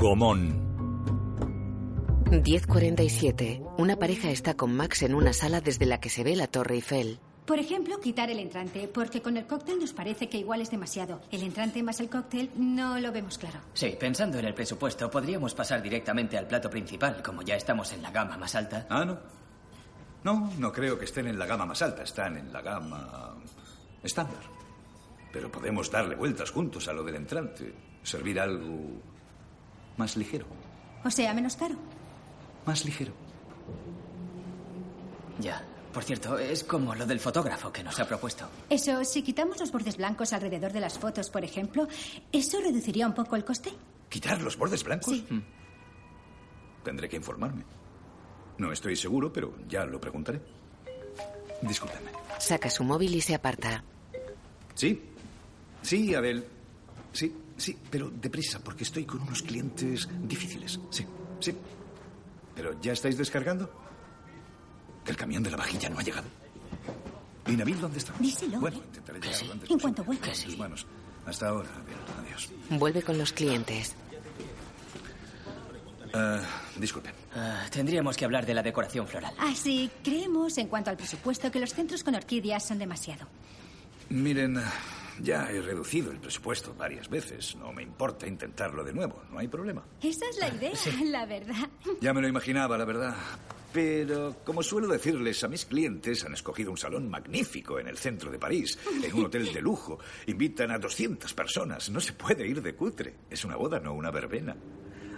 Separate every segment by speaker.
Speaker 1: Gomón.
Speaker 2: 10.47. Una pareja está con Max en una sala desde la que se ve la Torre Eiffel.
Speaker 3: Por ejemplo, quitar el entrante, porque con el cóctel nos parece que igual es demasiado. El entrante más el cóctel no lo vemos claro.
Speaker 4: Sí, pensando en el presupuesto, podríamos pasar directamente al plato principal, como ya estamos en la gama más alta.
Speaker 1: Ah, no. No, no creo que estén en la gama más alta, están en la gama estándar. Pero podemos darle vueltas juntos a lo del entrante, servir algo más ligero,
Speaker 3: O sea, menos caro.
Speaker 1: más ligero.
Speaker 4: Ya. Por cierto, es como lo del fotógrafo que nos ha propuesto.
Speaker 3: Eso, si quitamos los bordes blancos alrededor de las fotos, por ejemplo, ¿eso reduciría un poco el coste?
Speaker 1: ¿Quitar los bordes blancos? Mm. Tendré que informarme. No estoy seguro, pero ya lo preguntaré. Discúlpeme.
Speaker 2: Saca su móvil y se aparta.
Speaker 1: ¿Sí? Sí, Adel. Sí, sí, pero deprisa, porque estoy con unos clientes difíciles. Sí, sí. ¿Pero ya estáis descargando? ¿Que el camión de la vajilla no ha llegado? ¿Y Nabil dónde está?
Speaker 3: Díselo,
Speaker 1: Bueno,
Speaker 3: ¿eh?
Speaker 1: intentaré llegar lo antes
Speaker 3: En
Speaker 1: posible.
Speaker 3: cuanto vuelva.
Speaker 1: En tus manos. Hasta ahora, Adel. Adiós.
Speaker 2: Vuelve con los clientes.
Speaker 5: Eh,
Speaker 1: Ah, disculpen.
Speaker 4: Ah, tendríamos que hablar de la decoración floral.
Speaker 3: Así, creemos, en cuanto al presupuesto, que los centros con orquídeas son demasiado.
Speaker 1: Miren, ya he reducido el presupuesto varias veces. No me importa intentarlo de nuevo. No hay problema.
Speaker 3: Esa es la
Speaker 1: Ah,
Speaker 3: idea, la verdad.
Speaker 1: Ya me lo imaginaba, la verdad. Pero, como suelo decirles, a mis clientes han escogido un salón magnífico en el centro de París, en un hotel de lujo. Invitan a 200 personas. No se puede ir de cutre. Es una boda, no una verbena.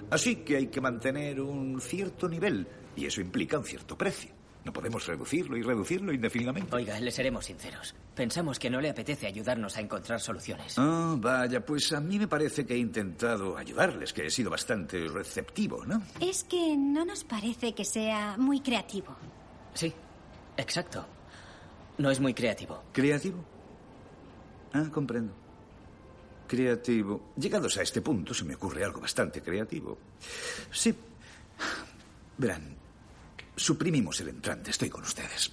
Speaker 1: Así que hay que mantener un cierto nivel, y eso implica un cierto precio. No podemos reducirlo y reducirlo indefinidamente.
Speaker 4: Oiga, le seremos sinceros. Pensamos que no le apetece ayudarnos a encontrar soluciones.
Speaker 1: Ah, vaya, pues a mí me parece que he intentado ayudarles, que he sido bastante receptivo, ¿no?
Speaker 3: Es que no nos parece que sea muy creativo.
Speaker 4: Sí, exacto. No es muy creativo.
Speaker 1: ¿Creativo? Ah, comprendo. Creativo. Llegados a este punto, se me ocurre algo bastante creativo. Sí. Verán, suprimimos el entrante, estoy con ustedes.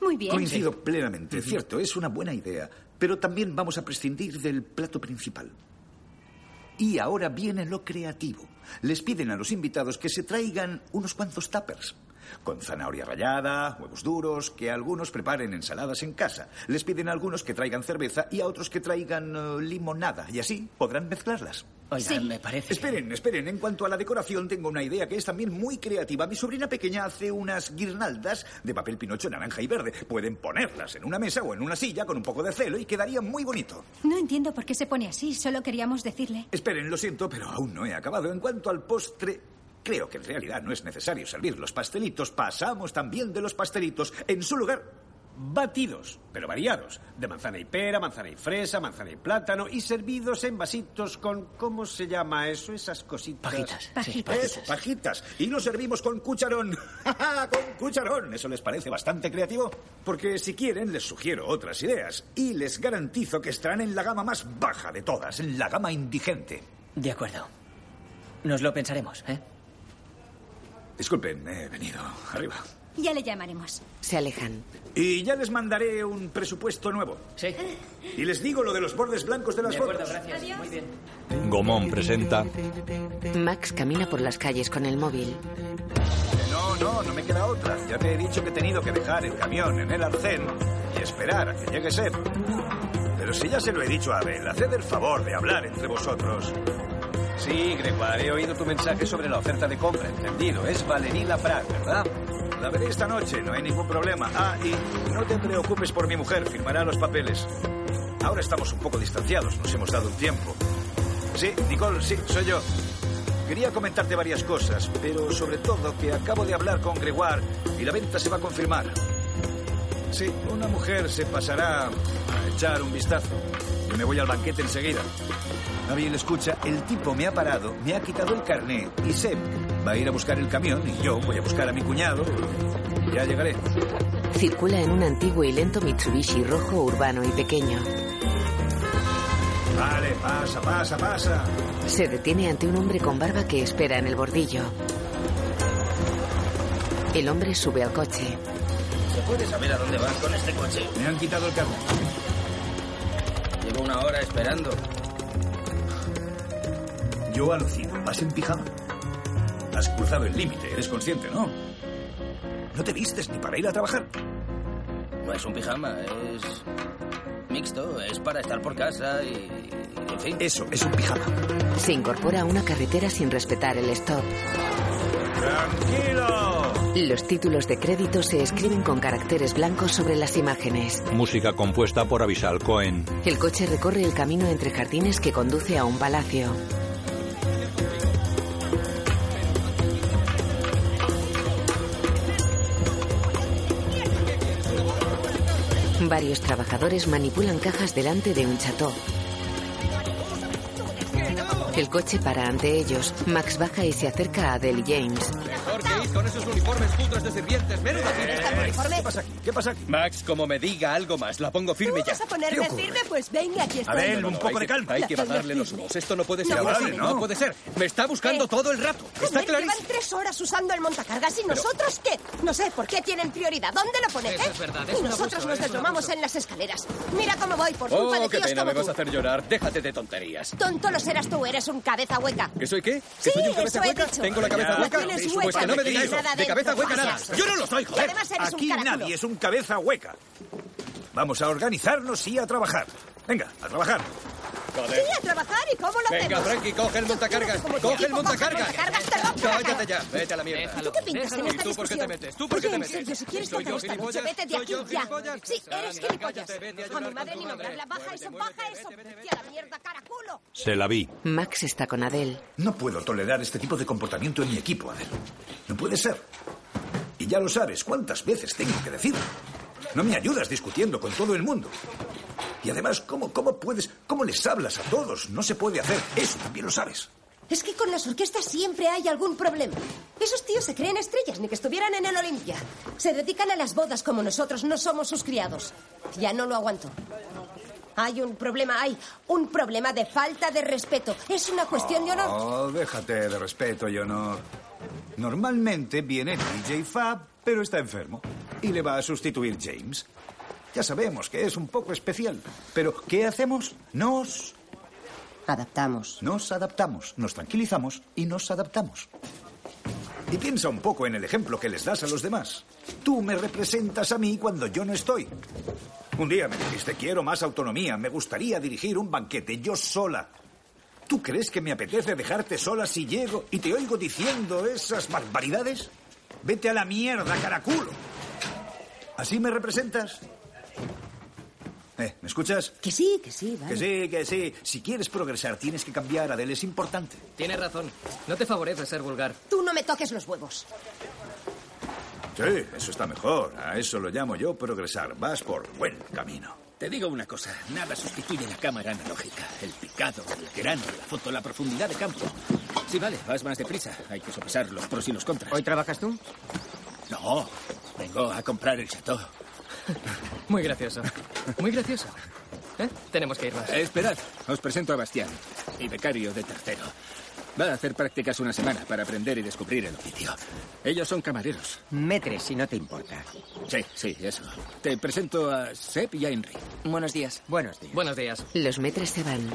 Speaker 3: Muy bien.
Speaker 1: Coincido plenamente, cierto, es una buena idea, pero también vamos a prescindir del plato principal. Y ahora viene lo creativo. Les piden a los invitados que se traigan unos cuantos tuppers. Con zanahoria rallada, huevos duros, que algunos preparen ensaladas en casa. Les piden a algunos que traigan cerveza y a otros que traigan eh, limonada, y así podrán mezclarlas.
Speaker 4: Oiga, me parece. que-
Speaker 1: Esperen, esperen. En cuanto a la decoración, tengo una idea que es también muy creativa. Mi sobrina pequeña hace unas guirnaldas de papel pinocho naranja y verde. Pueden ponerlas en una mesa o en una silla con un poco de celo y quedaría muy bonito.
Speaker 3: No entiendo por qué se pone así, solo queríamos decirle.
Speaker 1: Esperen, lo siento, pero aún no he acabado. En cuanto al postre, creo que en realidad no es necesario servir los pastelitos. Pasamos también de los pastelitos. En su lugar, batidos, pero variados.
Speaker 6: De manzana y pera, manzana y fresa, manzana y plátano y servidos en vasitos con... ¿Cómo se llama eso? Esas cositas.
Speaker 4: Pajitas. Sí,
Speaker 3: Pajitas.
Speaker 1: Eso,
Speaker 4: pajitas.
Speaker 1: pajitas. Y lo servimos con cucharón. con cucharón. ¿Eso les parece bastante creativo? Porque si quieren, les sugiero otras ideas. Y les garantizo que estarán en la gama más baja de todas, en la gama indigente.
Speaker 4: De acuerdo. Nos lo pensaremos, ¿eh?
Speaker 1: Disculpen, he venido arriba.
Speaker 3: Ya le llamaremos.
Speaker 2: Se alejan.
Speaker 1: Y ya les mandaré un presupuesto nuevo.
Speaker 4: Sí.
Speaker 1: Y les digo lo de los bordes blancos de las
Speaker 4: De acuerdo,
Speaker 1: fotos.
Speaker 4: gracias. Muy bien.
Speaker 1: Gomón presenta.
Speaker 2: Max camina por las calles con el móvil.
Speaker 1: No, no, no me queda otra. Ya te he dicho que he tenido que dejar el camión en el arcén y esperar a que llegue Seth. Pero si ya se lo he dicho a Abel, haced el favor de hablar entre vosotros.
Speaker 6: Sí, Gregoire, he oído tu mensaje sobre la oferta de compra. Entendido, es Valerie Lafrac, ¿verdad?
Speaker 1: La veré esta noche, no hay ningún problema. Ah, y no te preocupes por mi mujer, firmará los papeles. Ahora estamos un poco distanciados, nos hemos dado un tiempo. Sí, Nicole, sí, soy yo. Quería comentarte varias cosas, pero sobre todo que acabo de hablar con Gregoire y la venta se va a confirmar. Sí, una mujer se pasará a echar un vistazo. Yo me voy al banquete enseguida. Nabil, escucha, el tipo me ha parado, me ha quitado el carnet y Seb va a ir a buscar el camión y yo voy a buscar a mi cuñado. Ya llegaré.
Speaker 2: Circula en un antiguo y lento Mitsubishi rojo urbano y pequeño.
Speaker 1: Vale, pasa, pasa, pasa.
Speaker 2: Se detiene ante un hombre con barba que espera en el bordillo. El hombre sube al coche.
Speaker 7: ¿Se puede saber a dónde vas con este coche?
Speaker 1: Me han quitado el carnet.
Speaker 7: Llevo una hora esperando.
Speaker 1: Yo alucino. ¿Vas en pijama? Has cruzado el límite. Eres consciente, ¿no? No te vistes ni para ir a trabajar.
Speaker 5: No es un pijama, es mixto, es para estar por casa y... En fin.
Speaker 1: Eso, es un pijama.
Speaker 2: Se incorpora a una carretera sin respetar el stop.
Speaker 1: ¡Tranquilo!
Speaker 2: Los títulos de crédito se escriben con caracteres blancos sobre las imágenes.
Speaker 4: Música compuesta por Avisal Cohen.
Speaker 2: El coche recorre el camino entre jardines que conduce a un palacio. Varios trabajadores manipulan cajas delante de un chateau. El coche para ante ellos. Max baja y se acerca a Adele y James.
Speaker 8: Mejor que ir con esos uniformes putos de sirvientes. Menuda mierda.
Speaker 1: ¿Qué pasa aquí? ¿Qué pasa aquí?
Speaker 8: Max, como me diga algo más, la pongo firme ya.
Speaker 9: ¿Vas a ponerme firme? Pues venga, aquí
Speaker 1: A
Speaker 9: estoy.
Speaker 1: ver, un poco de
Speaker 8: que-
Speaker 1: calma.
Speaker 8: Hay que
Speaker 9: La pongo
Speaker 8: bajarle los
Speaker 9: firme.
Speaker 8: humos. Esto no puede
Speaker 9: No
Speaker 8: ser.
Speaker 9: puede
Speaker 8: así,
Speaker 9: ser.
Speaker 8: no puede ser. Me está buscando
Speaker 9: Eh.
Speaker 8: todo el rato. Está
Speaker 9: Joder,
Speaker 8: clarísimo.
Speaker 9: Llevan tres horas usando el montacargas y nosotros qué? No sé por qué tienen prioridad. ¿Dónde lo ponen?
Speaker 8: Eso
Speaker 9: eh?
Speaker 8: es verdad, es
Speaker 9: y
Speaker 8: un
Speaker 9: nosotros
Speaker 8: abuso,
Speaker 9: nos
Speaker 8: es un
Speaker 9: desplomamos en las escaleras. Mira cómo voy por culpa
Speaker 8: Oh,
Speaker 9: de
Speaker 8: qué
Speaker 9: tíos
Speaker 8: pena, me
Speaker 9: como
Speaker 8: vas
Speaker 9: tú.
Speaker 8: a hacer llorar. Déjate de tonterías.
Speaker 9: Tonto lo serás tú, eres un cabeza hueca.
Speaker 8: ¿Que soy qué? ¿Que
Speaker 9: Sí,
Speaker 8: soy un cabeza
Speaker 9: eso he
Speaker 8: hueca?
Speaker 9: dicho.
Speaker 8: ¿Tengo la cabeza
Speaker 1: Ya,
Speaker 8: hueca?
Speaker 1: la
Speaker 9: tienes
Speaker 8: Pues
Speaker 9: hueca,
Speaker 8: que no me
Speaker 9: no
Speaker 8: digas
Speaker 9: tienes
Speaker 8: eso.
Speaker 9: nada
Speaker 8: De
Speaker 9: dentro,
Speaker 8: cabeza hueca nada.
Speaker 9: payaso.
Speaker 8: Yo no lo soy,
Speaker 9: Y
Speaker 8: joder.
Speaker 9: además eres
Speaker 1: Aquí
Speaker 9: un caraculo.
Speaker 1: nadie es un cabeza hueca. Vamos a organizarnos y a trabajar. Venga, a trabajar.
Speaker 9: Sí, a trabajar y cómo lo
Speaker 8: Venga,
Speaker 9: hacemos.
Speaker 8: Frankie, coge el montacargas.
Speaker 9: Como
Speaker 8: Coge
Speaker 9: tipo
Speaker 8: el montacargas.
Speaker 9: coja el montacargas, te rompo la cara.
Speaker 8: Cállate ya. Vete a la mierda.
Speaker 9: ¿Tú qué pintas en
Speaker 8: ¿Y
Speaker 9: esta
Speaker 8: tú por qué
Speaker 9: discusión?
Speaker 8: te metes? ¿Tú por qué
Speaker 9: Oye,
Speaker 8: te
Speaker 9: en
Speaker 8: metes?
Speaker 9: serio, si quieres
Speaker 8: ¿Soy
Speaker 9: tratar
Speaker 8: yo
Speaker 9: esta noche,
Speaker 8: gilipollas?
Speaker 9: vete de
Speaker 8: ¿Soy
Speaker 9: aquí
Speaker 8: yo
Speaker 9: ya.
Speaker 8: gilipollas?
Speaker 9: Sí, eres
Speaker 8: Cállate,
Speaker 9: gilipollas.
Speaker 8: vete a
Speaker 9: A mi
Speaker 8: llorar
Speaker 9: madre
Speaker 8: con
Speaker 9: ni
Speaker 8: tu
Speaker 9: nombrarla,
Speaker 8: madre.
Speaker 9: baja eso,
Speaker 8: Muévete,
Speaker 9: baja
Speaker 8: muévete,
Speaker 9: eso.
Speaker 8: vete, vete,
Speaker 9: Vete a la mierda, caraculo.
Speaker 4: Se la vi.
Speaker 2: Max está con Adele.
Speaker 1: No puedo tolerar este tipo de comportamiento en mi equipo, Adel. No puede ser. Y ya lo sabes, ¿cuántas veces tengo que decirlo? No me ayudas discutiendo con todo el mundo. Y además, ¿cómo, cómo puedes, cómo les hablas a todos? No se puede hacer. Eso también lo sabes.
Speaker 9: Es que con las orquestas siempre hay algún problema. Esos tíos se creen estrellas, ni que estuvieran en el Olimpia. Se dedican a las bodas como nosotros, no somos sus criados. Ya no lo aguanto. Hay un problema, hay un problema de falta de respeto. Es una cuestión de honor.
Speaker 1: Oh, déjate de respeto y honor. Normalmente viene DJ Fab, pero está enfermo. Y le va a sustituir James. Ya sabemos que es un poco especial. Pero, ¿qué hacemos? Nos
Speaker 9: Adaptamos.
Speaker 1: Nos adaptamos, nos tranquilizamos y nos adaptamos. Y piensa un poco en el ejemplo que les das a los demás. Tú me representas a mí cuando yo no estoy. Un día me dijiste, quiero más autonomía, me gustaría dirigir un banquete yo sola. ¿Tú crees que me apetece dejarte sola si llego y te oigo diciendo esas barbaridades? Vete a la mierda, caraculo. ¿Así me representas? Eh, ¿me escuchas?
Speaker 9: Que sí, que sí, vale.
Speaker 1: Que sí, que sí. Si quieres progresar, tienes que cambiar. Adele es importante.
Speaker 10: Tienes razón. No te favorece ser vulgar.
Speaker 9: Tú no me toques los huevos.
Speaker 1: Sí, eso está mejor. A eso lo llamo yo progresar. Vas por buen camino.
Speaker 5: Te digo una cosa, nada sustituye la cámara analógica. El picado, el grano, la foto, la profundidad de campo. Sí, vale, vas más deprisa. Hay que sopesar los pros y los contras.
Speaker 10: ¿Hoy trabajas tú?
Speaker 5: No, vengo a comprar el chateau.
Speaker 10: Muy gracioso. Muy gracioso. ¿Eh? Tenemos que irnos.
Speaker 5: Eh, esperad, os presento a Bastián, mi becario de tercero. Va a hacer prácticas una semana para aprender y descubrir el oficio. Ellos son camareros.
Speaker 11: Metres, si no te importa.
Speaker 5: Sí, sí, eso. Te presento a Seb y a Henry.
Speaker 10: Buenos días.
Speaker 11: Buenos días.
Speaker 10: Buenos días.
Speaker 2: Los metres se van.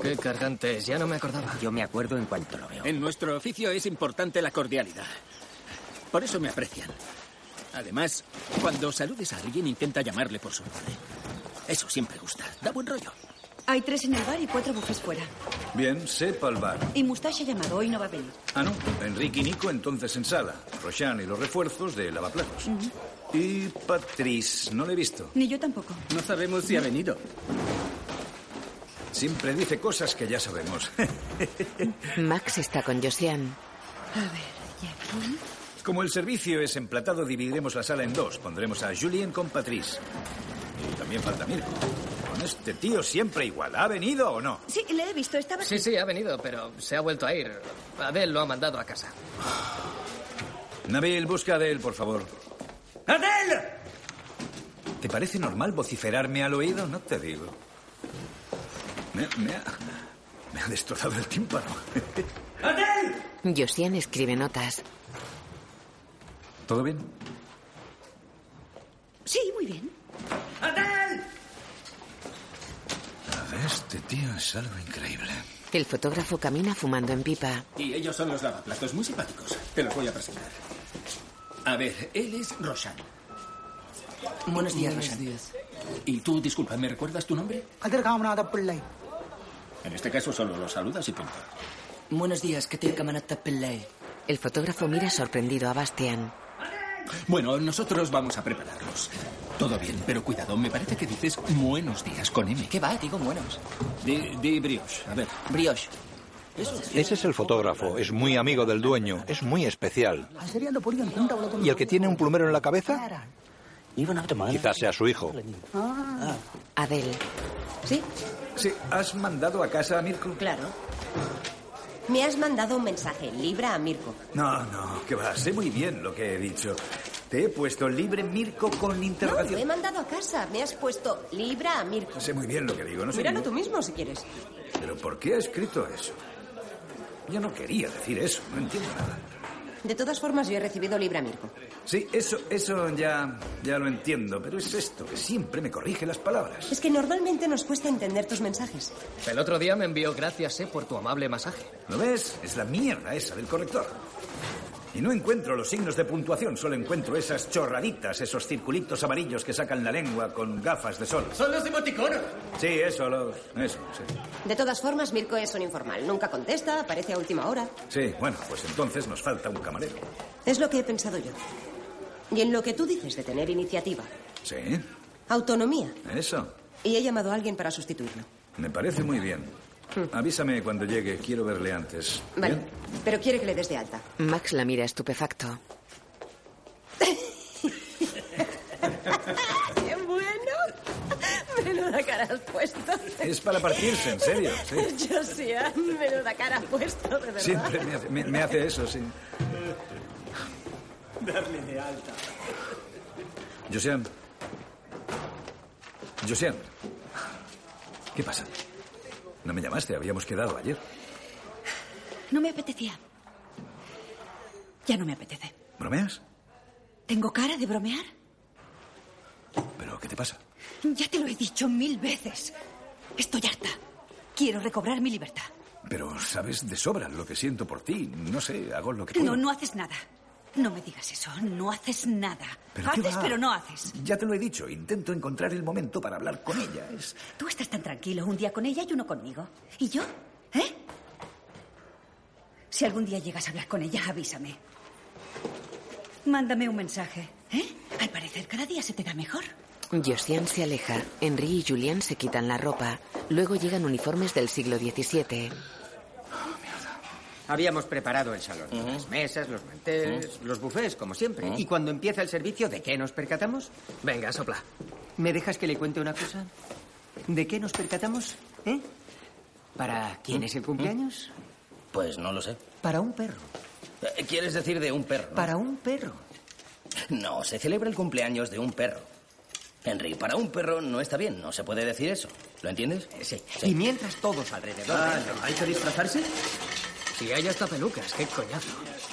Speaker 10: Qué cargante es. Ya no me acordaba.
Speaker 11: Yo me acuerdo en cuanto lo veo.
Speaker 5: En nuestro oficio es importante la cordialidad. Por eso me aprecian. Además, cuando saludes a alguien intenta llamarle por su nombre. Eso siempre gusta. Da buen rollo.
Speaker 12: Hay tres en el bar y cuatro bufés fuera.
Speaker 1: Bien, sepa el bar.
Speaker 12: Y Mustache ha llamado, hoy no va a venir.
Speaker 1: Ah, no. Enrique y Nico entonces en sala. Roshan y los refuerzos de lavaplatos. Y Patrice, no le he visto.
Speaker 12: Ni yo tampoco.
Speaker 5: No sabemos si ha venido.
Speaker 1: Siempre dice cosas que ya sabemos.
Speaker 2: Max está con Josian.
Speaker 12: A ver, ¿y aquí?
Speaker 1: Como el servicio es emplatado, dividiremos la sala en dos. Pondremos a Julien con Patrice. Y también falta Mirko. Con este tío siempre igual. ¿Ha venido o no?
Speaker 12: Sí, le he visto, estaba...
Speaker 10: Sí, sí, ha venido, pero se ha vuelto a ir. Adel lo ha mandado a casa.
Speaker 1: Nabil, busca de él, por favor. ¡Adel! ¿Te parece normal vociferarme al oído? No te digo. Me, me ha, me ha destrozado el tímpano. ¡Adel!
Speaker 2: Josian escribe notas.
Speaker 1: ¿Todo bien?
Speaker 12: Sí, muy bien.
Speaker 1: A ver, este tío es algo increíble.
Speaker 2: El fotógrafo camina fumando en pipa.
Speaker 5: Y ellos son los lavaplatos, muy simpáticos. Te los voy a presentar. A ver, él es Roshan. Buenos días, Roshan. Y tú, disculpa, ¿me recuerdas tu nombre? En este caso solo los saludas y punto.
Speaker 7: Buenos días, que te camanata pelay.
Speaker 2: El fotógrafo mira sorprendido a Bastian.
Speaker 5: Bueno, nosotros vamos a prepararlos. Todo bien, pero cuidado, me parece que dices buenos días con M.
Speaker 7: ¿Qué va? Digo buenos.
Speaker 5: Di, di brioche, a ver.
Speaker 7: Brioche.
Speaker 13: Ese es el fotógrafo, es muy amigo del dueño, es muy especial. ¿Y el que tiene un plumero en la cabeza? Quizás sea su hijo.
Speaker 5: Ah,
Speaker 2: Adel.
Speaker 9: ¿Sí?
Speaker 1: Sí, ¿has mandado a casa a Mirko?
Speaker 9: Claro. Me has mandado un mensaje, Libra a Mirko.
Speaker 1: No, no, que va, sé muy bien lo que he dicho. Te he puesto libre Mirko con
Speaker 9: No, lo he
Speaker 1: interrogación.
Speaker 9: mandado a casa. Me has puesto Libra a Mirko.
Speaker 1: sé muy bien lo que digo, no sé.
Speaker 9: Míralo tú mismo si quieres.
Speaker 1: Pero ¿por qué ha escrito eso? Yo no quería decir eso, no entiendo nada.
Speaker 9: De todas formas, yo he recibido Libra a Mirko.
Speaker 1: Sí, eso, eso ya, ya lo entiendo, pero es esto, que siempre me corrige las palabras.
Speaker 9: Es que normalmente nos cuesta entender tus mensajes.
Speaker 10: El otro día me envió gracias, eh, por tu amable masaje.
Speaker 1: ¿Lo ves? Es la mierda esa del corrector. Y no encuentro los signos de puntuación, solo encuentro esas chorraditas, esos circulitos amarillos que sacan la lengua con gafas de sol.
Speaker 9: Son los emoticonos.
Speaker 1: Sí, eso, los- eso, sí.
Speaker 9: De todas formas, Mirko es un informal. Nunca contesta, aparece a última hora.
Speaker 1: Sí, bueno, pues entonces nos falta un camarero.
Speaker 9: Es lo que he pensado yo. Y en lo que tú dices de tener iniciativa,
Speaker 1: Sí,
Speaker 9: autonomía.
Speaker 1: eso.
Speaker 9: Y he llamado a alguien para sustituirlo.
Speaker 1: Me parece muy bien. Avísame cuando llegue, quiero verle antes.
Speaker 9: Vale. Pero quiere que le des de alta.
Speaker 2: Max la mira estupefacto.
Speaker 9: ¡Qué bueno! Menuda cara has puesto.
Speaker 1: Es para partirse, en serio. sí.
Speaker 9: Yo sí, ¿eh? menuda cara has puesto, de verdad.
Speaker 1: Siempre me hace, me- me hace eso, sí.
Speaker 14: Darle de alta.
Speaker 1: Josian. Josian. ¿Qué pasa? No me llamaste, habíamos quedado ayer.
Speaker 15: No me apetecía. Ya no me apetece.
Speaker 1: ¿Bromeas?
Speaker 15: ¿Tengo cara de bromear?
Speaker 1: ¿Pero qué te pasa?
Speaker 15: Ya te lo he dicho mil veces. Estoy harta. Quiero recobrar mi libertad.
Speaker 1: Pero sabes de sobra lo que siento por ti. No sé, hago lo que puedo.
Speaker 15: No, no haces nada. No me digas eso. No haces nada.
Speaker 1: ¿Pero qué
Speaker 15: haces,
Speaker 1: va?
Speaker 15: pero no haces.
Speaker 1: Ya te lo he dicho, intento encontrar el momento para hablar con ella. Es-
Speaker 15: Tú estás tan tranquilo un día con ella y uno conmigo. ¿Y yo? ¿Eh? Si algún día llegas a hablar con ella, avísame. Mándame un mensaje. ¿Eh? Al parecer, cada día se te da mejor.
Speaker 2: Josian se aleja. Henry y Julián se quitan la ropa. Luego llegan uniformes del siglo XVII.
Speaker 16: Habíamos preparado el salón, las mesas, los manteles, los bufés, como siempre.
Speaker 17: Ujú.
Speaker 16: Y cuando empieza el servicio, ¿de qué nos percatamos? Venga, sopla. ¿Me dejas que le cuente una cosa? ¿De qué nos percatamos? ¿Eh? ¿Para quién es el cumpleaños?
Speaker 7: Pues no lo sé.
Speaker 16: Para un perro.
Speaker 7: Eh, ¿Quieres decir de un perro?
Speaker 16: Para un perro.
Speaker 7: No, se celebra el cumpleaños de un perro. Henry, para un perro no está bien, no se puede decir eso. ¿Lo entiendes? Sí.
Speaker 16: Eh, Y mientras todos alrededor.
Speaker 7: Ah,
Speaker 16: de-
Speaker 7: ¿no? ¿Hay que disfrazarse?
Speaker 16: Si hay hasta pelucas, qué coñazo.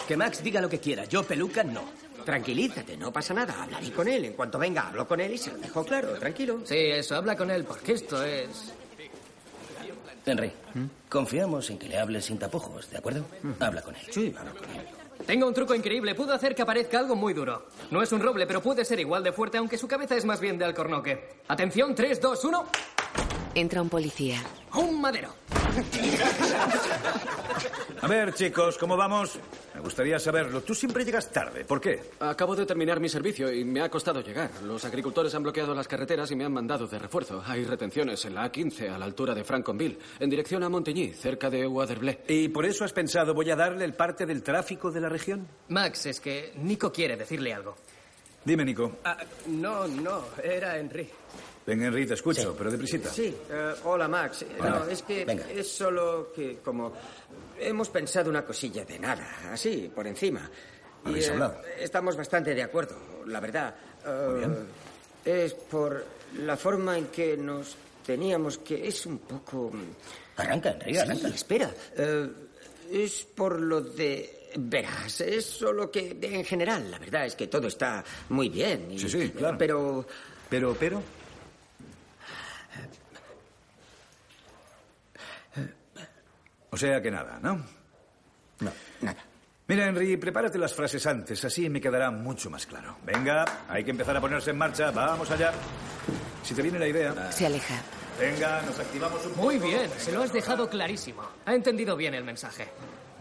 Speaker 16: Que Max diga lo que quiera, yo peluca no. Tranquilízate, no pasa nada. Hablaré con él. En cuanto venga, hablo con él y se lo dejo claro, tranquilo.
Speaker 10: Sí, eso, habla con él, porque esto es.
Speaker 7: Henry, confiamos en que le hables sin tapujos, ¿de acuerdo? Habla con él. Mm. Sí, habla con él.
Speaker 10: Tengo un truco increíble. Puedo hacer que aparezca algo muy duro. No es un roble, pero puede ser igual de fuerte, aunque su cabeza es más bien de alcornoque. Atención, 3, 2, 1.
Speaker 2: Entra un policía.
Speaker 10: Un madero.
Speaker 1: A ver, chicos, ¿cómo vamos? Me gustaría saberlo. Tú siempre llegas tarde. ¿Por qué?
Speaker 18: Acabo de terminar mi servicio y me ha costado llegar. Los agricultores han bloqueado las carreteras y me han mandado de refuerzo. Hay retenciones en la A15 a la altura de Franconville, en dirección a Montigny, cerca de Waterloo.
Speaker 19: ¿Y por eso has pensado, voy a darle el parte del tráfico de la región?
Speaker 10: Max, es que Nico quiere decirle algo. Ah,
Speaker 1: Dime, Nico.
Speaker 10: no, no, era Henry.
Speaker 1: Venga, Henry, te escucho, pero deprisita.
Speaker 16: Sí, eh, hola Max. Eh,
Speaker 1: Hola.
Speaker 16: No, es que
Speaker 1: Venga.
Speaker 16: es solo que como hemos pensado una cosilla de nada, así, por encima. Y,
Speaker 1: ¿Habéis
Speaker 16: eh,
Speaker 1: hablado?
Speaker 16: Estamos bastante de acuerdo, la verdad. Eh,
Speaker 1: bien.
Speaker 16: Es por la forma en que nos teníamos que es un poco. mm,
Speaker 7: Arranca, Henry,
Speaker 16: Sí,
Speaker 7: arranca.
Speaker 16: espera. Eh, es por lo de. Verás, es solo que en general, la verdad es que todo está muy bien. sí, sí, claro. Pero.
Speaker 1: Pero, pero. O sea que nada, ¿no? No, nada. Mira, Henry, prepárate las frases antes, así me quedará mucho más claro. Venga, hay que empezar a ponerse en marcha, vamos allá. Si te viene la idea.
Speaker 2: Se aleja.
Speaker 1: Venga, nos activamos un
Speaker 10: Muy bien, se lo has dejado clarísimo. Ha entendido bien el mensaje.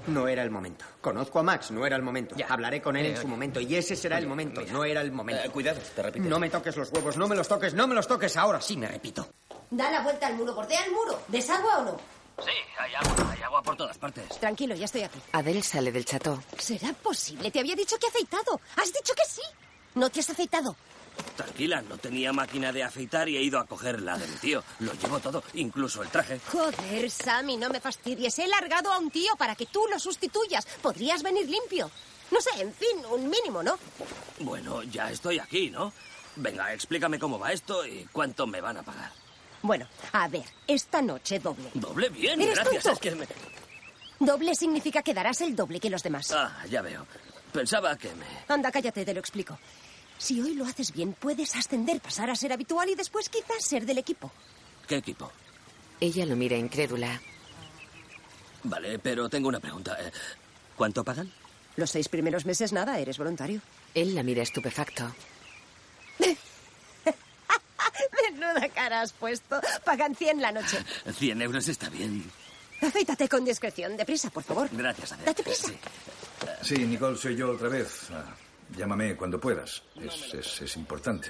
Speaker 16: No era el momento. Conozco a Max, no era el momento. Hablaré con él
Speaker 10: Eh,
Speaker 16: en su
Speaker 10: oye.
Speaker 16: momento y ese será el
Speaker 10: Oye,
Speaker 16: momento.
Speaker 10: mira.
Speaker 16: No era el momento.
Speaker 7: cuidado, te repito.
Speaker 16: No me toques los huevos, no me los toques, no me los toques. Ahora sí me repito.
Speaker 9: Da la vuelta al muro, bordea el muro. ¿Desagua o no?
Speaker 7: Sí, hay agua, hay agua por todas partes.
Speaker 9: Tranquilo, ya estoy aquí.
Speaker 2: Adele sale del cható.
Speaker 9: ¿Será posible? Te había dicho que aceitado. Has dicho que sí. No te has aceitado.
Speaker 20: Tranquila, no tenía máquina de afeitar y he ido a coger la de mi tío. Lo llevo todo, incluso el traje.
Speaker 9: Joder, Sammy, no me fastidies. He largado a un tío para que tú lo sustituyas. Podrías venir limpio. No sé, en fin, un mínimo, ¿no?
Speaker 20: Bueno, ya estoy aquí, ¿no? Venga, explícame cómo va esto y cuánto me van a pagar.
Speaker 9: Bueno, a ver, esta noche doble.
Speaker 20: Doble bien,
Speaker 9: ¿Eres
Speaker 20: gracias.
Speaker 9: tonto?
Speaker 20: Es que me...
Speaker 9: Doble significa que darás el doble que los demás.
Speaker 20: Ah, ya veo. Pensaba que me...
Speaker 9: Anda, cállate, te lo explico. Si hoy lo haces bien, puedes ascender, pasar a ser habitual y después quizás ser del equipo.
Speaker 20: ¿Qué equipo?
Speaker 2: Ella lo mira incrédula.
Speaker 20: Vale, pero tengo una pregunta. eh, ¿Cuánto pagan?
Speaker 9: Los seis primeros meses nada, eres voluntario.
Speaker 2: Él la mira estupefacto.
Speaker 9: Menuda cara has puesto. Pagan 100 la noche.
Speaker 20: 100 euros Pues está bien.
Speaker 9: Afeítate con discreción, deprisa, por favor.
Speaker 20: Gracias, Adele.
Speaker 9: Date prisa.
Speaker 1: Sí, Nicole, soy yo otra vez. Ah, Llámame cuando puedas. Es, es- es importante.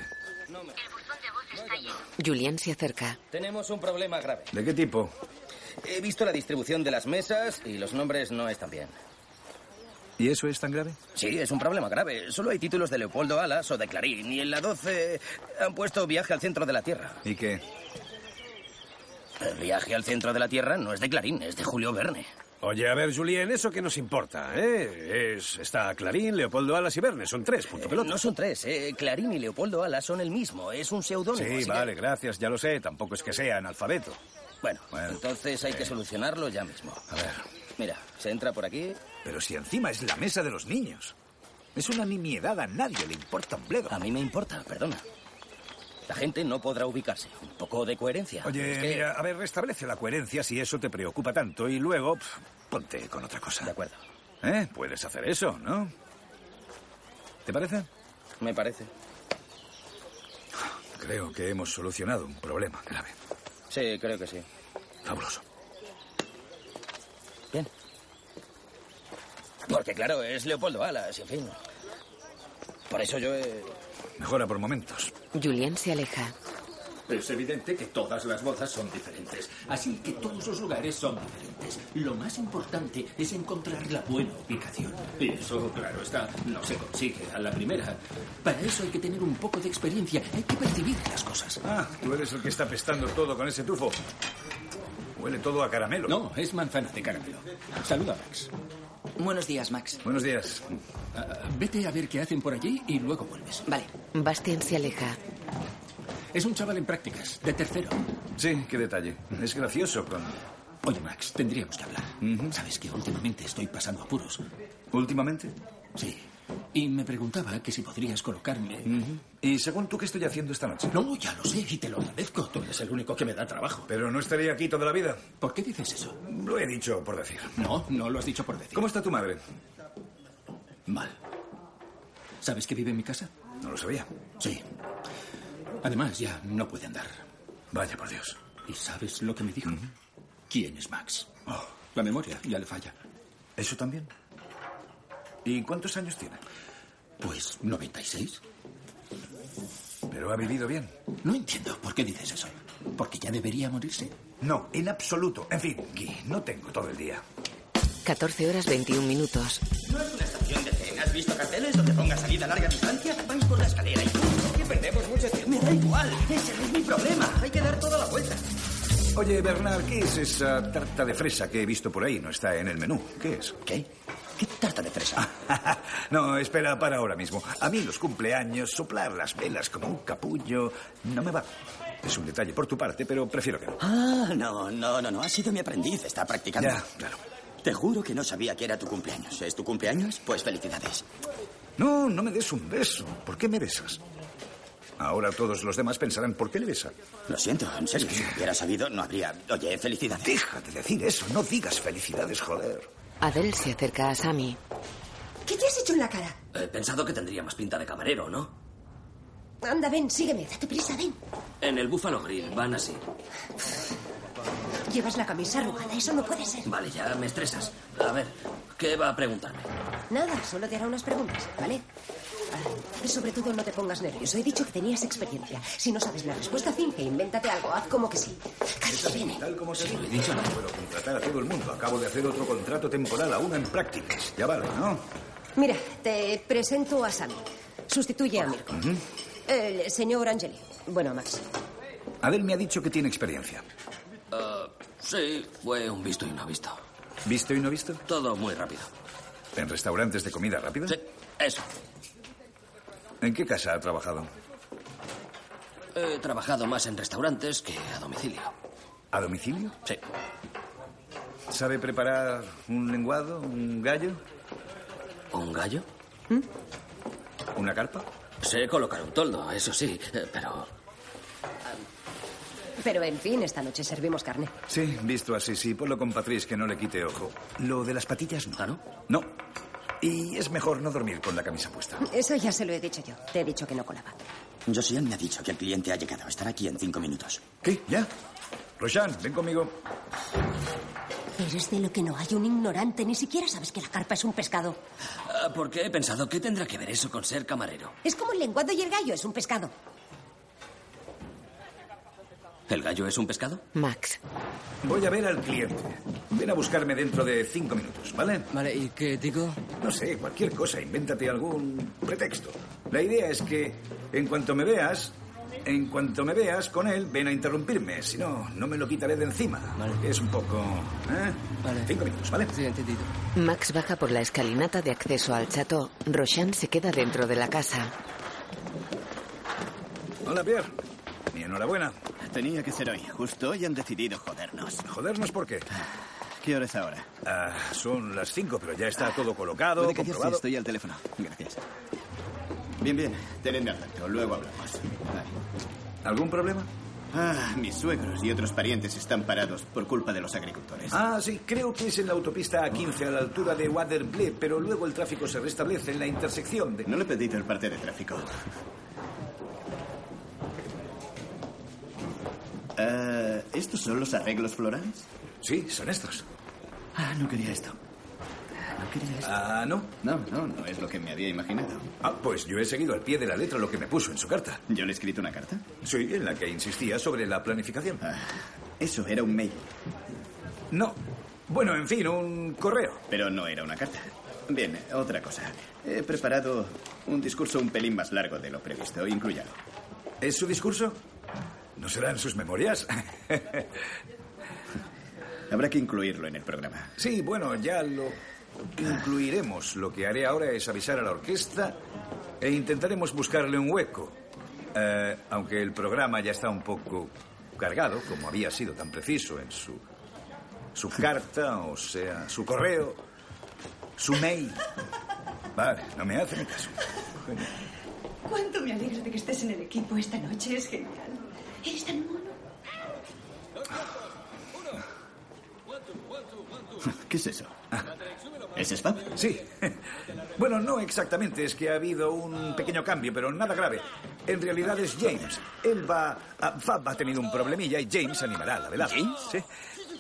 Speaker 2: Julián se acerca.
Speaker 7: Tenemos un problema grave.
Speaker 1: ¿De qué tipo?
Speaker 7: He visto la distribución de las mesas y los nombres no están bien.
Speaker 1: ¿Y eso es tan grave?
Speaker 7: Sí, es un problema grave. Solo hay títulos de Leopoldo Alas o de Clarín y en la 12 han puesto viaje al centro de la Tierra.
Speaker 1: ¿Y qué?
Speaker 7: El viaje al centro de la Tierra no es de Clarín, es de Julio Verne.
Speaker 21: Oye, a ver, Julien, eso que nos importa, ¿eh? Es, está Clarín, Leopoldo Alas y Verne. Son tres, punto pelota.
Speaker 7: No son tres, eh. Clarín y Leopoldo Alas son el mismo. Es un seudónimo.
Speaker 1: Sí,
Speaker 7: así que-
Speaker 1: vale, gracias, ya lo sé. Tampoco es que sea analfabeto.
Speaker 7: Bueno, entonces hay que solucionarlo ya mismo. A ver. Mira, se entra por aquí.
Speaker 1: Pero si encima es la mesa de los niños. Es una nimiedad, a nadie le importa un bledo.
Speaker 7: A mí me importa, perdona. La gente no podrá ubicarse. Un poco de coherencia.
Speaker 1: Oye,
Speaker 7: Es que-
Speaker 1: mira, a ver, restablece la coherencia si eso te preocupa tanto y luego pf, ponte con otra cosa. De
Speaker 7: acuerdo.
Speaker 1: ¿Eh? Puedes hacer eso, ¿no? ¿Te parece?
Speaker 7: Me parece.
Speaker 1: Creo que hemos solucionado un problema grave.
Speaker 7: Sí, creo que sí.
Speaker 1: Fabuloso.
Speaker 7: Bien. Porque claro, es Leopoldo Alas, en fin. Por eso yo he...
Speaker 1: Mejora por momentos.
Speaker 2: Julián se aleja.
Speaker 5: Es evidente que todas las bodas son diferentes, así que todos los lugares son diferentes. Lo más importante es encontrar la buena ubicación. Y eso, claro está, no se consigue a la primera. Para eso hay que tener un poco de experiencia, hay que percibir las cosas.
Speaker 1: Ah, tú eres el que está pestando todo con ese tufo. Huele todo a caramelo.
Speaker 5: No, es manzana de caramelo. Saluda, Max.
Speaker 22: Buenos días, Max.
Speaker 1: Buenos días.
Speaker 5: Ah, vete a ver qué hacen por allí y luego vuelves.
Speaker 22: Vale.
Speaker 2: Bastian se aleja.
Speaker 5: Es un chaval en prácticas, de tercero.
Speaker 1: Sí, qué detalle. Es gracioso con...
Speaker 5: Oye, Max, tendríamos que hablar. Sabes que últimamente estoy pasando apuros.
Speaker 1: ¿Últimamente?
Speaker 5: Sí. Y me preguntaba que si podrías colocarme...
Speaker 1: ¿Y según tú qué estoy haciendo esta noche?
Speaker 5: No, ya lo sé y te lo agradezco. Tú eres el único que me da trabajo.
Speaker 1: Pero no estaría aquí toda la vida.
Speaker 5: ¿Por qué dices eso?
Speaker 1: Lo he dicho por decir.
Speaker 5: No, no lo has dicho por decir.
Speaker 1: ¿Cómo está tu madre?
Speaker 5: Mal. ¿Sabes que vive en mi casa?
Speaker 1: No lo sabía.
Speaker 5: Sí. Además, ya no puede andar.
Speaker 1: Vaya por Dios.
Speaker 5: ¿Y sabes lo que me dijo? ¿Quién es Max? la memoria ya le falla.
Speaker 1: Oh. ¿Eso también? ¿Y cuántos años tiene?
Speaker 5: Pues 96.
Speaker 1: Pero ha vivido bien.
Speaker 5: No entiendo por qué dices eso. ¿Porque ya debería morirse?
Speaker 1: No, en absoluto. En fin, Guy, no tengo todo el día.
Speaker 2: 14 horas 21 minutos.
Speaker 7: No es una estación de tren. ¿Has visto carteles donde ponga salida a larga distancia? Vais por la escalera y punto. Que perdemos mucho tiempo. Me da igual. Ese no es mi problema. Hay que dar toda la vuelta.
Speaker 1: Oye, Bernard, ¿qué es esa tarta de fresa que he visto por ahí? No está en el menú. ¿Qué es?
Speaker 7: ¿Qué? ¿Qué tarta de fresa?
Speaker 1: no, espera, para ahora mismo. A mí los cumpleaños, soplar las velas como un capullo, no me va. Es un detalle por tu parte, pero prefiero que no.
Speaker 22: Ah, no, no, no, no. Ha sido mi aprendiz. Está practicando.
Speaker 1: Ya, claro.
Speaker 22: Te juro que no sabía que era tu cumpleaños. ¿Es tu cumpleaños? Pues felicidades.
Speaker 1: No, no me des un beso. ¿Por qué me besas? Ahora todos los demás pensarán, ¿por qué le besa?
Speaker 14: Lo siento, en serio. Si lo hubiera sabido, no habría. Oye, felicidades.
Speaker 1: Deja de decir eso. No digas felicidades, joder.
Speaker 2: Adele se acerca a Sammy.
Speaker 9: ¿Qué te has hecho en la cara?
Speaker 23: He pensado que tendría más pinta de camarero, ¿no?
Speaker 9: Anda, ven, sígueme. Date prisa, ven.
Speaker 23: En el Buffalo Grill van así.
Speaker 9: Llevas la camisa arrugada, eso no puede ser.
Speaker 23: Vale, ya me estresas. A ver, ¿qué va a preguntarme?
Speaker 9: Nada, solo te hará unas preguntas, ¿vale? Ah, Sobre todo no te pongas nervioso. He dicho que tenías experiencia. Si no sabes la respuesta, finge, invéntate algo, haz como que sí.
Speaker 1: Eso sí, tal como se dice. He dicho, no puedo contratar a todo el mundo. Acabo de hacer otro contrato temporal a una en prácticas. Ya vale, ¿no?
Speaker 9: Mira, te presento a Sammy. Sustituye a Mirko. El señor Angeli. Bueno, Max.
Speaker 1: Adel me ha dicho que tiene experiencia.
Speaker 23: Ah, sí, fue un visto y no visto.
Speaker 1: ¿Visto y no visto?
Speaker 23: Todo muy rápido.
Speaker 1: ¿En restaurantes de comida rápida? Sí,
Speaker 23: eso.
Speaker 1: ¿En qué casa ha trabajado?
Speaker 23: He trabajado más en restaurantes que a domicilio.
Speaker 1: ¿A domicilio?
Speaker 23: Sí.
Speaker 1: ¿Sabe preparar un lenguado, un gallo?
Speaker 23: ¿Un gallo?
Speaker 1: ¿Una carpa?
Speaker 23: Sé colocar un toldo, eso sí, eh, pero
Speaker 9: Pero en fin, esta noche servimos carne.
Speaker 1: Sí, visto así, sí. Ponlo con Patrice que no le quite ojo. Lo de las patillas no. ¿Ah, no? No. Y es mejor no dormir con la camisa puesta.
Speaker 9: Eso ya se lo he dicho yo. Te he dicho que no colaba.
Speaker 14: Josian me ha dicho que el cliente ha llegado. Estará aquí en cinco minutos.
Speaker 1: ¿Qué? ¿Ya? Roshan, ven conmigo.
Speaker 9: Eres de lo que no hay un ignorante. Ni siquiera sabes que la carpa es un pescado.
Speaker 23: ah, porque he pensado que tendrá que ver eso con ser camarero.
Speaker 9: Es como el lenguado y el gallo, es un pescado.
Speaker 23: ¿El gallo es un pescado?
Speaker 2: Max.
Speaker 1: Voy a ver al cliente. Ven a buscarme dentro de cinco minutos, ¿vale?
Speaker 23: Vale, ¿y qué digo?
Speaker 1: No sé, cualquier cosa. Invéntate algún pretexto. La idea es que en cuanto me veas, en cuanto me veas con él, ven a interrumpirme. Si no, no me lo quitaré de encima. Vale. Es un poco... ¿eh? Cinco minutos, ¿vale? Sí, entendido.
Speaker 2: Max baja por la escalinata de acceso al chateau. Roshan se queda dentro de la casa.
Speaker 1: Hola, Pierre. Mi enhorabuena.
Speaker 24: Tenía que ser hoy. Justo hoy han decidido jodernos.
Speaker 1: ¿Jodernos por qué?
Speaker 24: ¿Qué hora es ahora?
Speaker 1: Ah, son las cinco, pero ya está todo colocado,
Speaker 24: Puede que yo sí
Speaker 1: comprobado.
Speaker 24: estoy al teléfono. Gracias. Bien, bien. Tenedme al tanto. Luego hablamos.
Speaker 1: ¿Algún problema?
Speaker 24: Ah, mis suegros y otros parientes están parados por culpa de los agricultores.
Speaker 1: Ah, sí, creo que es en la autopista A15 a la altura de Waterloo, pero luego el tráfico se restablece en la intersección de...
Speaker 24: No le pedí el parte de tráfico. Ah, ¿Estos son los arreglos florales?
Speaker 1: Sí, son estos.
Speaker 24: Ah, no quería esto. Ah, No quería esto.
Speaker 1: Ah, no.
Speaker 24: No, no, no es lo que me había imaginado.
Speaker 1: Ah, pues yo he seguido al pie de la letra lo que me puso en su carta.
Speaker 24: ¿Yo le he escrito una carta? Ah,
Speaker 1: Sí, en la que insistía sobre la planificación.
Speaker 24: Eso era un mail.
Speaker 1: No. Bueno, en fin, un correo.
Speaker 24: Pero no era una carta. Bien, otra cosa. He preparado un discurso un pelín más largo de lo previsto. Incluyalo.
Speaker 1: ¿Es su discurso? ¿No serán sus memorias?
Speaker 24: Habrá que incluirlo en el programa.
Speaker 1: Sí, bueno, ya lo incluiremos. Lo que haré ahora es avisar a la orquesta e intentaremos buscarle un hueco. Eh, aunque el programa ya está un poco cargado, como había sido tan preciso en su, su carta, o sea, su correo, su mail. Vale, no me hace ni caso.
Speaker 12: ¿Cuánto me alegro de que estés en el equipo esta noche? Es genial. Eres tan mono.
Speaker 24: ¿Qué es eso? Ah, ¿Es spam?
Speaker 1: Sí. Bueno, no exactamente, es que ha habido un pequeño cambio, pero nada grave. En realidad es James. Él va. a- Fab ha tenido un problemilla y James animará la velada.
Speaker 24: ¿James?
Speaker 1: Sí.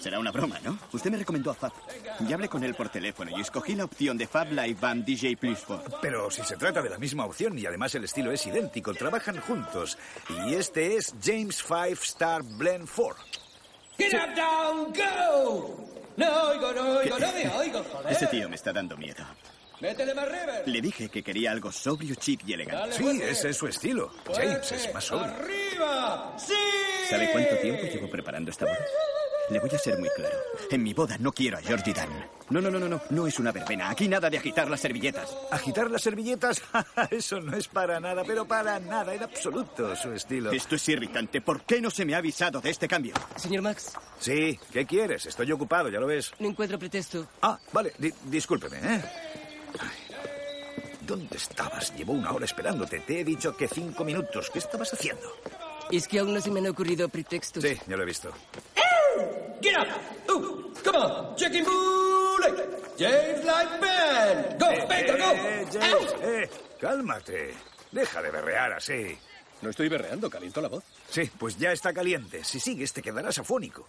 Speaker 24: Será una broma, ¿no?
Speaker 14: Usted me recomendó a Fab.
Speaker 24: Ya hablé con él por teléfono y escogí la opción de Fab Live Band DJ Plus Four.
Speaker 1: Pero si se trata de la misma opción y además el estilo es idéntico, trabajan juntos. Y este es James Five Star Blend 4.
Speaker 8: Get up, down, go. No oigo, no oigo, no me oigo, joder.
Speaker 24: Ese tío me está dando miedo.
Speaker 8: Métele más rever.
Speaker 24: Le dije que quería algo sobrio, chic y elegante.
Speaker 1: Sí, ese es su estilo.
Speaker 8: James
Speaker 1: es más
Speaker 24: sobrio.
Speaker 8: ¡Arriba! ¡Sí!
Speaker 24: ¿Sabe cuánto tiempo llevo preparando esta boda? Le voy a ser muy claro. En mi boda no quiero a Jordi Dan. No, no, no, no, no. No es una verbena. Aquí nada de agitar las servilletas. Ah,
Speaker 1: ¿Agitar las servilletas? Eso no es para nada, pero para nada, en absoluto su estilo.
Speaker 24: Esto es irritante. ¿Por qué no se me ha avisado de este cambio?
Speaker 13: Señor Max,
Speaker 1: Sí, ¿qué quieres? Estoy ocupado, ya lo ves.
Speaker 13: no encuentro pretexto.
Speaker 1: Ah, vale, di- discúlpeme, ¿eh? Ay.
Speaker 14: ¿Dónde estabas? Llevo una hora esperándote. Te he dicho que cinco minutos. ¿Qué estabas haciendo?
Speaker 13: Es que aún no se me han ocurrido pretextos.
Speaker 14: Sí, ya lo he visto.
Speaker 8: Get up! Ooh, come on! Chicken bullet! James like man! Go,
Speaker 14: Eh,
Speaker 8: venga,
Speaker 14: eh,
Speaker 8: go!
Speaker 14: eh, James, eh, cálmate. Deja de berrear así. No estoy berreando, caliento la voz. Sí, pues ya está caliente. Si sigues, te quedarás afónico.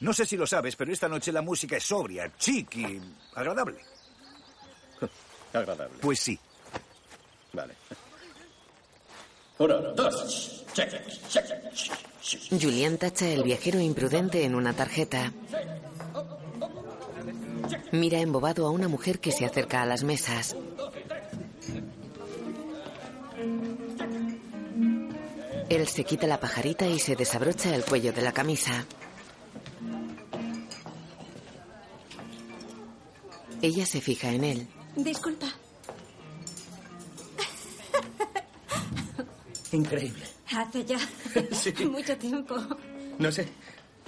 Speaker 14: No sé si lo sabes, pero esta noche la música es sobria, chic y agradable.
Speaker 24: Agradable.
Speaker 14: Pues sí.
Speaker 24: Vale.
Speaker 5: Uno, dos. Check, check, check.
Speaker 2: Julián tacha el viajero imprudente en una tarjeta. Mira embobado a una mujer que se acerca a las mesas. Él se quita la pajarita y se desabrocha el cuello de la camisa. Ella se fija en él.
Speaker 12: Disculpa.
Speaker 7: Increíble.
Speaker 12: Hace ya
Speaker 7: Sí.
Speaker 12: mucho tiempo.
Speaker 7: No sé,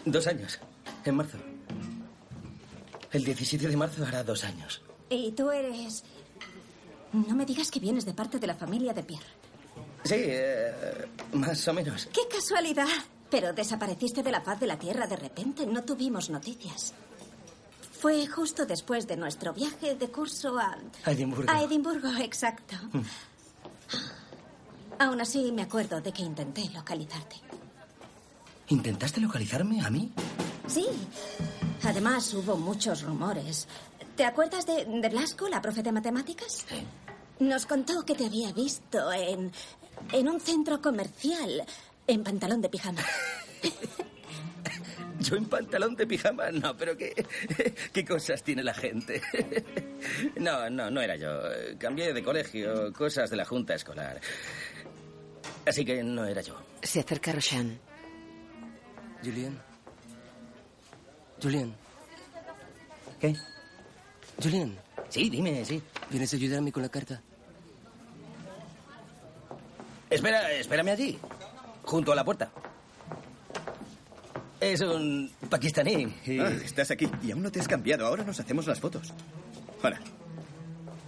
Speaker 7: dos años. En marzo. El 17 de marzo hará dos años.
Speaker 12: Y tú eres... No me digas que vienes de parte de la familia de Pierre.
Speaker 7: Sí, eh, más o menos.
Speaker 12: ¡Qué casualidad! Pero desapareciste de la faz de la Tierra de repente. No tuvimos noticias. Fue justo después de nuestro viaje de curso a...
Speaker 7: A Edimburgo.
Speaker 12: A Edimburgo, exacto.
Speaker 7: Mm.
Speaker 12: Aún así me acuerdo de que intenté localizarte.
Speaker 7: ¿Intentaste localizarme a mí?
Speaker 12: Sí. Además hubo muchos rumores. ¿Te acuerdas de, de Blasco, la profe de matemáticas? Nos contó que te había visto en, en un centro comercial en pantalón de pijama.
Speaker 7: Yo en pantalón de pijama, no, pero qué, qué cosas tiene la gente. No, no, no era yo. Cambié de colegio, cosas de la junta escolar. Así que no era yo.
Speaker 2: Se acerca Roshan.
Speaker 7: Julián.
Speaker 13: Julián.
Speaker 7: ¿Qué?
Speaker 13: Julián.
Speaker 7: Sí, dime, sí.
Speaker 13: ¿Vienes a ayudarme con la carta?
Speaker 7: Espera, espérame allí, junto a la puerta. Es un pakistaní. y-
Speaker 24: Ah, estás aquí y aún no te has cambiado. Ahora nos hacemos las fotos. Hola.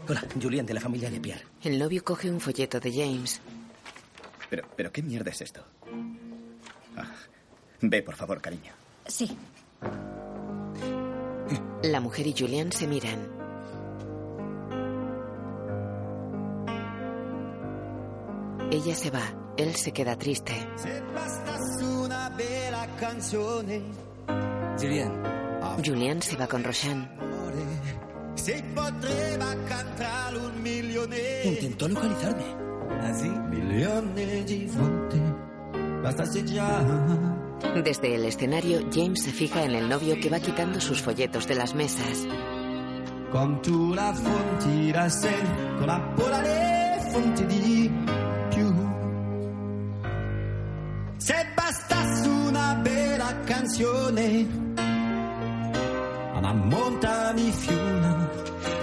Speaker 7: Hola, Julián, de la familia de Pierre.
Speaker 2: El novio coge un folleto de James.
Speaker 24: Pero, pero ¿qué mierda es esto? Ah, ve, por favor, cariño.
Speaker 12: Sí.
Speaker 2: La mujer y Julián se miran. Ella se va. Él se queda triste.
Speaker 8: Bastas una bella canzone
Speaker 2: Julián. Julián se va con Roshan.
Speaker 8: se potrebbe cantare un milione.
Speaker 7: Intentó localizarme.
Speaker 8: Así, milione di volte. Bastasse già.
Speaker 2: Desde el escenario, James se fija en el novio que va quitando sus folletos de las mesas.
Speaker 8: Con tu la fonti la sen, con la pola le fonti di più. Se bastasse una bella canzone, una montagna fiuna,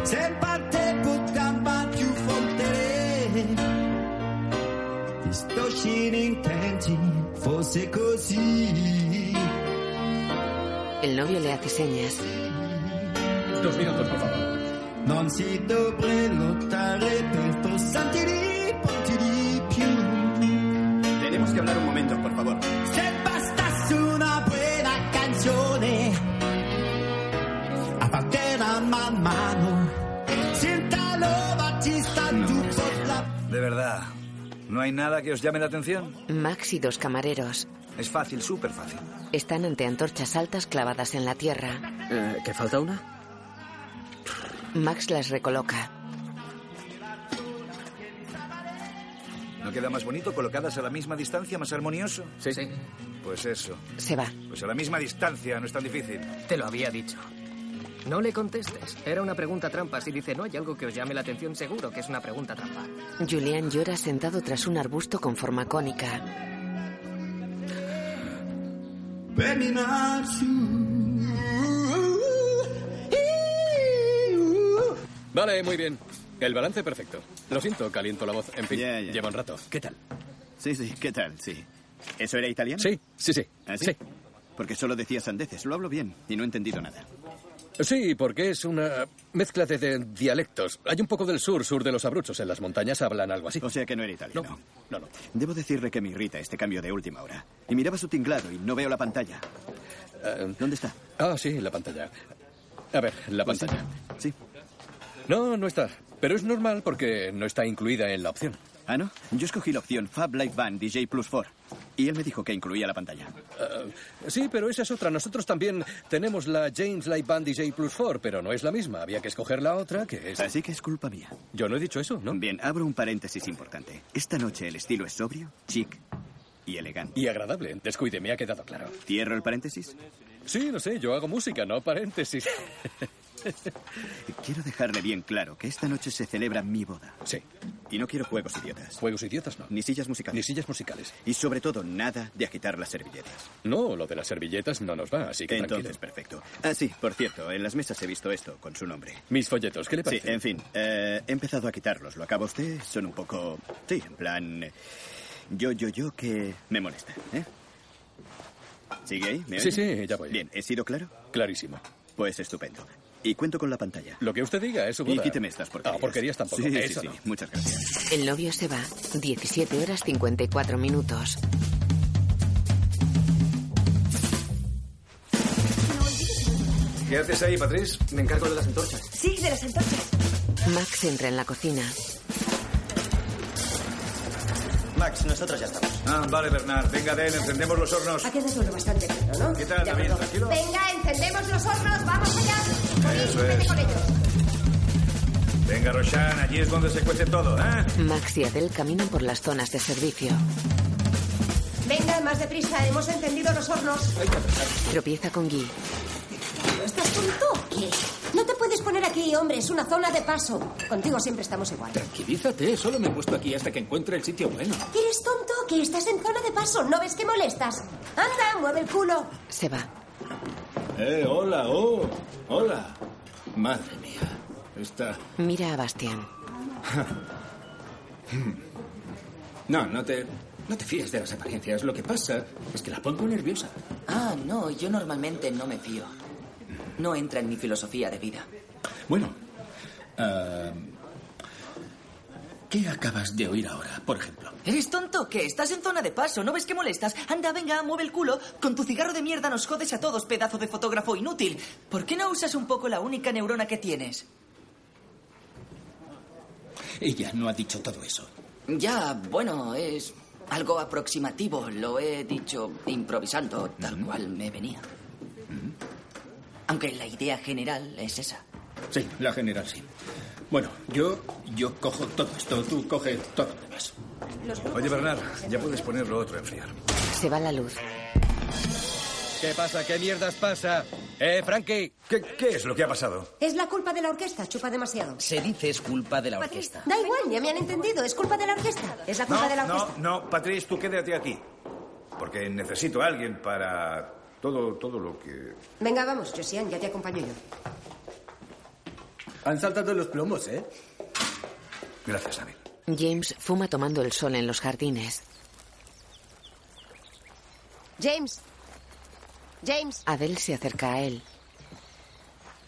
Speaker 8: sempre te potrebbe più fonte. Ti sto scini intenti, fosse così.
Speaker 2: El novio le hace señas.
Speaker 8: Dos minutos, por favor. Non si dovrebbe lottare per possanti di punti di più.
Speaker 24: Tenemos que hablar un momento, por favor.
Speaker 8: Se bastasse una buona canzone, a parte la man mano, sentalo Batista, tu potla.
Speaker 1: De verdad, ¿no hay nada que os llame la atención?
Speaker 2: Max y dos camareros.
Speaker 1: Es fácil, súper fácil.
Speaker 2: Están ante antorchas altas clavadas en la tierra.
Speaker 1: ¿Que falta una?
Speaker 2: Max las recoloca.
Speaker 1: ¿No queda más bonito colocadas a la misma distancia, más armonioso?
Speaker 7: Sí, sí.
Speaker 1: Pues eso.
Speaker 2: Se va.
Speaker 1: Pues a la misma distancia, no es tan difícil.
Speaker 10: Te lo había dicho. No le contestes. Era una pregunta trampa. Si dice no hay algo que os llame la atención, seguro que es una pregunta trampa.
Speaker 2: Julián llora sentado tras un arbusto con forma cónica.
Speaker 25: Vale, muy bien. El balance perfecto. Lo siento, caliento la voz. En fin, lleva un rato. ¿Qué tal?
Speaker 24: Sí, sí, ¿qué tal? Sí. ¿Eso era italiano?
Speaker 25: Sí, sí, sí.
Speaker 24: ¿Ah, sí? Porque solo decía sandeces. Lo hablo bien y no he entendido nada.
Speaker 18: Sí, porque es una mezcla de, de dialectos. Hay un poco del sur, sur de los abruchos. En las montañas hablan algo así.
Speaker 24: O sea que no era italiano. No, no. Debo decirle que me irrita este cambio de última hora. Y miraba su tinglado y no veo la pantalla.
Speaker 25: Eh,
Speaker 24: ¿Dónde está?
Speaker 18: Ah, sí, la pantalla. A ver, la
Speaker 24: Pues
Speaker 18: pantalla.
Speaker 24: Sí.
Speaker 18: No, no está. Pero es normal porque no está incluida en la opción.
Speaker 24: Ah, ¿no? Yo escogí la opción Fab Live Band DJ Plus 4. Y él me dijo que incluía la pantalla.
Speaker 18: Ah, sí, pero esa es otra. Nosotros también tenemos la James Light Band DJ Plus 4, pero no es la misma. Había que escoger la otra, que es...
Speaker 24: Así que es culpa mía.
Speaker 18: Yo no he dicho eso, ¿no?
Speaker 24: Bien, ah, abro un paréntesis importante. Esta noche el estilo es sobrio, chic y elegante.
Speaker 18: Y agradable. Descuide, me ha quedado claro.
Speaker 24: ¿Cierro el paréntesis?
Speaker 18: Sí, no sé, yo hago música, no paréntesis.
Speaker 24: Quiero dejarle bien claro que esta noche se celebra mi boda.
Speaker 18: Sí.
Speaker 24: Y no quiero juegos idiotas.
Speaker 18: Juegos idiotas no.
Speaker 24: Ni sillas musicales. Ni
Speaker 18: sillas musicales.
Speaker 24: Y sobre todo, nada de agitar las servilletas.
Speaker 18: No, Oh, lo de las servilletas no nos va, así que
Speaker 24: Entonces,
Speaker 18: tranquilo.
Speaker 24: perfecto. Ah, sí, por cierto, en las mesas he visto esto con su nombre.
Speaker 18: Mis folletos, ¿qué le parece?
Speaker 24: Sí, en fin, eh, he empezado a quitarlos. ¿Lo acaba usted? Son un poco... Sí, en plan... eh, Yo, yo, yo que me molesta, ¿eh? ¿Sigue ahí? ¿Me
Speaker 18: Sí,
Speaker 24: oye?
Speaker 18: sí, ya voy.
Speaker 24: Bien, ¿he sido claro?
Speaker 18: Clarísimo.
Speaker 24: Pues estupendo. Y cuento con la pantalla.
Speaker 18: Lo que usted diga, eso
Speaker 24: Y quíteme estas porquerías.
Speaker 18: Ah, porquerías tampoco.
Speaker 24: Sí, sí,
Speaker 18: Eso
Speaker 24: sí.
Speaker 18: no.
Speaker 24: Muchas gracias.
Speaker 2: El novio se va. 17 horas 54 minutos.
Speaker 1: ¿Qué haces ahí, Patrice? Me encargo de las antorchas.
Speaker 15: Sí, de las antorchas.
Speaker 2: Max entra en la cocina.
Speaker 1: Max, nosotros ya estamos. Ah, vale, Bernard. Venga, Den, encendemos los hornos.
Speaker 9: Ha quedado lo bastante claro, ¿no?
Speaker 1: ¿Qué tal, David? ¿Tranquilo?
Speaker 9: Venga, encendemos los hornos, vamos allá.
Speaker 1: Eso es.
Speaker 9: Con ellos.
Speaker 1: Venga, Roshan, allí es donde se cuece todo, ¿eh?
Speaker 2: Max y Adele caminan por las zonas de servicio.
Speaker 9: Venga, más deprisa, hemos encendido los hornos.
Speaker 2: Tropieza con Guy.
Speaker 9: ¿Estás tonto? o ¿Qué? No te puedes poner aquí, hombre, es una zona de paso. Contigo siempre estamos igual.
Speaker 5: Tranquilízate, solo me he puesto aquí hasta que encuentre el sitio bueno.
Speaker 9: ¿Eres tonto? Que estás en zona de paso, ¿no ves que molestas? Anda, mueve el culo.
Speaker 2: Se va.
Speaker 5: Eh, hola, oh, hola. Madre mía, está...
Speaker 2: Mira a Bastián.
Speaker 5: No, no te... No te fíes de las apariencias. Lo que pasa es que la pongo nerviosa.
Speaker 26: Ah, no, yo normalmente no me fío. No entra en mi filosofía de vida.
Speaker 5: Bueno, ah, ¿qué acabas de oír ahora, por ejemplo?
Speaker 26: ¿Eres tonto o qué? Estás en zona de paso, ¿no ves que molestas? Anda, venga, mueve el culo. Con tu cigarro de mierda nos jodes a todos, pedazo de fotógrafo inútil. ¿Por qué no usas un poco la única neurona que tienes?
Speaker 5: Ella no ha dicho todo eso.
Speaker 26: Ya, bueno, es algo aproximativo. Lo he dicho improvisando, tal cual me venía. Aunque la idea general es esa.
Speaker 5: Sí, la general sí. Bueno, yo, yo cojo todo esto, tú coge todo lo demás.
Speaker 1: Oye, Bernard, ya puedes ponerlo otro a enfriar.
Speaker 2: Se va la luz.
Speaker 18: ¿Qué pasa? ¿Qué mierdas pasa? Eh, Frankie.
Speaker 1: ¿Qué, qué es lo que ha pasado?
Speaker 9: Es la culpa de la orquesta, chupa demasiado.
Speaker 26: Se dice es culpa de la
Speaker 1: orquesta.
Speaker 9: Da igual, ya me han entendido, es culpa de la orquesta. Es la culpa de la
Speaker 1: No,
Speaker 9: orquesta.
Speaker 1: no, no, Patrice, tú quédate aquí. Porque necesito a alguien para todo, todo lo que...
Speaker 9: Venga, vamos, Josian, ya te acompaño yo.
Speaker 1: Han saltado los plomos, ¿eh? Gracias, David.
Speaker 2: James fuma tomando el sol en los jardines.
Speaker 9: James. James.
Speaker 2: Adele se acerca a él.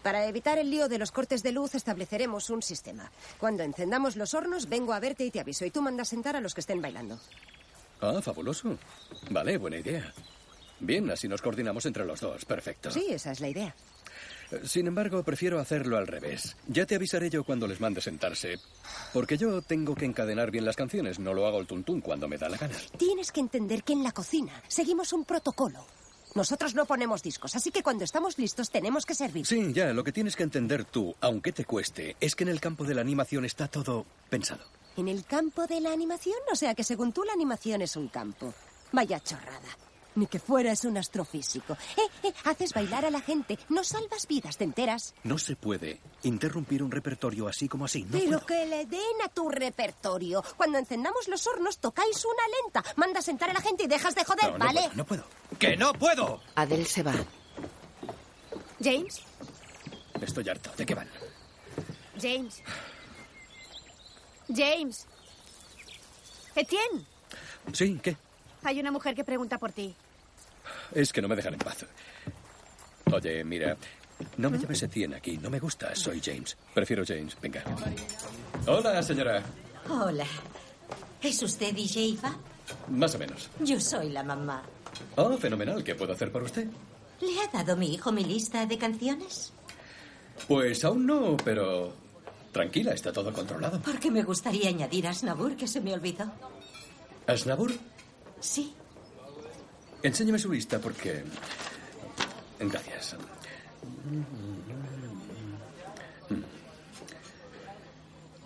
Speaker 9: Para evitar el lío de los cortes de luz estableceremos un sistema. Cuando encendamos los hornos vengo a verte y te aviso y tú mandas sentar a los que estén bailando.
Speaker 18: Ah, fabuloso. Vale, buena idea. Bien, así nos coordinamos entre los dos. Perfecto.
Speaker 9: Sí, esa es la idea.
Speaker 18: Eh, Sin embargo, prefiero hacerlo al revés. Ya te avisaré yo cuando les mande sentarse. Porque yo tengo que encadenar bien las canciones. No lo hago el tuntún cuando me da la gana.
Speaker 9: Tienes que entender que en la cocina seguimos un protocolo. Nosotros no ponemos discos, así que cuando estamos listos tenemos que servir.
Speaker 18: Sí, ya, lo que tienes que entender tú, aunque te cueste, es que en el campo de la animación está todo pensado.
Speaker 9: En el campo de la animación, o sea que según tú la animación es un campo. Vaya chorrada. Ni que fueras un astrofísico. Eh, eh, haces bailar a la gente, no salvas vidas, ¿te enteras?
Speaker 18: No se puede interrumpir un repertorio así como así. No
Speaker 9: Pero
Speaker 18: puedo.
Speaker 9: que le den a tu repertorio. Cuando encendamos los hornos, tocáis una lenta. Manda sentar a la gente y dejas de joder,
Speaker 18: No, no
Speaker 9: ¿vale?
Speaker 18: puedo, no puedo. ¡Que no puedo!
Speaker 2: Adele se va.
Speaker 9: James,
Speaker 18: Estoy harto. ¿De qué van?
Speaker 15: James. James. Etienne,
Speaker 18: Sí, ¿qué?
Speaker 15: hay una mujer que pregunta por ti.
Speaker 18: Es que no me dejan en paz. Oye, mira, No me llames Etienne aquí, no me gusta. Soy James. Prefiero James, venga. Hola, señora.
Speaker 27: Hola. ¿Es usted DJ Iva?
Speaker 18: Más o menos.
Speaker 27: Yo soy la mamá.
Speaker 18: Oh, fenomenal. ¿Qué puedo hacer por usted?
Speaker 27: ¿Le ha dado mi hijo mi lista de canciones?
Speaker 18: Pues aún no, pero. Tranquila, está todo controlado.
Speaker 27: Porque me gustaría añadir a Asnabur, que se me olvidó.
Speaker 18: Asnabur,
Speaker 27: Sí,
Speaker 18: enséñame su lista porque. Gracias.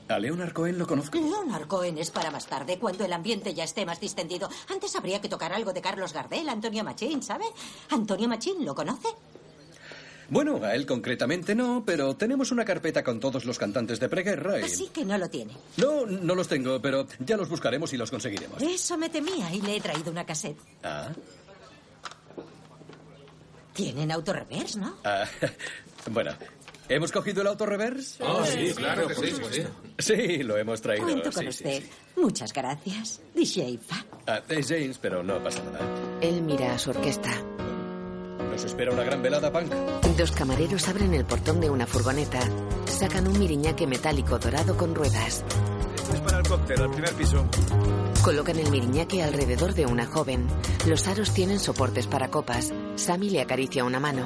Speaker 18: A Leonard Cohen lo conozco.
Speaker 27: Leonard Cohen es para más tarde, cuando el ambiente ya esté más distendido. Antes habría que tocar algo de Carlos Gardel, Antonio Machín, ¿sabe? Antonio Machín, ¿lo conoce?
Speaker 18: Bueno, a él concretamente no, pero tenemos una carpeta con todos los cantantes de preguerra y.
Speaker 27: Así que no lo tiene.
Speaker 18: No, no los tengo, pero ya los buscaremos y los conseguiremos.
Speaker 27: Eso me temía y le he traído una cassette.
Speaker 18: Ah.
Speaker 27: Tienen autorreverse, ¿no?
Speaker 18: Ah, bueno, ¿hemos cogido el autorreverse?
Speaker 5: Oh, sí, Sí, claro que por sí,
Speaker 18: sí.
Speaker 5: supuesto.
Speaker 18: lo hemos traído.
Speaker 27: Cuento
Speaker 18: sí,
Speaker 27: con
Speaker 18: sí,
Speaker 27: usted.
Speaker 18: sí.
Speaker 27: Muchas gracias. DJ Fa.
Speaker 18: Ah, es James, pero no pasa nada.
Speaker 2: Él mira a su orquesta.
Speaker 18: Nos espera una gran velada, punk.
Speaker 2: Dos camareros abren el portón de una furgoneta. Sacan un miriñaque metálico dorado con ruedas.
Speaker 1: Esto es para el cóctel, al primer piso.
Speaker 2: Colocan el miriñaque alrededor de una joven. Los aros tienen soportes para copas. Sammy le acaricia una mano.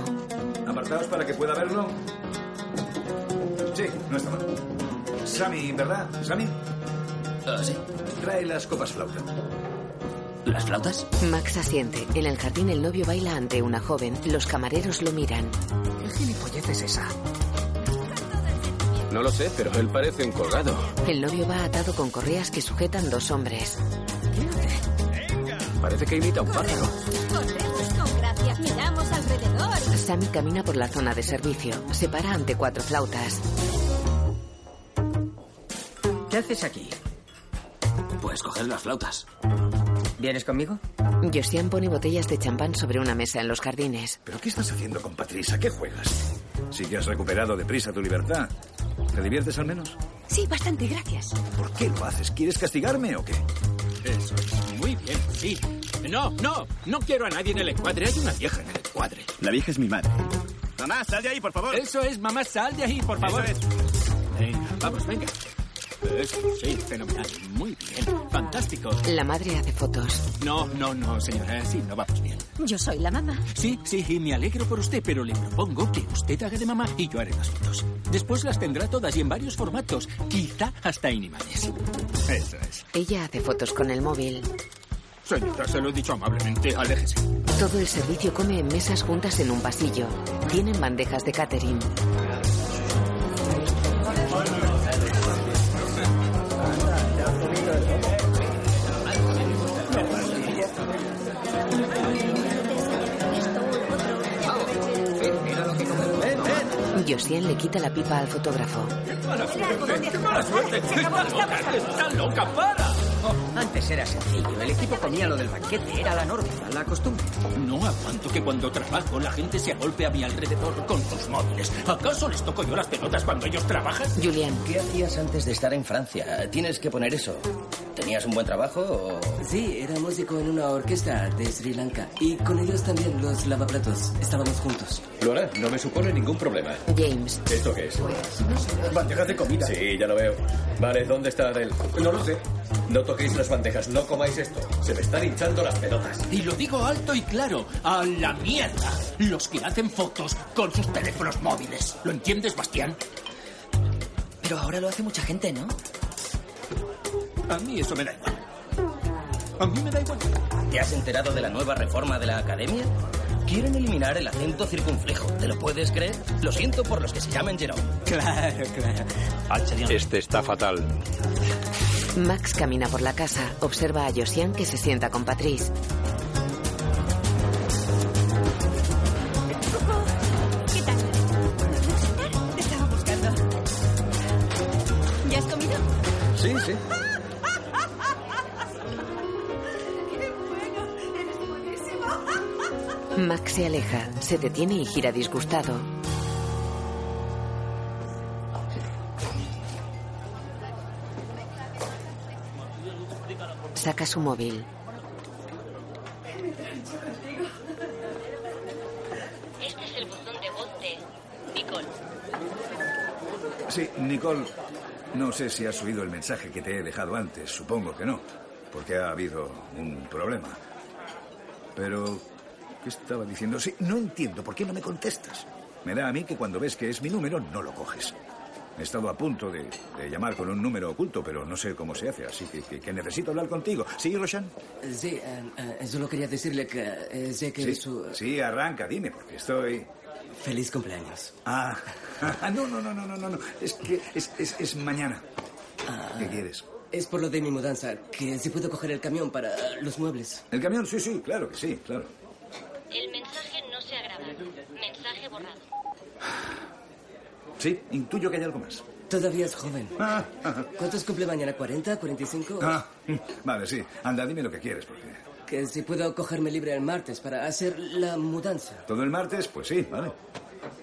Speaker 1: Apartaos para que pueda verlo. Sí, no está mal. Sammy, ¿verdad? Sammy.
Speaker 28: Ah, sí.
Speaker 1: Trae las copas flauta.
Speaker 28: ¿Las flautas?
Speaker 2: Max asiente. En el jardín el novio baila ante una joven. Los camareros lo miran.
Speaker 16: ¿Qué gilipollez es esa?
Speaker 5: No lo sé, pero él parece un colgado.
Speaker 2: El novio va atado con correas que sujetan dos hombres.
Speaker 5: Parece que imita un pájaro.
Speaker 12: Corremos con gracia, miramos alrededor.
Speaker 2: Sammy camina por la zona de servicio. Se para ante cuatro flautas.
Speaker 16: ¿Qué haces aquí?
Speaker 29: Pues coger las flautas.
Speaker 16: ¿Vienes conmigo?
Speaker 2: Josian pone botellas de champán sobre una mesa en los jardines.
Speaker 1: ¿Pero qué estás haciendo con Patricia? ¿A qué juegas? Si te has recuperado deprisa tu libertad, ¿te diviertes al menos?
Speaker 15: Sí, bastante, gracias.
Speaker 1: ¿Por qué lo haces? ¿Quieres castigarme o qué?
Speaker 5: Eso es. Muy bien, sí. No, no, no quiero a nadie en el encuadre. Hay una vieja en el encuadre.
Speaker 24: La vieja es mi madre.
Speaker 5: Mamá, sal de ahí, por favor. Eso es, mamá, sal de ahí, por favor. Venga, vamos, venga. Eso, sí, fenomenal. Muy bien. Fantástico.
Speaker 2: La madre hace fotos.
Speaker 5: No, no, no, señora. Sí, no vamos bien.
Speaker 15: Yo soy la mamá.
Speaker 5: Sí, sí, y me alegro por usted, pero le propongo que usted haga de mamá y yo haré las fotos. Después las tendrá todas y en varios formatos, quizá hasta en imanes. Eso es.
Speaker 2: Ella hace fotos con el móvil.
Speaker 5: Señora, se lo he dicho amablemente, aléjese.
Speaker 2: Todo el servicio come en mesas juntas en un pasillo. Tienen bandejas de catering. Josian le quita la pipa al fotógrafo.
Speaker 5: ¡Mala suerte! ¡Qué mala suerte! ¡Está loca! ¡Está loca! ¡Para!
Speaker 16: Oh, Antes era sencillo. El equipo comía lo del banquete. Era la norma, la costumbre.
Speaker 5: No aguanto que cuando trabajo la gente se agolpe a mi alrededor con sus móviles. ¿Acaso les toco yo las pelotas cuando ellos trabajan?
Speaker 2: Julián.
Speaker 7: ¿Qué hacías antes de estar en Francia? Tienes que poner eso. ¿Tenías un buen trabajo o...?
Speaker 15: Sí, era músico en una orquesta de Sri Lanka. Y con ellos también los lavaplatos. Estábamos juntos.
Speaker 18: Lo hará, no me supone ningún problema.
Speaker 2: James.
Speaker 18: ¿Esto qué es?
Speaker 7: Bandejas de comida.
Speaker 18: Sí, ya lo veo. Vale, ¿dónde está Adel? No lo sé. No toquéis las bandejas, no comáis esto. Se me están hinchando las pelotas.
Speaker 5: Y lo digo alto y claro, a la mierda. Los que hacen fotos con sus teléfonos móviles. ¿Lo entiendes, Bastián?
Speaker 15: Pero ahora lo hace mucha gente, ¿no?
Speaker 5: A mí eso me da igual. A mí me da igual.
Speaker 7: ¿Te has enterado de la nueva reforma de la academia? Quieren eliminar el acento circunflejo. ¿Te lo puedes creer? Lo siento por los que se llamen Jerome.
Speaker 15: Claro, claro.
Speaker 13: Este está fatal.
Speaker 2: Max camina por la casa. Observa a Josian que se sienta con Patrice.
Speaker 15: ¿Qué tal? Te estaba buscando. ¿Ya has comido?
Speaker 18: Sí, sí.
Speaker 2: Max se aleja, se detiene y gira disgustado. Saca su móvil.
Speaker 30: Este es el botón de voz de
Speaker 1: Sí, Nicole, no sé si has oído el mensaje que te he dejado antes. Supongo que no, porque ha habido un problema. Pero, ¿qué estaba diciendo? Sí, no entiendo por qué no me contestas. Me da a mí que cuando ves que es mi número, no lo coges. He estado a punto de, de llamar con un número oculto, pero no sé cómo se hace, así que, que- que necesito hablar contigo. ¿Sí, Roshan?
Speaker 4: Sí, eh, eh, solo quería decirle que eh, sé que
Speaker 1: Sí,
Speaker 4: su...
Speaker 1: sí, arranca, dime, porque estoy...
Speaker 4: Feliz cumpleaños.
Speaker 1: Ah, no, no, no, no, no, no, no. Es que es, es- es mañana. ¿Qué quieres?
Speaker 4: Es por lo de mi mudanza, que si puedo coger el camión para eh, los muebles.
Speaker 1: ¿El camión? Sí, sí, claro que sí, claro.
Speaker 6: El mensaje no se ha grabado. Mensaje borrado.
Speaker 1: Sí, intuyo que hay algo más.
Speaker 4: Todavía es joven.
Speaker 7: Ah.
Speaker 4: ¿Cuántos cumple mañana? ¿40? ¿45?
Speaker 1: Ah, vale, sí. Anda, dime lo que quieres, porque...
Speaker 4: Que si puedo cogerme libre el martes para hacer la mudanza.
Speaker 1: ¿Todo el martes? Pues sí, vale.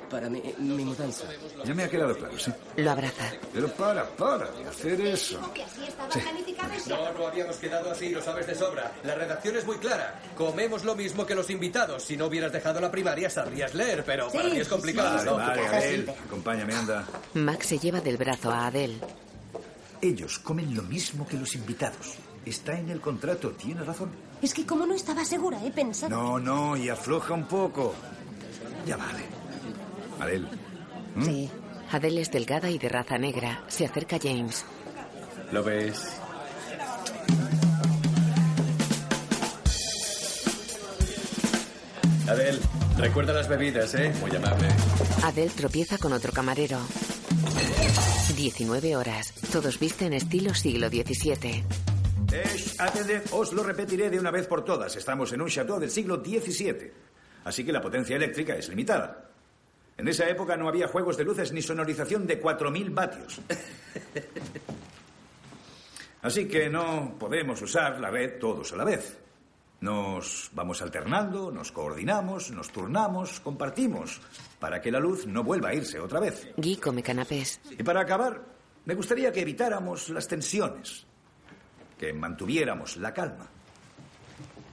Speaker 4: Para mi, mi mudanza.
Speaker 1: Ya me ha quedado claro, sí.
Speaker 2: Lo abraza.
Speaker 1: Pero para, para de hacer eso. Sí.
Speaker 11: No, no habíamos quedado así, lo sabes de sobra. La redacción es muy clara. Comemos lo mismo que los invitados. Si no hubieras dejado la primaria, sabrías leer, pero para
Speaker 1: Sí,
Speaker 11: mí es
Speaker 1: sí,
Speaker 11: complicado.
Speaker 1: Vale,
Speaker 11: ¿no?
Speaker 1: vale, Gabriel, acompáñame, anda.
Speaker 2: Max se lleva del brazo a Adele.
Speaker 1: Ellos comen lo mismo que los invitados. Está en el contrato, tiene razón.
Speaker 9: Es que como no estaba segura, he pensado.
Speaker 1: No, no, y afloja un poco. Ya vale. Adel,
Speaker 2: Sí. Adele es delgada y de raza negra. Se acerca James.
Speaker 14: ¿Lo ves? Adel, recuerda las bebidas, ¿eh? Muy amable.
Speaker 2: Adele tropieza con otro camarero. 19 horas. Todos visten estilo siglo XVII.
Speaker 1: Esh, atended, os lo repetiré de una vez por todas. Estamos en un chateau del siglo XVII. Así que la potencia eléctrica es limitada. En esa época no había juegos de luces ni sonorización de 4.000 vatios. Así que no podemos usar la red todos a la vez. Nos vamos alternando, nos coordinamos, nos turnamos, compartimos, para que la luz no vuelva a irse otra vez.
Speaker 2: Guy come canapés.
Speaker 1: Y para acabar, me gustaría que evitáramos las tensiones, que mantuviéramos la calma.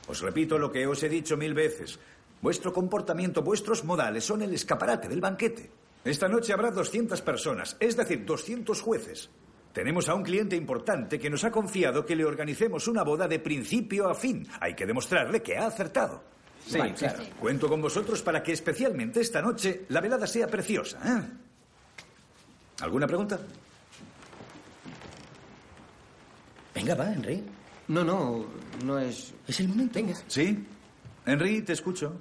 Speaker 1: Os repito lo que os he dicho mil veces. Vuestro comportamiento, vuestros modales son el escaparate del banquete. Esta noche habrá 200 personas, es decir, 200 jueces. Tenemos a un cliente importante que nos ha confiado que le organicemos una boda de principio a fin. Hay que demostrarle que ha acertado.
Speaker 14: Sí, Vale, claro. sí.
Speaker 1: Cuento con vosotros para que especialmente esta noche la velada sea preciosa. ¿eh? ¿Alguna pregunta?
Speaker 11: Venga, va, Henry.
Speaker 16: No, no, no es.
Speaker 11: Es el momento. Venga.
Speaker 1: Sí. Henry, te escucho.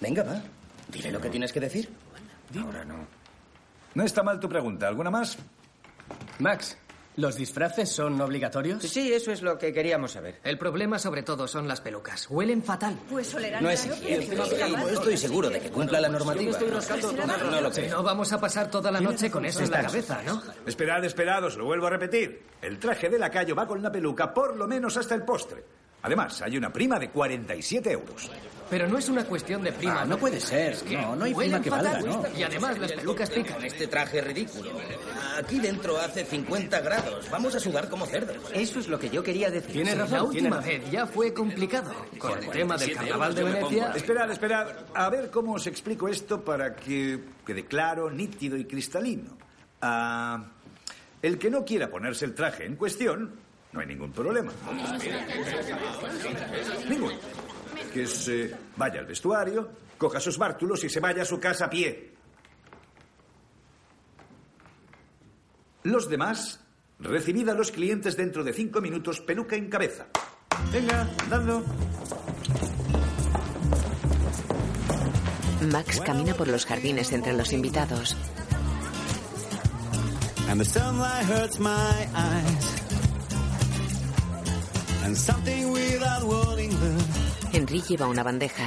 Speaker 11: Venga, va. Dile lo que tienes que decir.
Speaker 1: Ahora no. No está mal tu pregunta. ¿Alguna más?
Speaker 10: Max, ¿los disfraces son obligatorios?
Speaker 16: Sí, eso es lo que queríamos saber.
Speaker 10: El problema sobre todo son las pelucas. Huelen fatal.
Speaker 11: Pues
Speaker 10: olerán
Speaker 11: No es
Speaker 10: raro.
Speaker 11: exigente. Estoy seguro de que cumpla la normativa. No, no lo creo.
Speaker 10: No vamos a pasar toda la noche con eso en la cabeza, ¿no?
Speaker 1: Esperad, esperad, os lo vuelvo a repetir. El traje de lacayo va con la peluca por lo menos hasta el postre. Además, hay una prima de 47 euros.
Speaker 10: Pero no es una cuestión de prima.
Speaker 11: Ah, no puede ser. No, no hay
Speaker 10: huelen
Speaker 11: prima que
Speaker 10: fatal.
Speaker 11: valga,
Speaker 10: Y además las pelucas pican.
Speaker 7: Este traje ridículo. Aquí dentro hace 50 grados. Vamos a sudar como cerdos.
Speaker 16: Eso es lo que yo quería decir.
Speaker 10: Sí, La última vez ya fue complicado. Con el tema del carnaval de Venecia.
Speaker 1: Esperad, esperad. A ver cómo os explico esto para que quede claro, nítido y cristalino. Ah, el que no quiera ponerse el traje en cuestión, no hay ningún problema. Ninguno. Que se vaya al vestuario, coja sus bártulos y se vaya a su casa a pie. Los demás, recibid a los clientes dentro de cinco minutos, peluca en cabeza. Venga, andando.
Speaker 2: Max camina por los jardines entre los invitados.
Speaker 8: And the sunlight hurts my eyes. And something without warning the
Speaker 2: Henry lleva una bandeja.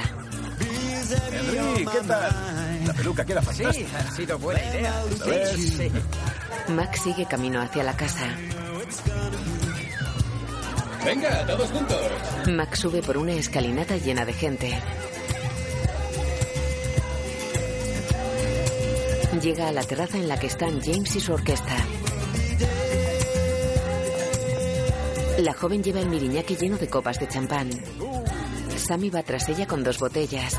Speaker 8: bees that
Speaker 1: Henry, ¿qué tal? La peluca queda fantástica.
Speaker 16: ha sido buena idea.
Speaker 1: ¿Lo ves?
Speaker 2: Max sigue camino hacia la casa.
Speaker 5: Venga, todos juntos.
Speaker 2: Max sube por una escalinata llena de gente. Llega a la terraza en la que están James y su orquesta. La joven lleva el miriñaki lleno de copas de champán. Sammy va tras ella con dos botellas.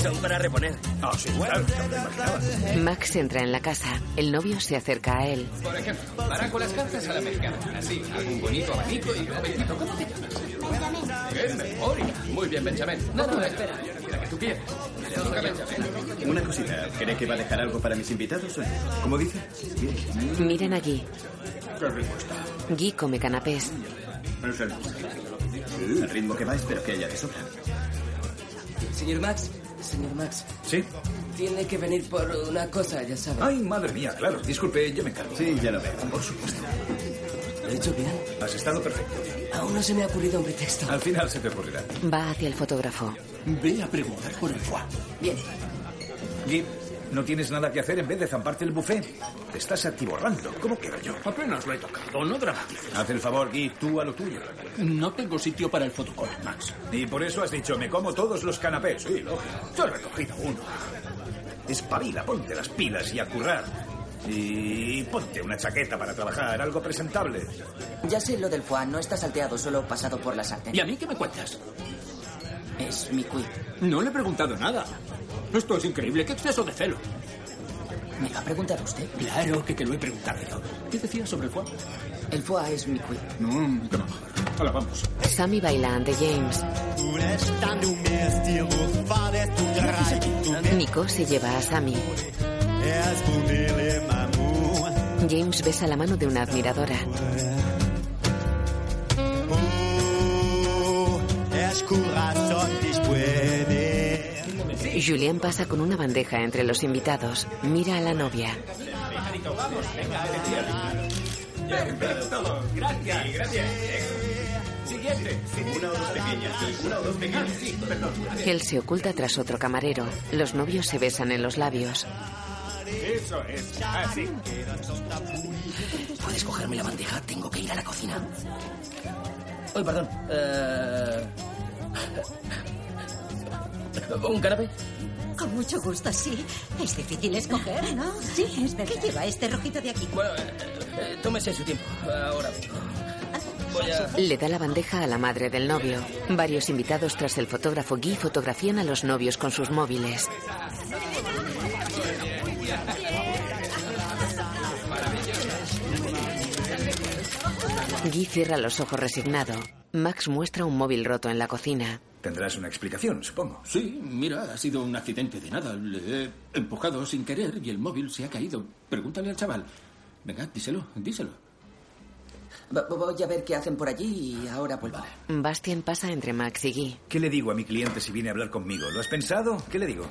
Speaker 7: Son para reponer.
Speaker 11: Ah, sí, claro, ya me lo imaginaba.
Speaker 2: Max entra en la casa. El novio se acerca a él.
Speaker 11: Por ejemplo, para con las cartas a la mexicana. Así, algún bonito abanico y un momentito. ¿Cómo te llamas? ¡Qué memoria! Muy bien, Benjamín. No, no, espera. La que tú quieras. Le toca a Benjamín.
Speaker 24: Una cosita, ¿cree que va a dejar algo para mis invitados? o no? ¿Cómo dice? Mire.
Speaker 2: Miren a Guy.
Speaker 24: Qué rico está.
Speaker 2: Guy come canapés.
Speaker 24: Es el- Al ritmo que va, espero que haya de sobra.
Speaker 4: Señor Max, señor Max.
Speaker 24: ¿Sí?
Speaker 4: Tiene que venir por una cosa, ya sabe.
Speaker 1: Ay, madre mía, claro. Disculpe, yo me encargo. Sí, ya lo veo. Por supuesto.
Speaker 4: ¿Lo he hecho bien?
Speaker 1: Has estado perfecto.
Speaker 4: Aún no se me ha ocurrido un pretexto.
Speaker 1: Al final se te ocurrirá.
Speaker 2: Va hacia el fotógrafo.
Speaker 1: Ve a preguntar por el foie.
Speaker 4: Bien.
Speaker 1: Gip, no tienes nada que hacer en vez de zamparte el buffet. Te estás atiborrando. ¿Cómo quedo yo?
Speaker 5: Apenas lo he tocado, no dramatices.
Speaker 1: Haz el favor, Gip, tú a lo tuyo.
Speaker 5: No tengo sitio para el fotocol, Max.
Speaker 1: Y por eso has dicho, me como todos los canapés. Sí, lógico. Solo he cogido uno. Espabila, ponte las pilas y a currar. Y ponte una chaqueta para trabajar, algo presentable.
Speaker 25: Ya sé lo del foie, no está salteado, solo pasado por la sartén.
Speaker 5: ¿Y a mí qué me cuentas?
Speaker 25: Es mi quid.
Speaker 5: No le he preguntado nada. Esto es increíble, qué exceso de celo.
Speaker 25: ¿Me lo ha preguntado usted?
Speaker 5: Claro que te lo he preguntado yo. ¿Qué decías sobre el foie?
Speaker 25: El foie es mi quid.
Speaker 5: No, qué mamá. Hala, vamos.
Speaker 2: Sammy baila ante James. Nico se lleva a Sammy. James besa la mano de una admiradora. Julien pasa con una bandeja entre los invitados. Mira a la novia.
Speaker 5: Vamos, venga, Perfecto, gracias, gracias. Siguiente.
Speaker 24: Una o dos pequeñas, una o dos pequeñas. Sí, perdón.
Speaker 2: Él se oculta tras otro camarero. Los novios se besan en los labios.
Speaker 5: Eso es. Así.
Speaker 25: ¿Puedes cogerme la bandeja? Tengo que ir a la cocina. Uy, perdón. Eh, ¿Un canapé?
Speaker 27: Con mucho gusto, sí. Es difícil escoger, ¿no? Sí, es verdad. ¿Qué lleva este rojito de aquí?
Speaker 25: Bueno, eh, tómese su tiempo. Ahora vengo. Voy a...
Speaker 2: Le da la bandeja a la madre del novio. Varios invitados tras el fotógrafo Guy fotografían a los novios con sus móviles. Guy cierra los ojos resignado. Max muestra un móvil roto en la cocina.
Speaker 1: Tendrás una explicación, supongo.
Speaker 5: Sí, mira, ha sido un accidente de nada. Le he empujado sin querer y el móvil se ha caído. Pregúntale al chaval. Venga, díselo, díselo.
Speaker 25: Va- va- Voy a ver qué hacen por allí y ahora vuelvo.
Speaker 2: Bastian pasa entre Max y Guy.
Speaker 1: ¿Qué le digo a mi cliente si viene a hablar conmigo? ¿Lo has pensado? ¿Qué le digo?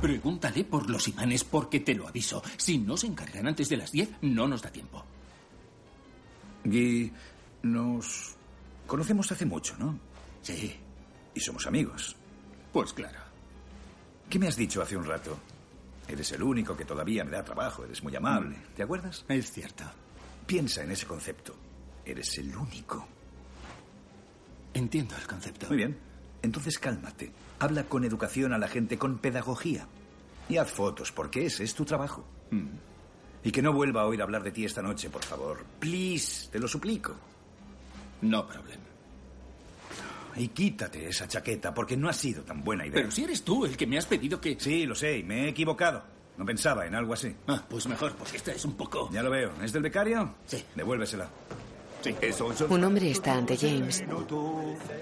Speaker 5: Pregúntale por los imanes porque te lo aviso. Si no se encargan antes de las 10, no nos da tiempo.
Speaker 1: Guy, nos conocemos hace mucho, ¿no? Sí. Y somos amigos.
Speaker 5: Pues claro.
Speaker 1: ¿Qué me has dicho hace un rato? Eres el único que todavía me da trabajo, eres muy amable. ¿Te acuerdas?
Speaker 5: Es cierto.
Speaker 1: Piensa en ese concepto. Eres el único.
Speaker 5: Entiendo el concepto.
Speaker 1: Muy bien. Entonces cálmate. Habla con educación a la gente, con pedagogía. Y haz fotos, porque ese es tu trabajo.
Speaker 5: Mm.
Speaker 1: Y que no vuelva a oír hablar de ti esta noche, por favor. Please, te lo suplico.
Speaker 5: No problema.
Speaker 1: Y quítate esa chaqueta, porque no ha sido tan buena idea.
Speaker 5: Pero si eres tú el que me has pedido que...
Speaker 1: Sí, lo sé, y me he equivocado. No pensaba en algo así.
Speaker 5: Ah, pues mejor, porque esta es un poco...
Speaker 1: Ya lo veo. ¿Es del becario? Sí. Devuélvesela.
Speaker 5: Sí.
Speaker 13: Eso es
Speaker 2: Un hombre está ante James.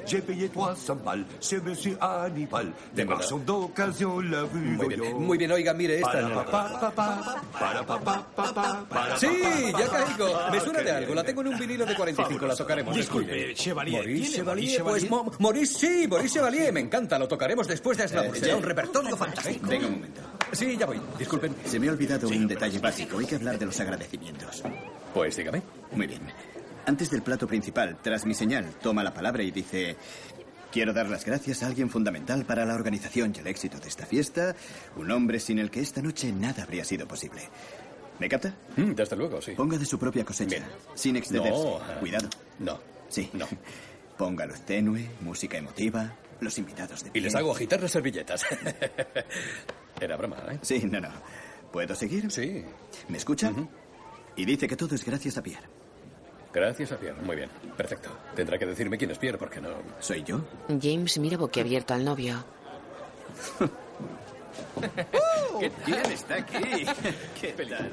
Speaker 13: J'ai payé 300 balles chez Monsieur Hannibal. Des marchands d'occasion, la rue
Speaker 11: Muy bien, muy bien, oiga, mire esta.
Speaker 13: Para, pa, pa, pa, para, pa, pa, pa, pa, para,
Speaker 11: Sí,
Speaker 13: pa, pa,
Speaker 11: ya
Speaker 13: pa,
Speaker 11: caigo.
Speaker 13: pa,
Speaker 11: Me suena
Speaker 13: qué
Speaker 11: de algo.
Speaker 13: bien.
Speaker 11: La tengo en un vinilo de 45. La tocaremos.
Speaker 13: Disculpe,
Speaker 11: Chevalier. Maurice
Speaker 13: ¿tiene Maurice
Speaker 11: Chevalier. Pues
Speaker 13: Chevalier?
Speaker 11: Mo- Maurice, sí, Maurice Chevalier. Me encanta. Lo tocaremos después de
Speaker 18: Eh,
Speaker 11: Aznavour. Será un repertorio fantástico.
Speaker 24: ¿Eh? Venga un momento.
Speaker 11: Sí, ya voy. Disculpen.
Speaker 24: Se me ha olvidado un detalle básico. Hay que hablar de los agradecimientos.
Speaker 18: Pues dígame.
Speaker 24: Muy bien. Antes del plato principal, tras mi señal, toma la palabra y dice... Quiero dar las gracias a alguien fundamental para la organización y el éxito de esta fiesta, un hombre sin el que esta noche nada habría sido posible. ¿Me capta?
Speaker 18: Mm, desde luego, sí.
Speaker 24: Ponga de su propia cosecha, sin excederse.
Speaker 18: No, ah,
Speaker 24: Cuidado.
Speaker 18: No.
Speaker 24: Sí. No. Ponga luz tenue, música emotiva, los invitados de
Speaker 18: Y
Speaker 24: pie.
Speaker 18: les hago agitar las servilletas. Era broma, ¿eh?
Speaker 24: Sí, no, no. ¿Puedo seguir?
Speaker 18: Sí.
Speaker 24: ¿Me escucha? Y dice que todo es gracias a Pierre.
Speaker 18: Gracias a Pierre. Muy bien. Perfecto. Tendrá que decirme quién es Pierre, porque no.
Speaker 24: ¿Soy yo?
Speaker 2: James mira boquiabierto al novio.
Speaker 30: ¿Qué tal está aquí? ¿Qué tal?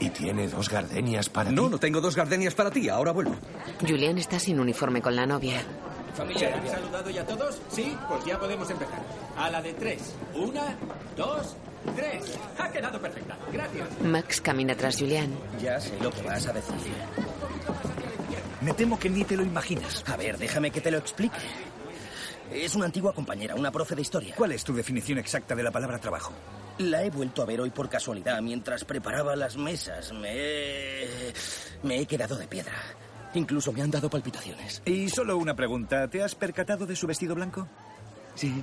Speaker 31: Y tiene dos gardenias para
Speaker 32: No, no tengo dos gardenias para ti. Ahora vuelvo.
Speaker 2: Julián está sin uniforme con la novia.
Speaker 5: Familia, ¿habéis saludado ya todos? Sí, pues ya podemos empezar. A la de tres. Una, dos, tres. Ha quedado perfecta. Gracias.
Speaker 2: Max camina tras Julián.
Speaker 7: Ya sé lo que vas a decir.
Speaker 1: Me temo que ni te lo imaginas.
Speaker 7: A ver, déjame que te lo explique. Es una antigua compañera, una profe de historia.
Speaker 1: ¿Cuál es tu definición exacta de la palabra trabajo?
Speaker 7: La he vuelto a ver hoy por casualidad mientras preparaba las mesas. Me he... me he quedado de piedra. Incluso me han dado palpitaciones.
Speaker 1: Y solo una pregunta. ¿Te has percatado de su vestido blanco? Sí.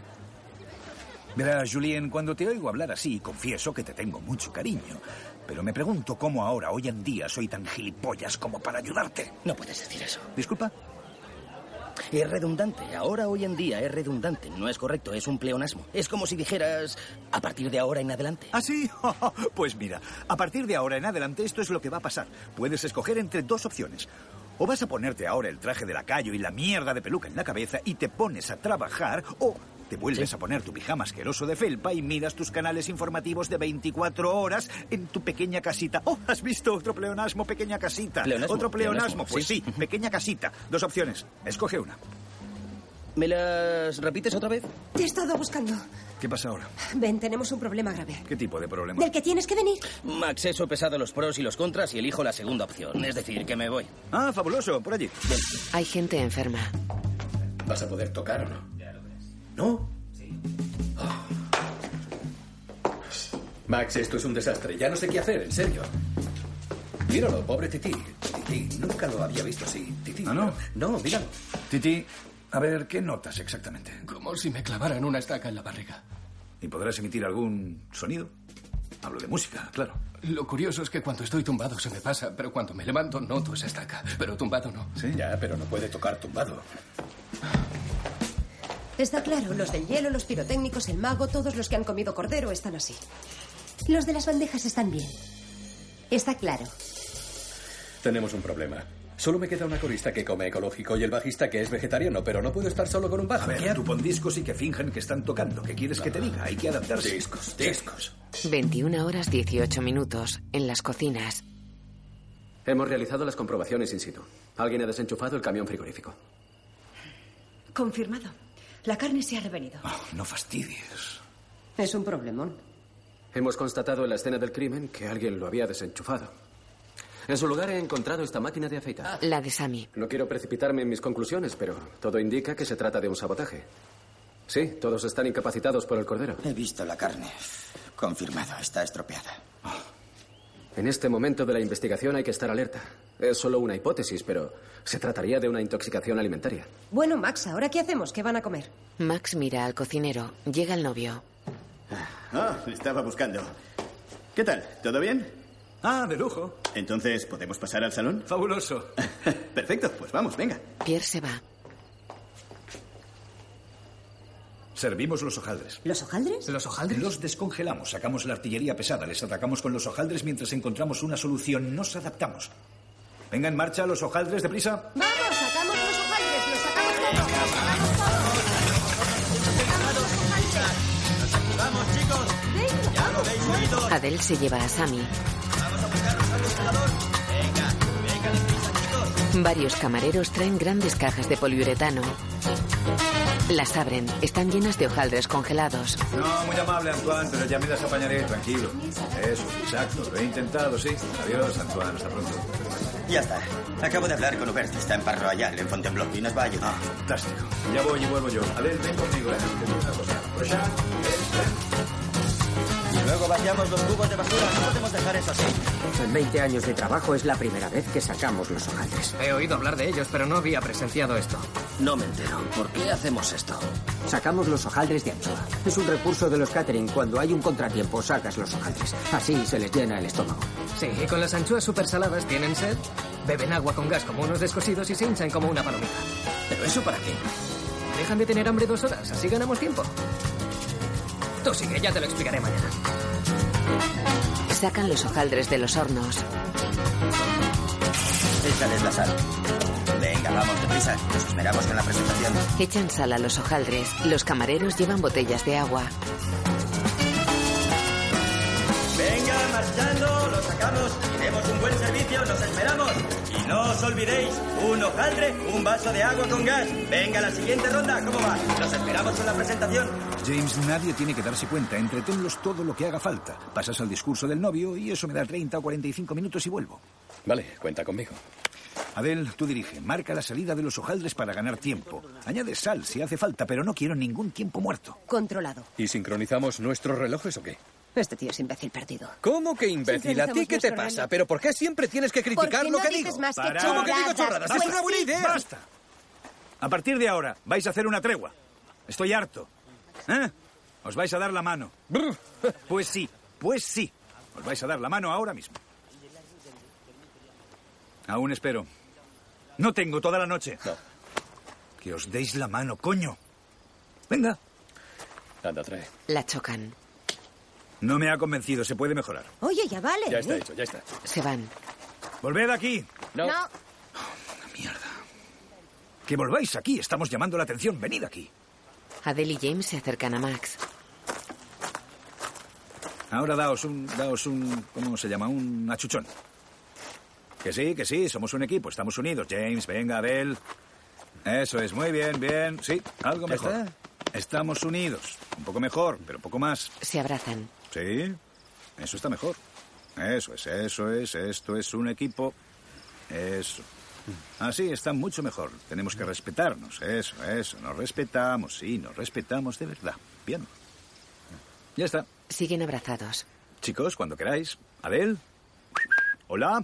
Speaker 1: Verás, Julien, cuando te oigo hablar así, confieso que te tengo mucho cariño. Pero me pregunto cómo ahora, hoy en día, soy tan gilipollas como para ayudarte.
Speaker 7: No puedes decir eso.
Speaker 1: Disculpa.
Speaker 7: Es redundante. Ahora, hoy en día, es redundante. No es correcto, es un pleonasmo. Es como si dijeras a partir de ahora en adelante.
Speaker 1: ¿Ah, sí? pues mira, a partir de ahora en adelante esto es lo que va a pasar. Puedes escoger entre dos opciones. O vas a ponerte ahora el traje de lacayo y la mierda de peluca en la cabeza y te pones a trabajar, o te vuelves a poner tu pijama asqueroso de felpa y miras tus canales informativos de 24 horas en tu pequeña casita. ¡Oh, has visto otro pleonasmo, pequeña casita!
Speaker 7: Pleonasmo,
Speaker 1: otro pleonasmo,
Speaker 7: pleonasmo,
Speaker 1: pues sí, pequeña casita. Dos opciones, escoge una.
Speaker 7: ¿Me las repites otra vez?
Speaker 9: Te he estado buscando.
Speaker 1: ¿Qué pasa ahora?
Speaker 9: Ven, tenemos un problema grave.
Speaker 1: ¿Qué tipo de problema?
Speaker 9: Del que tienes que venir.
Speaker 7: Max, he sopesado los pros y los contras y elijo la segunda opción. Es decir, que me voy.
Speaker 1: Ah, fabuloso, por allí.
Speaker 2: Hay gente enferma.
Speaker 5: ¿Vas a poder tocar o no?
Speaker 18: ¿No? Max, esto es un desastre. Ya no sé qué hacer, en serio. Míralo, pobre Titi. Titi, nunca lo había visto así. Titi.
Speaker 31: ¿Ah, no?
Speaker 18: No, míralo.
Speaker 31: Titi, a ver, ¿qué notas exactamente?
Speaker 5: Como si me clavaran una estaca en la barriga.
Speaker 31: ¿Y podrás emitir algún sonido? Hablo de música, claro.
Speaker 5: Lo curioso es que cuando estoy tumbado se me pasa, pero cuando me levanto noto esa estaca. Pero tumbado no.
Speaker 18: Sí, ya, pero no puede tocar tumbado.
Speaker 9: Está claro, los del hielo, los pirotécnicos, el mago, todos los que han comido cordero están así. Los de las bandejas están bien. Está claro.
Speaker 18: Tenemos un problema. Solo me queda una corista que come ecológico y el bajista que es vegetariano, pero no puedo estar solo con un bajo.
Speaker 31: A ver, tú pon discos y que finjan que están tocando. ¿Qué quieres que te diga? Hay que adaptarse.
Speaker 18: Discos, discos.
Speaker 2: 21 horas 18 minutos en las cocinas.
Speaker 33: Hemos realizado las comprobaciones in situ. Alguien ha desenchufado el camión frigorífico.
Speaker 15: Confirmado. La carne se ha revenido.
Speaker 31: Oh, No fastidies.
Speaker 9: Es un problemón.
Speaker 33: Hemos constatado en la escena del crimen que alguien lo había desenchufado. En su lugar he encontrado esta máquina de afeitar.
Speaker 2: Ah, La de Sammy.
Speaker 33: No quiero precipitarme en mis conclusiones, pero todo indica que se trata de un sabotaje. Sí, todos están incapacitados por el cordero.
Speaker 8: He visto la carne. Confirmado, está estropeada.
Speaker 33: En este momento de la investigación hay que estar alerta. Es solo una hipótesis, pero se trataría de una intoxicación alimentaria.
Speaker 9: Bueno, Max, ¿ahora qué hacemos? ¿Qué van a comer?
Speaker 2: Max mira al cocinero. Llega el novio.
Speaker 24: Ah, estaba buscando. ¿Qué tal? ¿Todo bien? Ah, de lujo. Entonces, ¿podemos pasar al salón? Fabuloso. Perfecto, pues vamos, venga.
Speaker 2: Pierre se va.
Speaker 31: Servimos los hojaldres.
Speaker 9: ¿Los hojaldres?
Speaker 31: ¿Los hojaldres? Los descongelamos, sacamos la artillería pesada, les atacamos con los hojaldres mientras encontramos una solución, nos adaptamos. Venga en marcha, los hojaldres, deprisa.
Speaker 9: ¡Vamos, sacamos los hojaldres! ¡Los sacamos todos! ¡Los sacamos
Speaker 8: ¡Vamos, chicos! ¡Ya lo habéis oído!
Speaker 2: Adele se lleva a Sammy. Varios camareros traen grandes cajas de poliuretano. Las abren, están llenas de hojaldres congelados.
Speaker 30: No, muy amable, Antoine, pero ya me las apañaré, tranquilo. Eso, exacto, lo he intentado, sí. Adiós, Antoine, hasta pronto.
Speaker 8: Ya está. Acabo de hablar con Hubert, está en Parroyal, en Fontainebleau, y nos va a ayudar.
Speaker 24: Ah,
Speaker 30: fantástico. Ya voy y vuelvo yo. Adel, ven conmigo, ¿eh? Que tengo una cosa. Por allá,
Speaker 8: Y luego vaciamos los cubos de basura. No podemos dejar eso así.
Speaker 16: En 20 años de trabajo es la primera vez que sacamos los hojaldres.
Speaker 10: He oído hablar de ellos, pero no había presenciado esto.
Speaker 16: No me entero. ¿Por qué hacemos esto? Sacamos los hojaldres de anchoa. Es un recurso de los catering. Cuando hay un contratiempo, sacas los hojaldres. Así se les llena el estómago.
Speaker 10: Sí, y con las anchoas supersaladas tienen sed, beben agua con gas como unos descosidos y se hinchan como una palomita.
Speaker 16: ¿Pero eso para qué?
Speaker 10: Dejan de tener hambre dos horas, así ganamos tiempo. Tú sigue, ya te lo explicaré mañana.
Speaker 2: Sacan los hojaldres de los hornos.
Speaker 8: Échales la sal. Venga, vamos, deprisa. Nos esperamos con la presentación.
Speaker 2: Echan sal a los hojaldres. Los camareros llevan botellas de agua.
Speaker 34: marchando, lo sacamos y demos un buen servicio, nos esperamos. Y no os olvidéis, un hojaldre, un vaso de agua con gas. Venga, la siguiente ronda, ¿cómo va? Nos esperamos en la presentación.
Speaker 1: James, nadie tiene que darse cuenta. Entreténlos todo lo que haga falta. Pasas al discurso del novio y eso me da 30 o 45 minutos y vuelvo.
Speaker 18: Vale, cuenta conmigo.
Speaker 1: Abel, tú dirige. Marca la salida de los hojaldres para ganar tiempo. Añade sal si hace falta, pero no quiero ningún tiempo muerto.
Speaker 9: Controlado.
Speaker 18: ¿Y sincronizamos nuestros relojes o qué?
Speaker 9: Este tío es imbécil perdido.
Speaker 8: ¿Cómo que imbécil? ¿A ti qué te pasa? ¿Pero por qué siempre tienes que criticar
Speaker 9: Porque
Speaker 8: lo
Speaker 9: no
Speaker 8: que
Speaker 9: dices
Speaker 8: digo?
Speaker 9: más que
Speaker 8: ¿Cómo que digo
Speaker 9: chorradas?
Speaker 8: chorradas?
Speaker 9: Pues
Speaker 8: es una buena
Speaker 9: sí.
Speaker 8: idea.
Speaker 1: ¡Basta! A partir de ahora vais a hacer una tregua. Estoy harto. ¿Eh? Os vais a dar la mano. Pues sí, pues sí. Os vais a dar la mano ahora mismo. Aún espero. No tengo toda la noche. Que os deis la mano, coño. Venga.
Speaker 18: Anda, trae.
Speaker 2: La chocan.
Speaker 1: No me ha convencido, se puede mejorar.
Speaker 9: Oye, ya vale. ¿eh?
Speaker 1: ya está.
Speaker 2: Se van.
Speaker 1: Volved aquí.
Speaker 9: No.
Speaker 1: Que volváis aquí, estamos llamando la atención. Venid aquí.
Speaker 2: Adele y James se acercan a Max.
Speaker 1: Ahora daos un. daos un. ¿cómo se llama? Un achuchón. Que sí, que sí, somos un equipo, estamos unidos. James, venga, Abel. Eso es, muy bien, bien. Sí, algo
Speaker 2: ¿Ya
Speaker 1: mejor. Estamos unidos. Un poco mejor, pero poco más.
Speaker 2: Se abrazan.
Speaker 1: Sí, eso está mejor. Eso es, eso es, esto es un equipo. Eso. Así está mucho mejor. Tenemos que respetarnos. Eso, eso. Nos respetamos, sí, nos respetamos de verdad. Bien. Ya está.
Speaker 2: Siguen abrazados.
Speaker 1: Chicos, cuando queráis. Adel. Hola.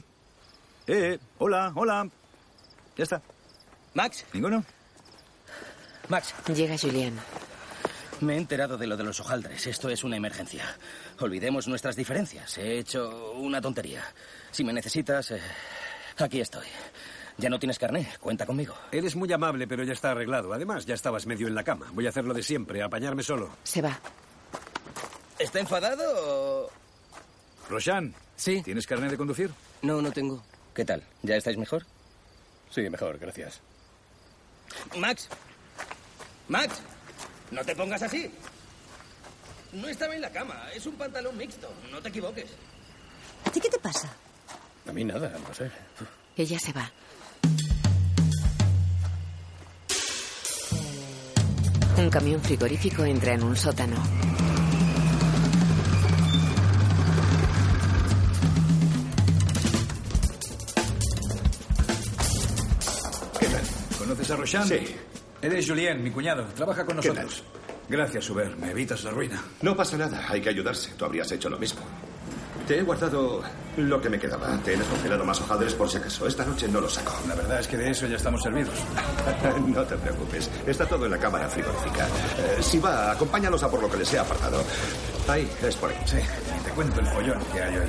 Speaker 1: Eh, hola, hola. Ya está.
Speaker 7: Max.
Speaker 1: ¿Ninguno?
Speaker 7: Max.
Speaker 2: Llega Julián.
Speaker 7: Me he enterado de lo de los hojaldres. Esto es una emergencia. Olvidemos nuestras diferencias. He hecho una tontería. Si me necesitas, eh, aquí estoy. Ya no tienes carné. Cuenta conmigo.
Speaker 35: Eres muy amable, pero ya está arreglado. Además, ya estabas medio en la cama. Voy a hacer lo de siempre, apañarme solo.
Speaker 2: Se va.
Speaker 7: ¿Está enfadado o...?
Speaker 1: Roshan.
Speaker 7: Sí.
Speaker 1: ¿Tienes carnet de conducir?
Speaker 7: No, no tengo. ¿Qué tal? ¿Ya estáis mejor?
Speaker 18: Sí, mejor, gracias.
Speaker 7: Max. Max. No te pongas así. No estaba en la cama. Es un pantalón mixto. No te equivoques.
Speaker 9: ¿A ti qué te pasa?
Speaker 18: A mí nada, no sé.
Speaker 2: Ella se va. Un camión frigorífico entra en un sótano.
Speaker 1: ¿Conoces a Roshan? Sí. Eres Julien, mi cuñado. Trabaja con nosotros. Gracias, Uber. Me evitas la ruina.
Speaker 36: No pasa nada, hay que ayudarse. Tú habrías hecho lo mismo. Te he guardado lo que me quedaba. Te he descongelado más hojaldres por si acaso. Esta noche no lo saco.
Speaker 1: La verdad es que de eso ya estamos servidos.
Speaker 36: no te preocupes. Está todo en la cámara frigorífica. Eh, si va, acompáñalos a por lo que les he apartado. Ahí, es por aquí. Sí,
Speaker 1: te cuento el follón que hay hoy.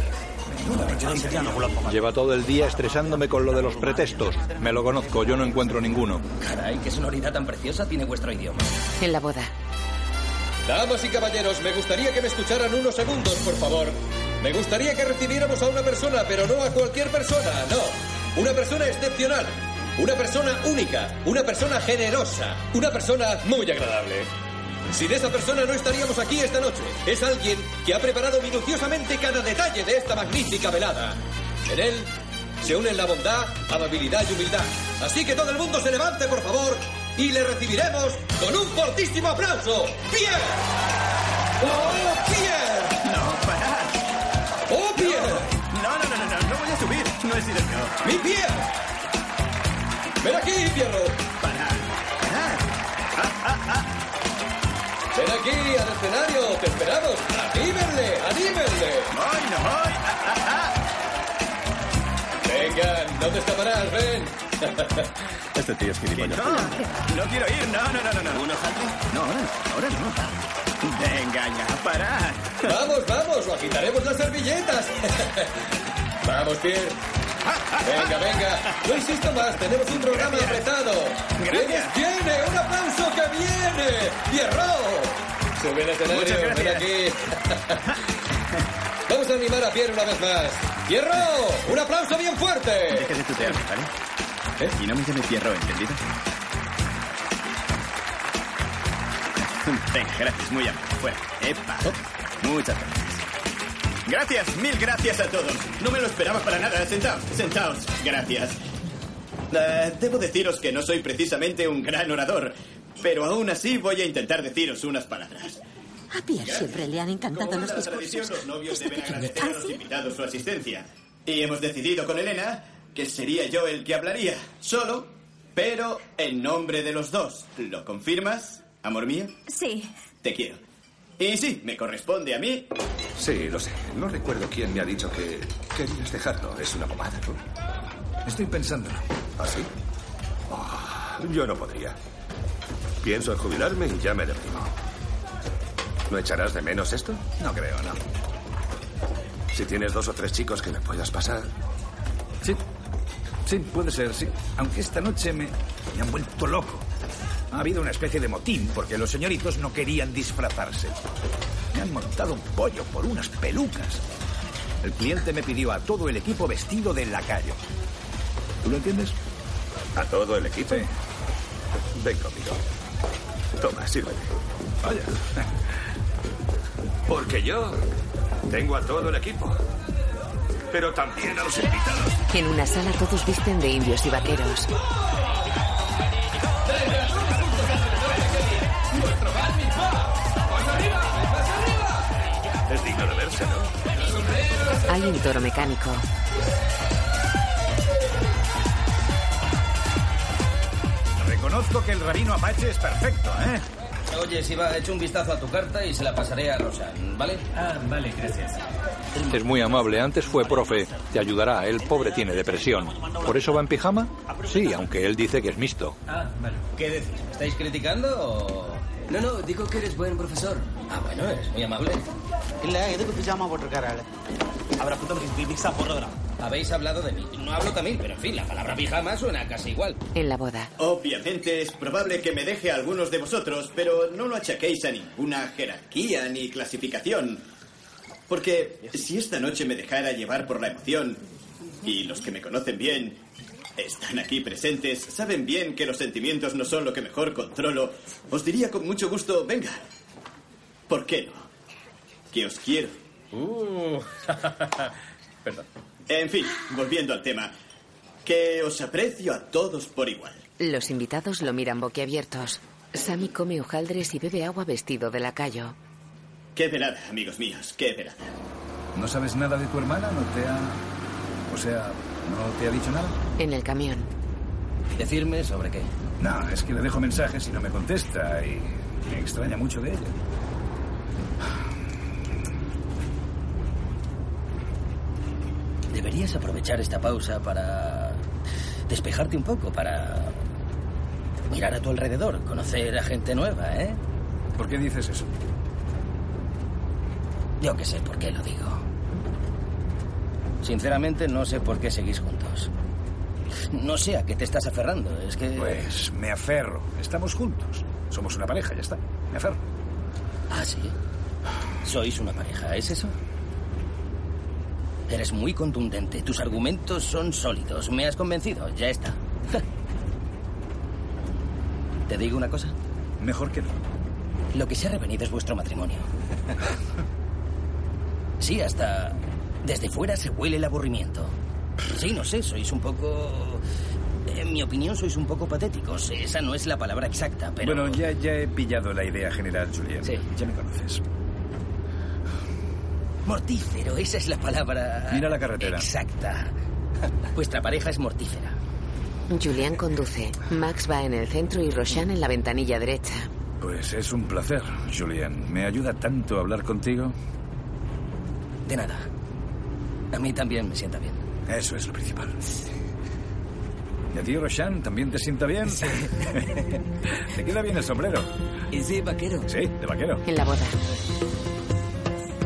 Speaker 13: Lleva todo el día estresándome con lo de los pretextos. Me lo conozco, yo no encuentro ninguno.
Speaker 7: Caray, qué sonoridad tan preciosa tiene vuestro idioma.
Speaker 2: En la boda.
Speaker 8: Damas y caballeros, me gustaría que me escucharan unos segundos, por favor. Me gustaría que recibiéramos a una persona, pero no a cualquier persona, no. Una persona excepcional, una persona única, una persona generosa, una persona muy agradable. Sin esa persona no estaríamos aquí esta noche. Es alguien que ha preparado minuciosamente cada detalle de esta magnífica velada. En él se unen la bondad, amabilidad y humildad. Así que todo el mundo se levante, por favor, y le recibiremos con un fortísimo aplauso. ¡Pierre! ¡Oh, Pierre!
Speaker 34: No, parad.
Speaker 8: ¡Oh, Pierre!
Speaker 34: No, no, no, no, no, no voy a subir. No es directo.
Speaker 8: ¡Mi Pierre! ¡Ven aquí, Pierrot! ¡Ven aquí al escenario! ¡Te esperamos! ¡Anímenle! ¡Anímenle!
Speaker 34: ¡Voy, no voy!
Speaker 8: Vengan, no te escaparás, ven.
Speaker 18: Este tío es gilipollas.
Speaker 34: No, no quiero ir. No, no, no, no. no. ¿Uno hojaldre? No, ahora, ahora no. Venga, ya, parad.
Speaker 8: Vamos, vamos, o agitaremos las servilletas. vamos, Pierre. Venga, venga. No insisto más, tenemos un programa apretado.
Speaker 34: Gracias.
Speaker 8: Viene, viene, un aplauso que viene. Pierrot. Sube al
Speaker 34: Muchas
Speaker 8: escenario, ven
Speaker 34: gracias.
Speaker 8: aquí. vamos a animar a Pierre una vez más. Pierrot, un aplauso bien fuerte.
Speaker 24: Deja de tutearme, ¿vale? ¿Eh? Y no me llame Pierro, ¿entendido? Venga, gracias, muy amable. Fuera. Epa. Muchas gracias. Gracias, mil gracias a todos. No me lo esperaba para nada. Sentaos, sentaos. Gracias. Eh, debo deciros que no soy precisamente un gran orador, pero aún así voy a intentar deciros unas palabras.
Speaker 27: A Pierre siempre le han encantado
Speaker 24: Como
Speaker 27: los
Speaker 24: manda la tradición,
Speaker 27: discursos.
Speaker 24: los novios
Speaker 27: Desde
Speaker 24: deben
Speaker 27: pequeño.
Speaker 24: agradecer a los invitados su asistencia. Y hemos decidido con Elena que sería yo el que hablaría, solo, pero en nombre de los dos. ¿Lo confirmas, amor mío?
Speaker 27: Sí.
Speaker 24: Te quiero. Y sí, me corresponde a mí.
Speaker 8: Sí, lo sé. No recuerdo quién me ha dicho que querías
Speaker 13: Este
Speaker 8: dejarlo. Es una pomada.
Speaker 1: Estoy pensándolo.
Speaker 8: ¿Así? ¿Ah, yo no podría. Pienso en jubilarme y ya me deprimo. ¿No echarás de menos esto?
Speaker 1: No creo, no.
Speaker 8: Si tienes dos o tres chicos que me puedas pasar.
Speaker 1: Sí. Sí, puede ser, sí. Aunque esta noche me, me han vuelto loco. Ha habido una especie de motín porque los señoritos no querían disfrazarse. Me han montado un pollo por unas pelucas. El cliente me pidió a todo el equipo vestido de lacayo. ¿Tú lo entiendes?
Speaker 8: ¿A todo el equipo? Ven conmigo. Toma, sírvete. Vaya. Porque yo tengo a todo el equipo. Pero también a los invitados.
Speaker 2: En una sala todos visten de indios y vaqueros.
Speaker 8: Es digno de verse, ¿no?
Speaker 2: Hay un toro mecánico.
Speaker 1: Reconozco que el rabino Apache es perfecto, ¿eh?
Speaker 7: Oye, si va, echo un vistazo a tu carta y se la pasaré a Rosan, ¿vale? Ah, vale, gracias.
Speaker 13: Es muy amable. Antes fue profe. Te ayudará. El pobre tiene depresión. ¿Por eso va en pijama? Sí, aunque él dice que es mixto.
Speaker 7: Ah, vale. ¿Qué decís? ¿Estáis criticando o...? No, no, digo que eres buen profesor. Ah, bueno, es muy amable. Habéis hablado de mí. No hablo tamil, pero en fin, la palabra pijama suena casi igual.
Speaker 2: En la boda.
Speaker 24: Obviamente es probable que me deje a algunos de vosotros, pero no lo achaquéis a ninguna jerarquía ni clasificación. Porque si esta noche me dejara llevar por la emoción, y los que me conocen bien, están aquí presentes, saben bien que los sentimientos no son lo que mejor controlo, os diría con mucho gusto, venga, ¿por qué no? Que os quiero.
Speaker 7: Perdón.
Speaker 24: En fin, volviendo al tema, que os aprecio a todos por igual.
Speaker 2: Los invitados lo miran boquiabiertos. Sammy come hojaldres y bebe agua vestido de lacayo.
Speaker 24: Qué velada, amigos míos, qué velada.
Speaker 1: ¿No sabes nada de tu hermana? ¿No te ha... O sea, ¿no te ha dicho nada?
Speaker 2: En el camión.
Speaker 7: ¿Decirme sobre qué?
Speaker 1: No, es que le dejo mensajes y no me contesta y me extraña mucho de ella.
Speaker 7: Deberías aprovechar esta pausa para despejarte un poco, para mirar a tu alrededor, conocer a gente nueva, ¿eh?
Speaker 1: ¿Por qué dices eso?
Speaker 7: Yo qué sé por qué lo digo. Sinceramente no sé por qué seguís juntos. No sé a qué te estás aferrando, es que...
Speaker 1: Pues me aferro. Estamos juntos. Somos una pareja, ya está. Me aferro.
Speaker 7: Ah, sí. Sois una pareja, ¿es eso? Eres muy contundente, tus argumentos son sólidos, me has convencido, ya está. ¿Te digo una cosa?
Speaker 1: Mejor que no.
Speaker 7: Lo que se ha revenido es vuestro matrimonio. Sí, hasta desde fuera se huele el aburrimiento. Sí, no sé, sois un poco... En mi opinión, sois un poco patéticos. Esa no es la palabra exacta, pero...
Speaker 1: Bueno, ya, ya he pillado la idea general, Julián. Sí. Ya me conoces.
Speaker 7: Mortífero, esa es la palabra...
Speaker 1: Mira la carretera.
Speaker 7: Exacta. Vuestra pareja es mortífera.
Speaker 2: Julián conduce. Max va en el centro y Roshan en la ventanilla derecha.
Speaker 1: Pues es un placer, Julián. Me ayuda tanto hablar contigo.
Speaker 7: De nada. A mí también me sienta bien.
Speaker 1: Eso es lo principal. ¿Y a ti, Roshan, también te sienta bien? ¿Te queda bien el sombrero?
Speaker 7: ¿Es de vaquero?
Speaker 1: Sí, de vaquero.
Speaker 2: En la boda.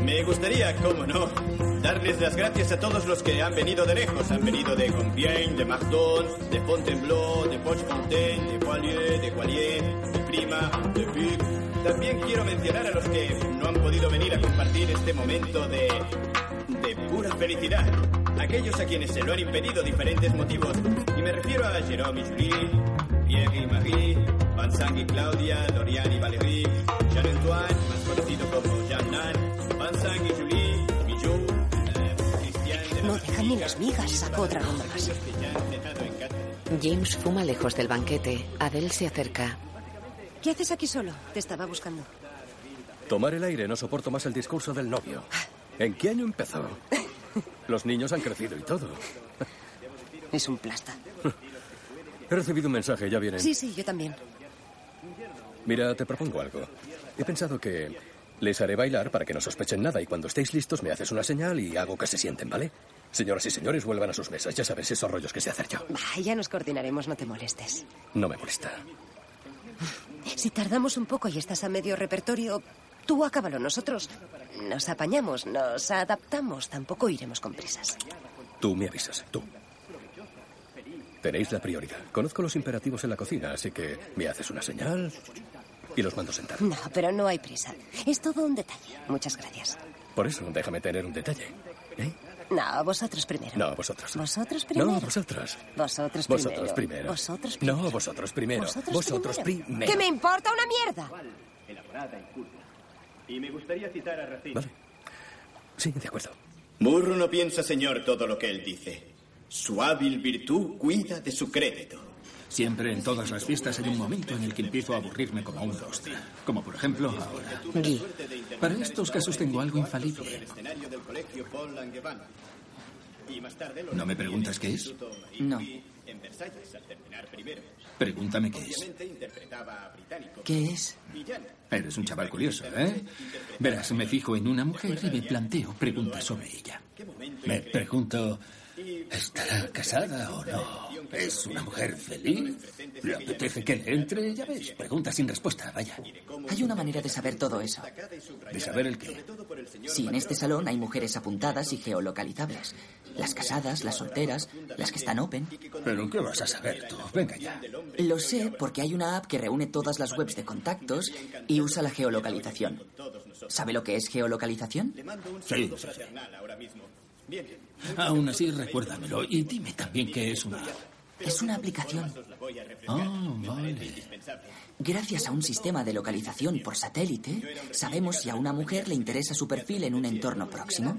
Speaker 24: Me gustaría, cómo no, darles las gracias a todos los que han venido de lejos. Han venido de Compiègne, de Mardon, de Fontainebleau, de Poche-Fontaine, de Poilieu, de Poiliers, de Prima, de Puc. También quiero mencionar a los que no han podido venir a compartir este momento de, de pura felicidad. Aquellos a quienes se lo han impedido diferentes motivos. Y me refiero a Jerome y Julie, Pierre y Marie, Vincent y Claudia, Dorian y Valérie, Jean-Antoine, más conocido como Jean-Nan, Vincent y Julie, Mijou,
Speaker 9: dejan ni las migas. Sacó otra ronda más.
Speaker 2: James fuma lejos del banquete. Adele se acerca.
Speaker 9: ¿Qué haces aquí solo? Te estaba buscando.
Speaker 18: Tomar el aire, no soporto más el discurso del novio. ¿En qué año empezó? Los niños han crecido y todo.
Speaker 9: Es un plasta.
Speaker 18: He recibido un mensaje, ya vienen.
Speaker 9: Sí, sí, yo también.
Speaker 18: Mira, te propongo algo. He pensado que les haré bailar para que no sospechen nada y cuando estéis listos me haces una señal y hago que se sienten, ¿vale? Señoras y señores, vuelvan a sus mesas. Ya sabes esos rollos que sé hacer yo.
Speaker 9: Bah, ya nos coordinaremos, no te molestes.
Speaker 18: No me molesta.
Speaker 9: Si tardamos un poco y estás a medio repertorio, tú acábalo. Nosotros nos apañamos, nos adaptamos. Tampoco iremos con prisas.
Speaker 18: Tú me avisas, tú. Tenéis la prioridad. Conozco los imperativos en la cocina, así que me haces una señal y los mando sentar.
Speaker 9: No, pero no hay prisa. Es todo un detalle. Muchas gracias.
Speaker 18: Por eso, déjame tener un detalle. ¿eh?
Speaker 9: No, vosotros primero.
Speaker 18: No, vosotros.
Speaker 9: Vosotros primero.
Speaker 18: No, vosotros.
Speaker 9: Vosotros primero.
Speaker 18: Vosotros primero.
Speaker 9: Vosotros
Speaker 18: No, vosotros primero.
Speaker 9: Vosotros
Speaker 18: Vosotros
Speaker 9: primero.
Speaker 18: primero.
Speaker 9: ¿Qué me importa una mierda?
Speaker 24: Elaborada y culta. Y me gustaría citar a Racine.
Speaker 18: Sí, de acuerdo.
Speaker 24: Burro no piensa, señor, todo lo que él dice. Su hábil virtud cuida de su crédito.
Speaker 5: Siempre en todas las fiestas hay un momento en el que empiezo a aburrirme como un ostra. Como por ejemplo ahora.
Speaker 2: Guy.
Speaker 5: Para estos casos tengo algo infalible.
Speaker 24: Escenario del colegio Paul Langevin. Y más tarde lo
Speaker 5: ¿No me preguntas qué es?
Speaker 24: No. En Versalles, al terminar primero.
Speaker 5: Pregúntame qué es.
Speaker 24: Obviamente interpretaba a británico.
Speaker 5: ¿Qué es?
Speaker 24: Villana.
Speaker 5: Eres un chaval curioso, ¿eh? Verás, me fijo en una mujer y me planteo preguntas sobre ella. Me pregunto, ¿estará casada o no? ¿Es una mujer feliz? ¿Le apetece que le entre? Ya ves, pregunta sin respuesta, vaya.
Speaker 4: Ah, Hay una manera de saber todo eso.
Speaker 5: De saber el qué.
Speaker 4: Si en este salón hay mujeres apuntadas y geolocalizables. Las casadas, las solteras, las que están open.
Speaker 5: ¿Pero qué vas a saber tú? Venga ya.
Speaker 4: Lo sé porque hay una app que reúne todas las webs de contactos y usa la geolocalización. ¿Sabe lo que es geolocalización?
Speaker 5: Sí, sí, sí. Aún así, recuérdamelo y dime también qué es una...
Speaker 4: Es una aplicación.
Speaker 5: Ah, vale.
Speaker 4: Gracias a un sistema de localización por satélite, sabemos si a una mujer le interesa su perfil en un entorno próximo.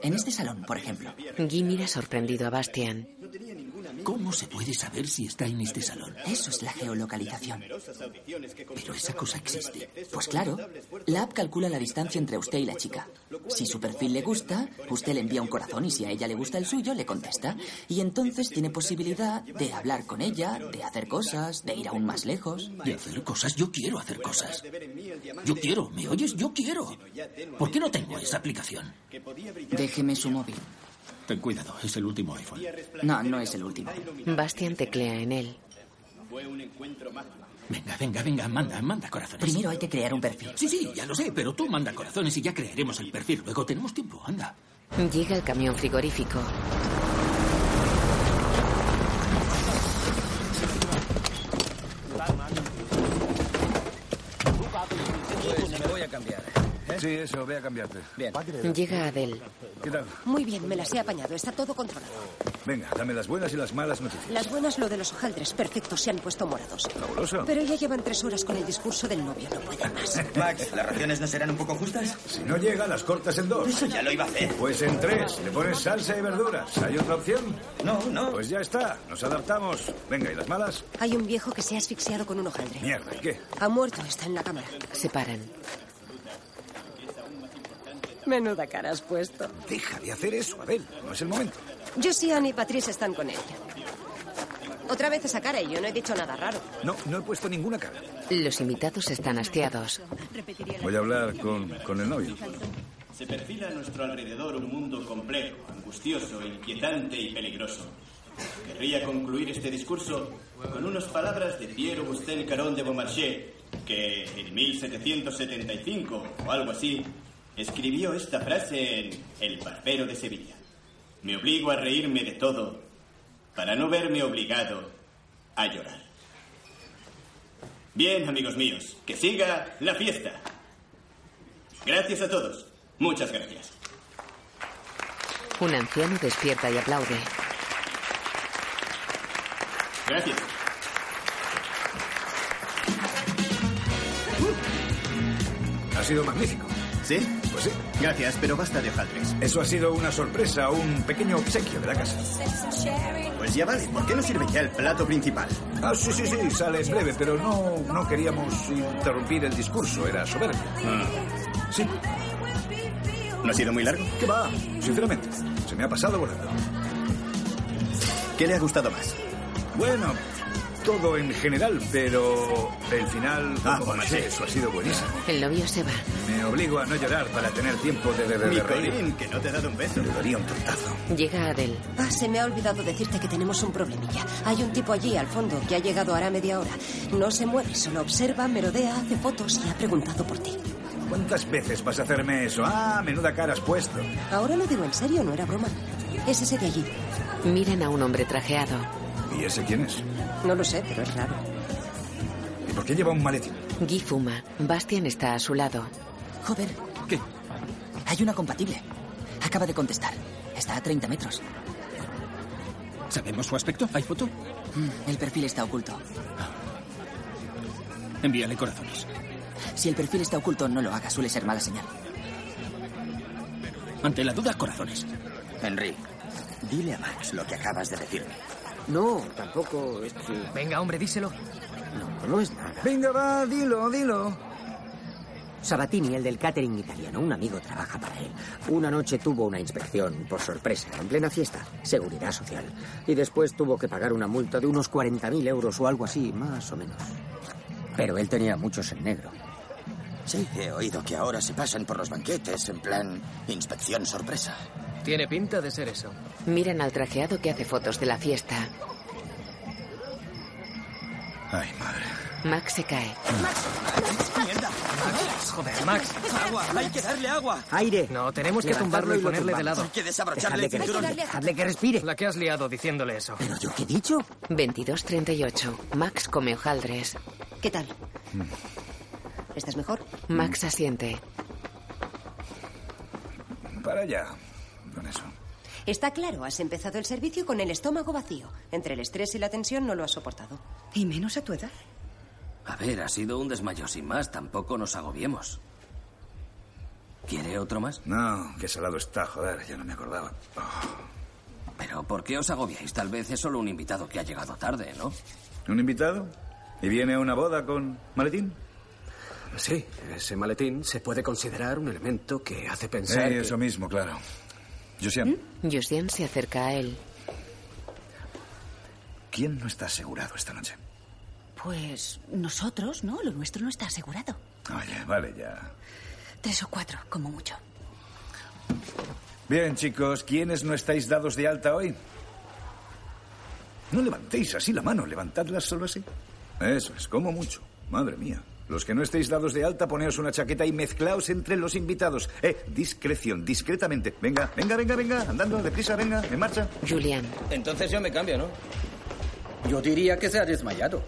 Speaker 4: En este salón, por ejemplo.
Speaker 2: Guy mira sorprendido a Bastian.
Speaker 5: ¿Cómo se puede saber si está en este salón?
Speaker 4: Eso es la geolocalización.
Speaker 5: Pero esa cosa existe.
Speaker 4: Pues claro, la app calcula la distancia entre usted y la chica. Si su perfil le gusta, usted le envía un corazón y si a ella le gusta el suyo, le contesta. Y entonces tiene posibilidad de hablar con ella, de hacer cosas, de ir aún más lejos.
Speaker 5: De hacer cosas, yo quiero hacer cosas. Yo quiero, ¿me oyes? Yo quiero. ¿Por qué no tengo esa aplicación?
Speaker 4: Déjeme su móvil.
Speaker 5: Ten cuidado, es el último iPhone.
Speaker 4: No, no es el último.
Speaker 2: Bastian teclea en él.
Speaker 24: Fue un encuentro mágico.
Speaker 5: Venga, venga, venga, manda, manda corazones.
Speaker 4: Primero hay que crear un perfil.
Speaker 5: Sí, sí, ya lo sé, pero tú manda corazones y ya crearemos el perfil. Luego tenemos tiempo, anda.
Speaker 2: Llega el camión frigorífico.
Speaker 37: Pues me voy a cambiar.
Speaker 7: ¿eh?
Speaker 1: Sí, eso, ve a cambiarte.
Speaker 37: Bien.
Speaker 2: Llega Adele.
Speaker 1: ¿Qué tal?
Speaker 9: Muy bien, me las he apañado. Está todo controlado.
Speaker 1: Venga, dame las buenas y las malas noticias.
Speaker 9: Las buenas, lo de los hojaldres. Perfecto, se han puesto morados.
Speaker 1: Fabuloso.
Speaker 9: Pero ya llevan tres horas con el discurso del novio. No pueden más.
Speaker 1: Max,
Speaker 38: ¿Las raciones no serán un poco justas?
Speaker 1: si no llega, las cortas en dos.
Speaker 38: Eso ya lo iba a hacer.
Speaker 1: Pues en tres, le pones salsa y verduras. ¿Hay otra opción? No, no. Pues ya está, nos adaptamos. Venga, ¿y las malas?
Speaker 9: Hay un viejo que se ha asfixiado con un hojaldre.
Speaker 1: Mierda, ¿y qué?
Speaker 9: Ha muerto, está en la cámara.
Speaker 2: Se paran.
Speaker 9: Menuda cara has puesto.
Speaker 1: Deja de hacer eso, Abel. No es el momento.
Speaker 9: Josian y Patrice están con él. Otra vez esa cara y yo no he dicho nada raro.
Speaker 1: No, no he puesto ninguna cara.
Speaker 2: Los invitados están hastiados.
Speaker 1: Voy a hablar con, con el novio.
Speaker 24: Se perfila a nuestro alrededor un mundo complejo, angustioso, inquietante y peligroso. Querría concluir este discurso con unas palabras de Pierre Augustin Caron de Beaumarchais, que en 1775 o algo así escribió esta frase en El Barbero de Sevilla. Me obligo a reírme de todo para no verme obligado a llorar. Bien, amigos míos, que siga la fiesta. Gracias a todos. Muchas gracias.
Speaker 2: Un anciano despierta y aplaude.
Speaker 24: Gracias.
Speaker 1: Ha sido magnífico.
Speaker 30: ¿Sí? Pues sí. Gracias, pero basta de hojaldres.
Speaker 1: Eso ha sido una sorpresa, un pequeño obsequio de la casa.
Speaker 30: Pues ya vale, ¿por qué no sirve ya el plato principal?
Speaker 1: Ah, sí, sí, sí, sale en breve, pero no, no queríamos interrumpir el discurso, era soberbio.
Speaker 30: Mm.
Speaker 1: Sí.
Speaker 30: ¿No ha sido muy largo?
Speaker 1: ¿Qué va? Sinceramente, se me ha pasado volando.
Speaker 30: ¿Qué le ha gustado más?
Speaker 1: Bueno, todo en general, pero el final...
Speaker 30: Ah,
Speaker 1: como
Speaker 30: bueno,
Speaker 1: sé,
Speaker 30: sí.
Speaker 1: Eso ha sido buenísimo.
Speaker 2: El novio se va.
Speaker 1: Me obligo a no llorar para tener tiempo de... de, de,
Speaker 30: Mi
Speaker 1: de reír.
Speaker 30: Colín, que no te he dado un beso.
Speaker 1: Le daría un tortazo.
Speaker 2: Llega Adel.
Speaker 9: Ah, se me ha olvidado decirte que tenemos un problemilla. Hay un tipo allí al fondo que ha llegado hará media hora. No se mueve, solo observa, merodea, hace fotos y ha preguntado por ti.
Speaker 1: ¿Cuántas veces vas a hacerme eso? Ah, menuda cara has puesto.
Speaker 9: Ahora lo digo en serio, no era broma. Es ese de allí.
Speaker 2: Miran a un hombre trajeado.
Speaker 1: ¿Y ese quién es?
Speaker 9: No lo sé, pero es raro.
Speaker 1: ¿Y por qué lleva un maletín?
Speaker 2: Guy fuma. Bastian está a su lado.
Speaker 4: Joder. ¿Qué? Hay una compatible. Acaba de contestar. Está a 30 metros.
Speaker 39: ¿Sabemos su aspecto? ¿Hay foto? Ah.
Speaker 4: Mm, El perfil está oculto.
Speaker 39: Envíale corazones.
Speaker 4: Si el perfil está oculto, no lo haga. Suele ser mala señal.
Speaker 39: Ante la duda, corazones.
Speaker 7: Henry, dile a Max lo que acabas de decirme.
Speaker 16: No, tampoco es que...
Speaker 10: Venga, hombre, díselo.
Speaker 16: No, no es nada. Venga, va, dilo, dilo. Sabatini, el del catering italiano, un amigo trabaja para él. Una noche tuvo una inspección, por sorpresa, en plena fiesta, seguridad social. Y después tuvo que pagar una multa de unos 40.000 euros o algo así, más o menos. Pero él tenía muchos en negro.
Speaker 7: Sí, he oído que ahora se pasan por los banquetes en plan inspección sorpresa.
Speaker 10: Tiene pinta de ser eso.
Speaker 2: Miran al trajeado que hace fotos de la fiesta.
Speaker 1: Ay, madre.
Speaker 2: Max se cae.
Speaker 7: ¡Mierda!
Speaker 10: Max, joder, Max.
Speaker 7: ¡Agua! ¡Hay que darle agua!
Speaker 16: Aire.
Speaker 10: No, tenemos que tumbarlo y ponerle de lado.
Speaker 7: Hay que desabrocharle el cinturón.
Speaker 16: que respire.
Speaker 10: La que has liado diciéndole eso.
Speaker 16: ¿Yo qué he dicho?
Speaker 2: 22.38. Max come hojaldres.
Speaker 9: ¿Qué tal?
Speaker 1: Mm.
Speaker 9: ¿Estás mejor?
Speaker 2: Max asiente.
Speaker 1: Para allá. Con eso.
Speaker 9: Está claro, has empezado el servicio con el estómago vacío. Entre el estrés y la tensión no lo has soportado.
Speaker 15: Y menos a tu edad.
Speaker 7: A ver, ha sido un desmayo sin más. Tampoco nos agobiemos. ¿Quiere otro más?
Speaker 1: No, qué salado está, joder, ya no me acordaba.
Speaker 7: Pero pues, ¿por qué os agobiáis? Tal vez es solo un invitado que ha llegado tarde, ¿no?
Speaker 1: ¿Un invitado? ¿Y viene a una boda con maletín?
Speaker 40: Sí, ese maletín se puede considerar un elemento que hace pensar.
Speaker 1: Eh,
Speaker 40: que- ¿Mm?
Speaker 1: Eso mismo, claro. Josian,
Speaker 2: Josian se acerca a él.
Speaker 1: ¿quién no está asegurado esta noche?
Speaker 15: Pues nosotros, ¿no? Lo nuestro no está asegurado.
Speaker 1: Oye, vale ya.
Speaker 15: Tres o cuatro, como mucho.
Speaker 1: Bien, chicos, ¿quiénes no estáis dados de alta hoy? No levantéis así la mano, levantadla solo así. Eso es, como mucho. Madre mía. Los que no estéis dados de alta, poneos una chaqueta y mezclaos entre los invitados. Eh, discreción, discretamente. Venga, venga, venga, venga, andando, deprisa, venga, en marcha.
Speaker 2: Julian.
Speaker 41: Entonces yo me cambio, ¿no? Yo diría que se ha desmayado.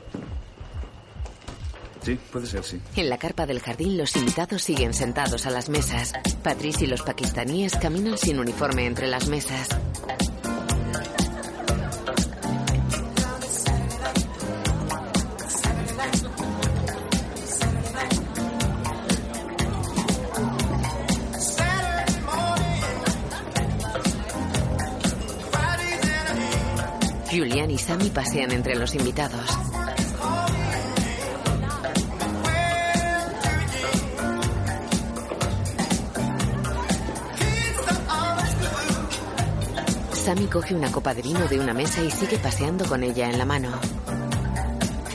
Speaker 1: Sí, puede ser, sí.
Speaker 2: En la carpa del jardín, los invitados siguen sentados a las mesas. Patrice y los pakistaníes caminan sin uniforme entre las mesas. Julian y Sammy pasean entre los invitados. Sammy coge una copa de vino de una mesa y sigue paseando con ella en la mano.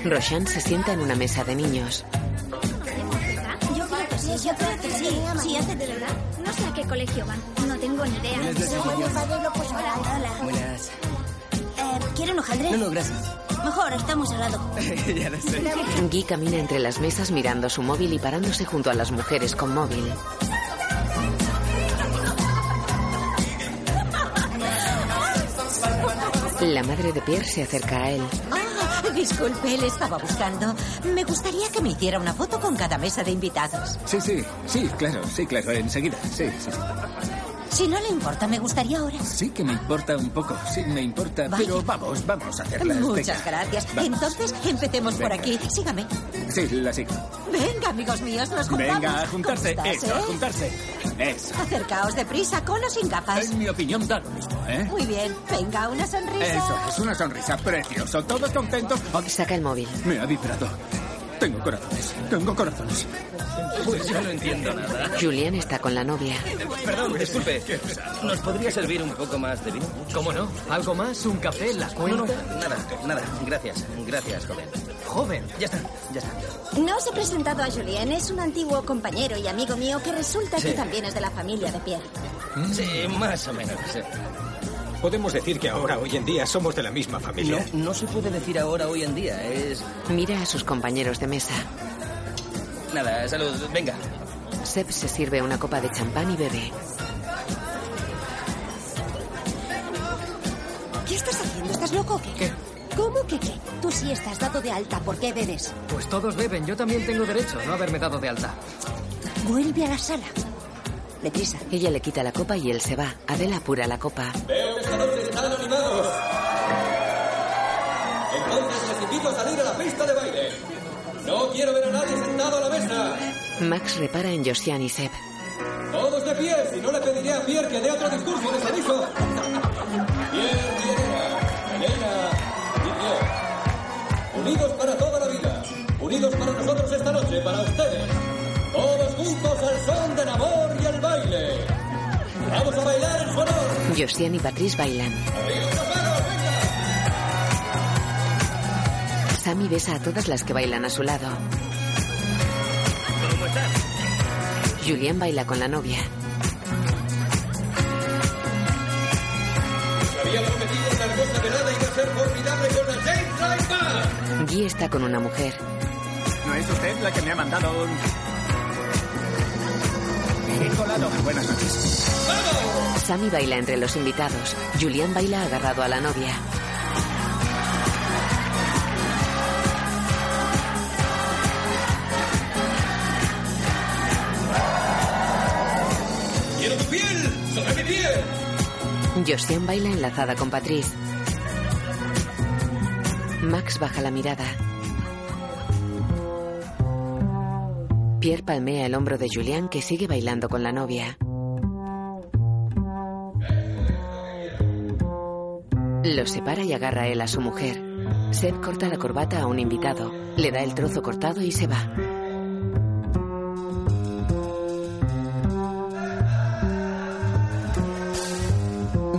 Speaker 2: Roshan se sienta en una mesa de niños.
Speaker 12: Yo creo que sí, yo creo que sí. Sí, hace de verdad. No sé a qué colegio van. No tengo ni idea.
Speaker 7: Buenas noches, señor.
Speaker 12: Hola, hola.
Speaker 7: Buenas.
Speaker 12: Eh, ¿Quieren hojaldre?
Speaker 7: No, no, gracias.
Speaker 12: Mejor, estamos al lado.
Speaker 7: ya lo sé.
Speaker 2: Guy camina entre las mesas mirando su móvil y parándose junto a las mujeres con móvil. La madre de Pierre se acerca a él.
Speaker 27: Ah, disculpe, le estaba buscando. Me gustaría que me hiciera una foto con cada mesa de invitados.
Speaker 5: Sí, sí, sí, claro, sí, claro, enseguida. Sí, sí, sí.
Speaker 16: Si no le importa, me gustaría ahora.
Speaker 5: Sí que me importa un poco, sí me importa,
Speaker 16: Vaya.
Speaker 5: pero vamos, vamos a hacerlas.
Speaker 16: Muchas
Speaker 5: venga.
Speaker 16: gracias.
Speaker 5: Vamos.
Speaker 16: Entonces, empecemos por
Speaker 5: Venga.
Speaker 16: aquí. Sígame.
Speaker 5: Sí, la sigo.
Speaker 16: Venga, amigos míos, nos juntamos.
Speaker 5: Venga, a juntarse,
Speaker 16: ¿Cómo estás,
Speaker 5: eso, a
Speaker 16: eh?
Speaker 5: juntarse. Eso.
Speaker 16: Acercaos deprisa, con o sin gafas.
Speaker 5: En mi opinión Eh, da lo mismo, ¿eh?
Speaker 16: Muy bien. Venga, una sonrisa.
Speaker 5: Eso es, una sonrisa precioso. Todos contentos.
Speaker 2: Saca el móvil.
Speaker 5: Me ha vibrado. Tengo corazones, tengo corazones.
Speaker 11: Pues yo no entiendo nada.
Speaker 2: Julián está con la novia.
Speaker 11: Eh, Perdón, disculpe. ¿Nos podría servir un poco más de vino?
Speaker 10: ¿Cómo no? ¿Algo más? ¿Un café? ¿La cuenta?
Speaker 11: Nada, nada. Gracias. Gracias, joven.
Speaker 10: Joven.
Speaker 11: Ya está, ya está.
Speaker 12: No os he presentado a Julien, es un antiguo compañero y amigo mío que resulta
Speaker 11: Sí.
Speaker 12: que también es de la familia de Pierre.
Speaker 11: Sí, más o menos. sí.
Speaker 3: Podemos decir que ahora, hoy en día, somos de la misma
Speaker 11: No,
Speaker 3: familia.
Speaker 11: no se puede decir ahora, hoy en día. Es.
Speaker 2: Mira a sus compañeros de mesa.
Speaker 11: Nada, salud. Venga.
Speaker 2: Seb se sirve una copa de champán y bebe.
Speaker 9: ¿Qué estás haciendo? ¿Estás loco o qué? ¿Cómo que qué? Tú sí estás dado de alta. ¿Por qué bebes?
Speaker 10: Pues todos beben, yo también tengo derecho a no haberme dado de alta.
Speaker 9: Vuelve a la sala.
Speaker 2: Deprisa. Ella le quita la copa y él se va. Adela apura la copa.
Speaker 8: Veo que esta noche están animados. Entonces les invito a salir a la pista de baile. No quiero ver a nadie sentado a la mesa.
Speaker 2: Max repara en Josian y Seb.
Speaker 8: Todos de pie, si no le pediré a Pierre que dé otro discurso, les aviso. Pierre y Elena, Elena y Pierre. Unidos para toda la vida. Unidos para nosotros esta noche, para ustedes. Todos juntos al son del amor y el baile. Vamos a bailar en su honor.
Speaker 2: Josian y Patrice bailan. Sammy besa a todas las que bailan a su lado.
Speaker 11: ¿Cómo estás?
Speaker 2: Julián baila con la novia.
Speaker 8: Les había prometido una hermosa velada y va a ser formidable con la James Light Band.
Speaker 2: Guy está con una mujer.
Speaker 42: ¿No es usted la que me ha mandado un... colado. Buenas noches.
Speaker 2: Sammy baila entre los invitados. Julián baila agarrado a la novia.
Speaker 8: Quiero tu piel, sobre mi piel.
Speaker 2: Josian baila enlazada con Patrice. Max baja la mirada. Pierre palmea el hombro de Julián que sigue bailando con la novia. Lo separa y agarra a él a su mujer. Seth corta la corbata a un invitado, le da el trozo cortado y se va.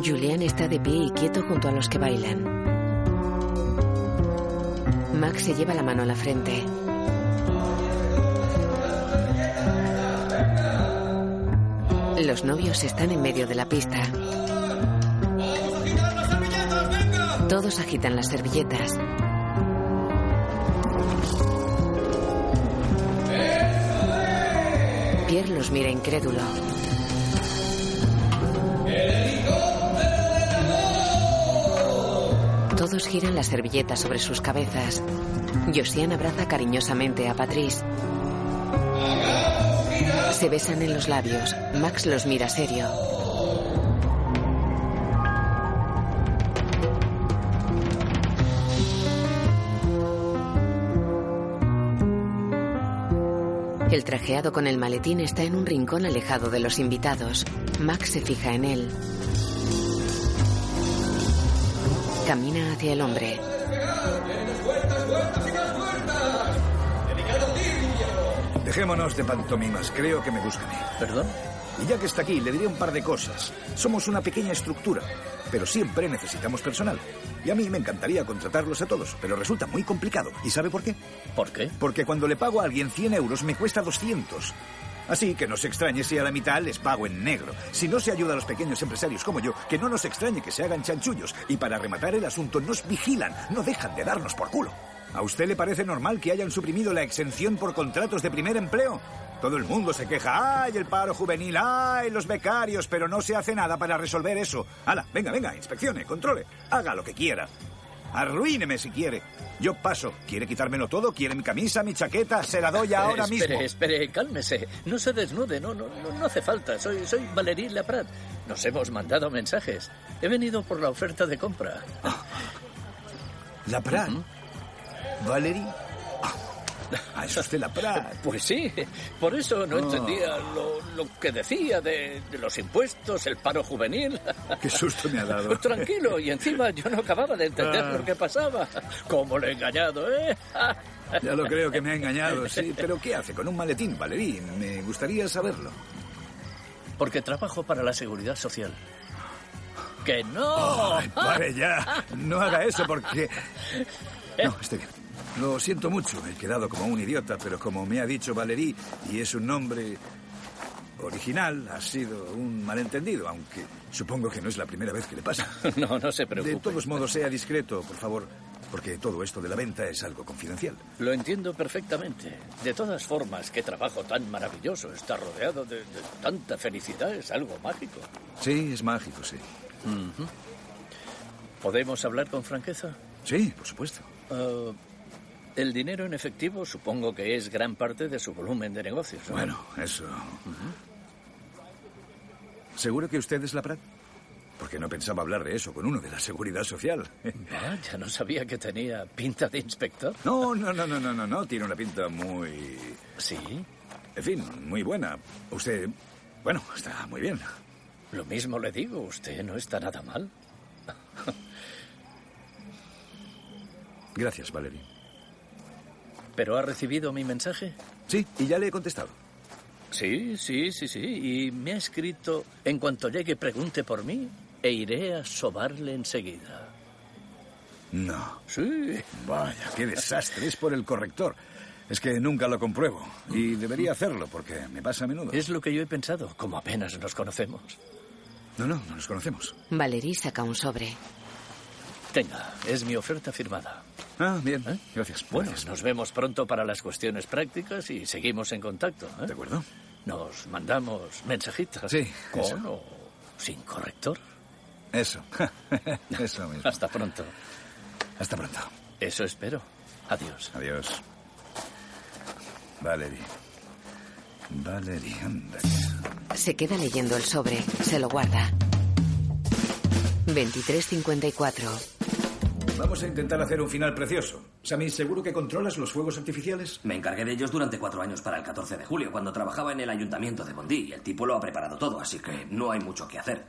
Speaker 2: Julián está de pie y quieto junto a los que bailan. Max se lleva la mano a la frente. Los novios están en medio de la pista. Todos agitan las servilletas. Pierre los mira incrédulo. Todos giran las servilletas sobre sus cabezas. Josian abraza cariñosamente a Patrice. Se besan en los labios. Max los mira serio. El trajeado con el maletín está en un rincón alejado de los invitados. Max se fija en él. Camina hacia el hombre.
Speaker 1: Dejémonos de pantomimas, creo que me buscan.
Speaker 11: ¿Perdón?
Speaker 1: Y ya que está aquí, le diré un par de cosas. Somos una pequeña estructura, pero siempre necesitamos personal. Y a mí me encantaría contratarlos a todos, pero resulta muy complicado. ¿Y sabe por qué?
Speaker 11: ¿Por qué?
Speaker 1: Porque cuando le pago a alguien 100 euros me cuesta 200. Así que no se extrañe si a la mitad les pago en negro. Si no se ayuda a los pequeños empresarios como yo, que no nos extrañe que se hagan chanchullos. Y para rematar el asunto, nos vigilan, no dejan de darnos por culo. ¿A usted le parece normal que hayan suprimido la exención por contratos de primer empleo? Todo el mundo se queja, ¡ay, el paro juvenil! ¡ay, los becarios! Pero no se hace nada para resolver eso. ¡Hala, venga, venga, inspeccione, controle, haga lo que quiera! Arruíneme si quiere. Yo paso. ¿Quiere quitármelo todo? ¿Quiere mi camisa, mi chaqueta? Se la doy ahora
Speaker 14: espere,
Speaker 1: mismo.
Speaker 14: Espere, cálmese. No se desnude, no, no, no, no hace falta. Soy, soy Valerie Laprat. Nos hemos mandado mensajes. He venido por la oferta de compra.
Speaker 1: La Prat. Valerie. Ah, es usted la Prat.
Speaker 3: Eh,
Speaker 14: Pues sí, por eso no
Speaker 1: Ah.
Speaker 14: entendía lo, lo que decía de, de los impuestos, el paro juvenil.
Speaker 1: Qué susto me ha dado.
Speaker 14: Tranquilo, y encima yo no acababa de entender
Speaker 1: Ah.
Speaker 14: lo que pasaba. Cómo lo he engañado, ¿eh?
Speaker 1: Ya lo creo que me ha engañado, sí. Pero ¿qué hace con un maletín, Valerie? Me gustaría saberlo.
Speaker 14: Porque trabajo para la seguridad social. ¡Que no!
Speaker 1: Ay, pare ya. No haga eso porque...
Speaker 14: ¿Eh?
Speaker 1: No, estoy bien. Lo siento mucho. He quedado como un idiota, pero como me ha dicho Valerie, y es un nombre original, ha sido un malentendido, aunque supongo que no es la primera vez que le pasa.
Speaker 14: No, no se
Speaker 1: De
Speaker 14: preocupe.
Speaker 1: todos modos, sea discreto, por favor, porque todo esto de la venta es algo confidencial.
Speaker 14: Lo entiendo perfectamente. De todas formas, qué trabajo tan maravilloso. Estar rodeado de, de tanta felicidad es algo mágico.
Speaker 1: Sí, es mágico, sí.
Speaker 14: ¿Podemos hablar con franqueza?
Speaker 1: Sí, por supuesto.
Speaker 14: Ah, el dinero en efectivo supongo que es gran parte de su volumen de negocios. ¿no?
Speaker 1: Bueno, eso. ¿Seguro que usted es la Prat? Porque no pensaba hablar de eso con uno de la Seguridad Social.
Speaker 14: Vaya, Ah, no sabía que tenía pinta de inspector.
Speaker 1: No, no, no, no, no, no, no. Tiene una pinta muy.
Speaker 14: Sí.
Speaker 1: En fin, muy buena. Usted. Bueno, está muy bien.
Speaker 14: Lo mismo le digo, usted no está nada mal.
Speaker 1: Gracias, Valerie.
Speaker 14: ¿Pero ha recibido mi mensaje?
Speaker 1: Sí, y ya le he contestado.
Speaker 14: Sí, sí, sí, sí. Y me ha escrito, en cuanto llegue, pregunte por mí e iré a sobarle enseguida.
Speaker 1: No.
Speaker 14: Sí.
Speaker 1: Vaya, qué desastre. Es por el corrector. Es que nunca lo compruebo. Y debería hacerlo porque me pasa a menudo.
Speaker 14: Es lo que yo he pensado, como apenas nos conocemos.
Speaker 1: No, no, no nos conocemos.
Speaker 2: Valerie saca un sobre.
Speaker 14: Tenga, es mi oferta firmada.
Speaker 1: Ah, bien. Gracias.
Speaker 14: Bueno, nos vemos pronto para las cuestiones prácticas y seguimos en contacto. ¿eh? De
Speaker 1: acuerdo.
Speaker 14: Nos mandamos mensajitas.
Speaker 1: Sí,
Speaker 14: Con
Speaker 1: eso.
Speaker 14: o sin corrector.
Speaker 1: Eso. eso mismo.
Speaker 14: Hasta pronto.
Speaker 1: Hasta pronto.
Speaker 14: Eso espero. Adiós.
Speaker 1: Adiós. Valerie. Valerie, anda.
Speaker 2: Se queda leyendo el sobre. Se lo guarda. 2354.
Speaker 1: Vamos a intentar hacer un final precioso. Sammy, seguro que controlas los fuegos artificiales.
Speaker 7: Me encargué de ellos durante cuatro años para el 14 de julio, cuando trabajaba en el ayuntamiento de Bondi. El tipo lo ha preparado todo, así que no hay mucho que hacer.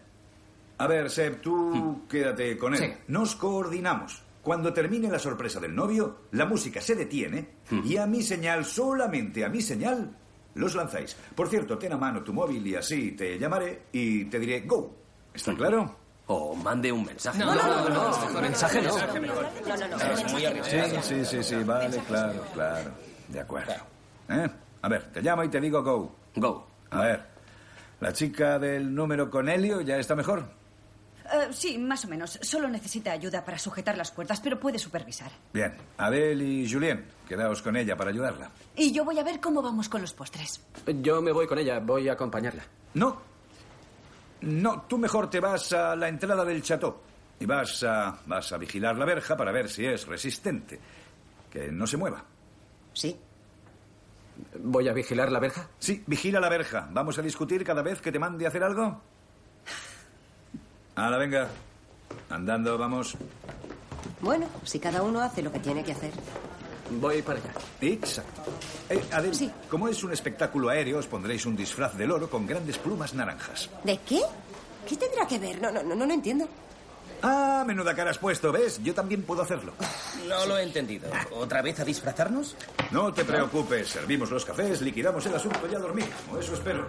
Speaker 1: A ver, Seb, tú quédate con él. Nos coordinamos. Cuando termine la sorpresa del novio, la música se detiene y a mi señal, solamente a mi señal, los lanzáis. Por cierto, ten a mano tu móvil y así te llamaré y te diré go. ¿Está claro?
Speaker 7: O mande un mensaje.
Speaker 1: No, no, no, no,
Speaker 7: no,
Speaker 1: no,
Speaker 7: mensaje no.
Speaker 1: mensaje
Speaker 5: No, no, no.
Speaker 3: Eh,
Speaker 7: Es muy arriesgado.
Speaker 1: Ah, Sí, sí, sí, sí, vale, claro, claro. De acuerdo. ¿Eh? A ver, te llamo y te digo go.
Speaker 7: Go.
Speaker 1: A ver, ¿la chica del número con Helio ya está mejor?
Speaker 15: Eh, sí, más o menos. Solo necesita ayuda para sujetar las cuerdas, pero puede supervisar.
Speaker 1: Bien. Adele y Julien, quedaos con ella para ayudarla.
Speaker 15: Y yo voy a ver cómo vamos con los postres.
Speaker 43: Yo me voy con ella, voy a acompañarla.
Speaker 1: No. No, tú mejor te vas a la entrada del chateau y vas a, vas a vigilar la verja para ver si es resistente. Que no se mueva.
Speaker 9: Sí.
Speaker 1: ¿Voy a vigilar la verja? Sí, vigila la verja. ¿Vamos a discutir cada vez que te mande a hacer algo? Ahora venga. Andando, vamos.
Speaker 9: Bueno, si cada uno hace lo que tiene que hacer.
Speaker 1: Voy para allá. Exacto. Eh, Adel, como es un espectáculo aéreo, os pondréis un disfraz de loro con grandes plumas naranjas.
Speaker 5: ¿De qué? ¿Qué tendrá que ver? No, no, no, no lo entiendo.
Speaker 1: Ah, menuda cara has puesto, ¿ves? Yo también puedo hacerlo.
Speaker 44: No lo he entendido. ¿Otra vez a disfrazarnos?
Speaker 1: No te preocupes, servimos los cafés, liquidamos el asunto y a dormir. O eso espero.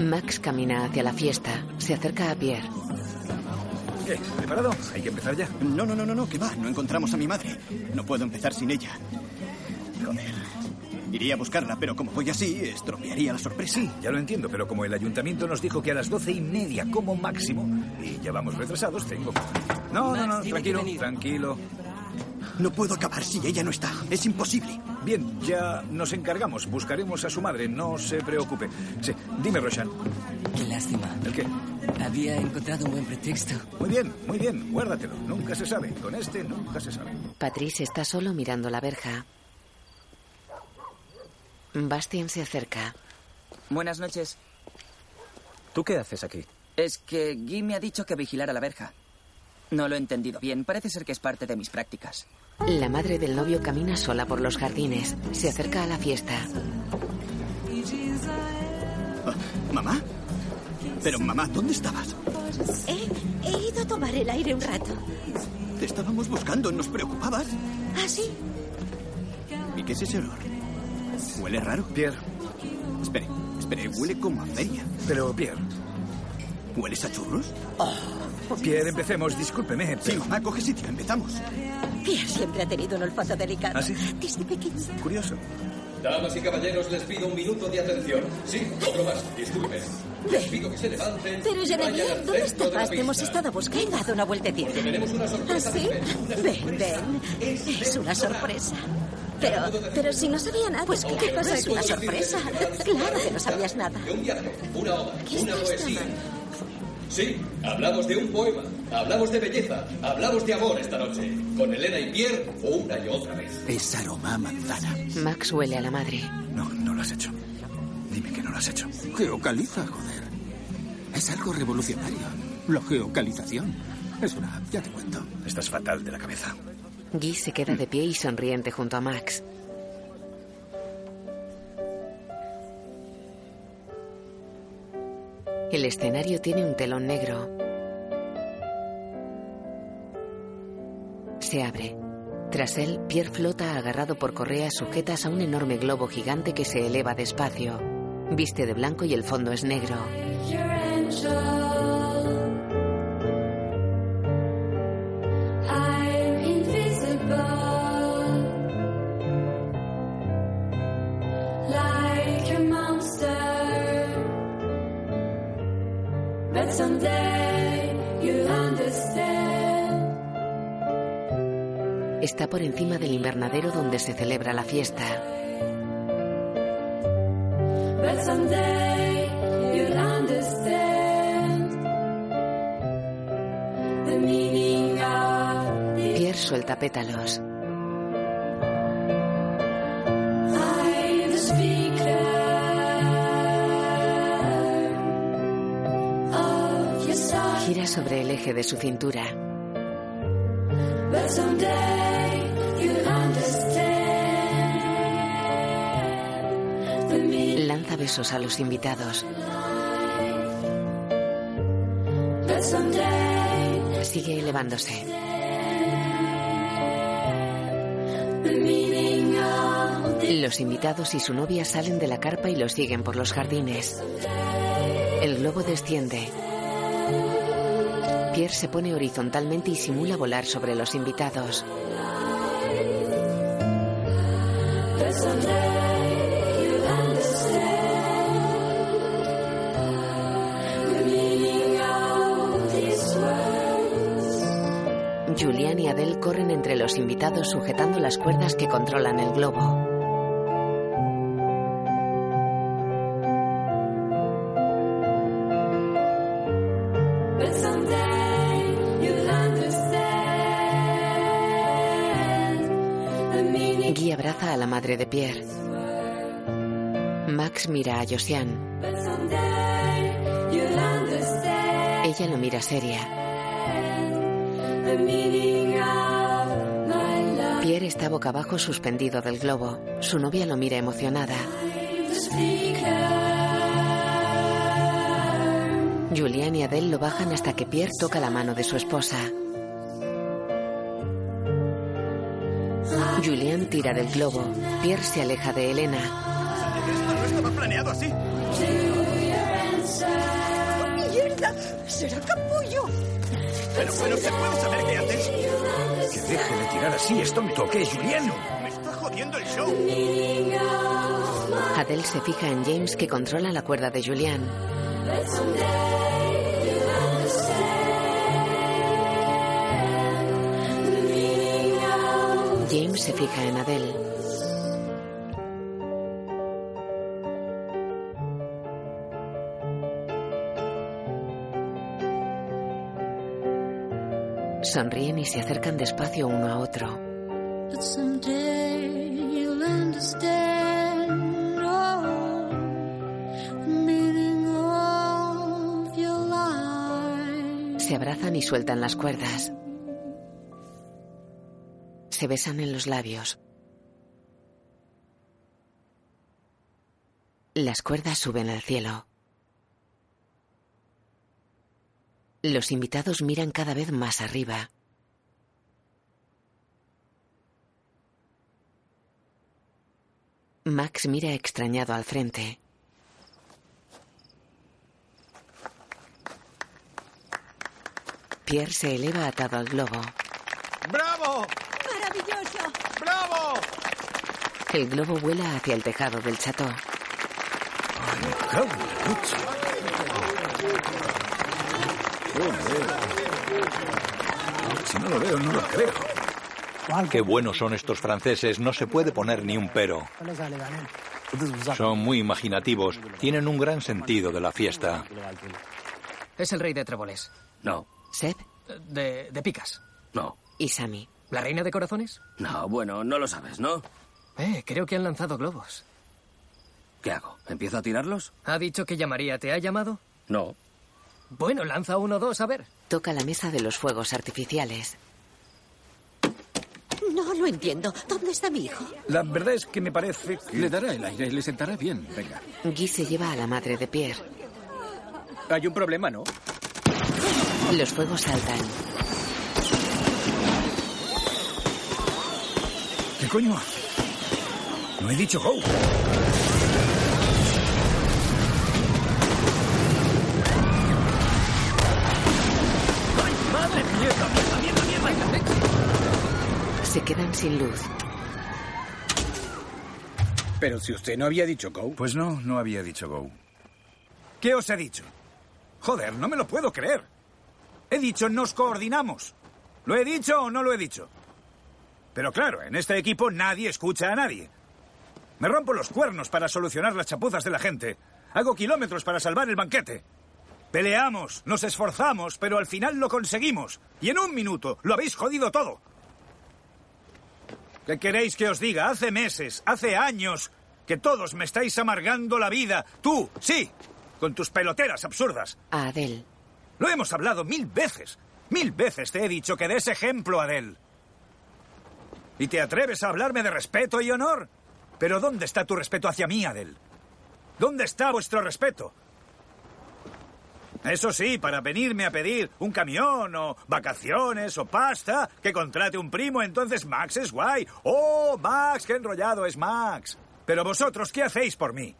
Speaker 2: Max camina hacia la fiesta. Se acerca a Pierre.
Speaker 1: ¿Qué?
Speaker 24: Eh,
Speaker 1: ¿Preparado? ¿Hay que empezar ya?
Speaker 24: No, no, no, no, no, que va. No encontramos a mi madre. No puedo empezar sin ella. Joder. Iría a buscarla, pero como voy así, estropearía la sorpresa.
Speaker 1: Sí, ya lo entiendo, pero como el ayuntamiento nos dijo que a las doce y media como máximo, y ya vamos retrasados, tengo... que- No, no, no, tranquilo, tranquilo.
Speaker 24: No puedo acabar si ella no está. Es imposible.
Speaker 1: Bien, ya nos encargamos. Buscaremos a su madre, no se preocupe. Sí, dime, Roshan.
Speaker 4: Qué lástima.
Speaker 1: ¿El qué?
Speaker 4: Había encontrado un buen pretexto.
Speaker 1: Muy bien, muy bien. Guárdatelo. Nunca se sabe. Con este nunca se sabe.
Speaker 2: Patrice está solo mirando la verja. Bastien se acerca.
Speaker 4: Buenas noches.
Speaker 45: ¿Tú qué haces aquí?
Speaker 4: Es que Guy me ha dicho que vigilara la verja. No lo he entendido bien. Parece ser que es parte de mis prácticas.
Speaker 2: La madre del novio camina sola por los jardines. Se acerca a la fiesta.
Speaker 24: Oh, ¿Mamá? Pero mamá, ¿dónde estabas?
Speaker 27: Eh, he ido a tomar el aire un rato.
Speaker 24: Te estábamos buscando, nos preocupabas.
Speaker 27: ¿Ah, sí?
Speaker 24: ¿Y qué es ese olor? Huele raro.
Speaker 1: Pierre.
Speaker 24: Espere, espere, huele como a feria.
Speaker 1: Pero, Pierre.
Speaker 24: ¿Hueles a churros?
Speaker 1: Oh, Pierre, empecemos, discúlpeme.
Speaker 24: Sí, mamá, coge sitio, empezamos.
Speaker 27: Pierre siempre ha tenido un olfato delicado.
Speaker 1: ¿Ah, sí?
Speaker 27: Desde pequeño.
Speaker 1: Curioso.
Speaker 18: Damas y caballeros, les pido un minuto de atención. Sí, otro más, disculpen. Les pido que se levanten.
Speaker 27: Pero,
Speaker 18: y vayan
Speaker 27: Genevieve,
Speaker 18: al centro
Speaker 27: ¿dónde
Speaker 18: de la
Speaker 27: estabas? Te hemos
Speaker 18: pista.
Speaker 27: estado buscando.
Speaker 12: He dado una vueltecita.
Speaker 18: Porque tenemos una sorpresa.
Speaker 27: ¿Ah, sí?
Speaker 12: Ven, ven. Es una sorpresa.
Speaker 27: Pero, pero si no sabía nada. Pues, ¿qué pasa
Speaker 12: Es una sorpresa. Claro que no sabías nada.
Speaker 18: De un viaje, una obra,
Speaker 27: ¿Qué
Speaker 18: una
Speaker 27: estáis
Speaker 18: poesía. Sí, hablamos de un poema, hablamos de belleza, hablamos de amor esta noche. Con Elena y Pierre, una y otra vez.
Speaker 24: Es aroma a manzana.
Speaker 2: Max huele a la madre.
Speaker 24: No, no lo has hecho. Dime que no lo has hecho. Geocaliza, joder. Es algo revolucionario. La geocalización. Es una app, ya te cuento.
Speaker 1: Estás fatal de la cabeza.
Speaker 2: Guy se queda de pie y sonriente junto a Max. El escenario tiene un telón negro. Se abre. Tras él, Pierre flota agarrado por correas sujetas a un enorme globo gigante que se eleva despacio. Viste de blanco y el fondo es negro.
Speaker 30: But someday you understand.
Speaker 2: Está por encima del invernadero donde se celebra la fiesta.
Speaker 30: But someday you'll understand the meaning of
Speaker 2: Pierre suelta pétalos.
Speaker 30: I the speaker of your song.
Speaker 2: Gira sobre el eje de su cintura.
Speaker 30: But someday you'll understand the meaning.
Speaker 2: Lanza besos a los invitados.
Speaker 30: But someday
Speaker 2: Sigue elevándose.
Speaker 30: the meaning of
Speaker 2: Los invitados y su novia salen de la carpa y los siguen por los jardines. El globo desciende. Pierre se pone horizontalmente y simula volar sobre los invitados.
Speaker 30: But someday you'll understand the meaning of these words.
Speaker 2: Julian y Adele corren entre los invitados sujetando las cuerdas que controlan el globo.
Speaker 30: But someday you'll understand the meaning.
Speaker 2: Guy abraza a la madre de Pierre. Max mira a Josiane.
Speaker 30: But someday you'll understand
Speaker 2: Ella lo mira seria.
Speaker 30: the meaning of my life.
Speaker 2: Pierre está boca abajo suspendido del globo. Su novia lo mira emocionada.
Speaker 30: The speaker.
Speaker 2: Julian y Adele lo bajan hasta que Pierre toca la mano de su esposa. Julian tira del globo. Pierre se aleja de Elena.
Speaker 46: No estaba planeado así.
Speaker 12: ¡Mierda! ¡Será capullo!
Speaker 46: Pero bueno, ¿se puede saber qué haces?
Speaker 1: Que deje de tirar así, es tonto. ¿Qué, Juliano?
Speaker 46: Me está jodiendo el show.
Speaker 30: Oh.
Speaker 2: Adele se fija en James que controla la cuerda de Julian.
Speaker 30: But someday you'll understand the meaning of
Speaker 2: James se fija en Adele. Sonríen y se acercan despacio uno a otro.
Speaker 30: But someday you'll understand oh, the meaning of your life.
Speaker 2: Se abrazan y sueltan las cuerdas. Se besan en los labios. Las cuerdas suben al cielo. Los invitados miran cada vez más arriba. Max mira extrañado al frente. Pierre se eleva atado al globo.
Speaker 8: ¡Bravo!
Speaker 30: ¡Maravilloso!
Speaker 8: ¡Bravo!
Speaker 2: El globo vuela hacia el tejado del chateau.
Speaker 1: Si no lo veo, no lo creo.
Speaker 13: Qué buenos son estos franceses, no se puede poner ni un pero. Son muy imaginativos, tienen un gran sentido de la fiesta.
Speaker 10: Es el rey de tréboles.
Speaker 7: No,
Speaker 2: ¿Seb?
Speaker 10: De, de picas.
Speaker 7: no,
Speaker 2: ¿Y Sammy?
Speaker 10: ¿La reina de corazones?
Speaker 7: no, bueno, no lo sabes, ¿no?
Speaker 10: Eh, creo que han lanzado globos.
Speaker 7: ¿Qué hago? ¿Empiezo a tirarlos?
Speaker 10: Ha dicho que llamaría. ¿Te ha llamado?
Speaker 7: No.
Speaker 10: Bueno, lanza uno o dos, a ver.
Speaker 2: Toca la mesa de los fuegos artificiales.
Speaker 27: No lo entiendo. ¿Dónde está mi hijo?
Speaker 1: La verdad es que me parece que...
Speaker 5: Le dará el aire y le sentará bien. Venga.
Speaker 2: Guy se lleva a la madre de Pierre.
Speaker 5: Hay un problema, ¿no?
Speaker 2: Los fuegos saltan.
Speaker 1: ¿Qué coño? No he dicho go.
Speaker 47: ¡Madre mierda, mierda, mierda, mierda!
Speaker 2: Se quedan sin luz.
Speaker 5: Pero si usted no había dicho go.
Speaker 1: Pues no, no había dicho go. ¿Qué os he dicho? Joder, no me lo puedo creer. He dicho nos coordinamos. ¿Lo he dicho o no lo he dicho? Pero claro, en este equipo nadie escucha a nadie. Me rompo los cuernos para solucionar las chapuzas de la gente. Hago kilómetros para salvar el banquete. Peleamos, nos esforzamos, pero al final lo conseguimos. Y en un minuto lo habéis jodido todo. ¿Qué queréis que os diga? Hace meses, hace años, que todos me estáis amargando la vida. Tú, sí, con tus peloteras absurdas.
Speaker 2: A Adele.
Speaker 1: Lo hemos hablado mil veces. Mil veces te he dicho que des ejemplo, Adel. ¿Y te atreves a hablarme de respeto y honor? Pero ¿dónde está tu respeto hacia mí, Adel? ¿Dónde está vuestro respeto? Eso sí, para venirme a pedir un camión o vacaciones o pasta, que contrate un primo, entonces Max es guay. ¡Oh, Max, qué enrollado es Max! Pero vosotros, ¿qué hacéis por mí?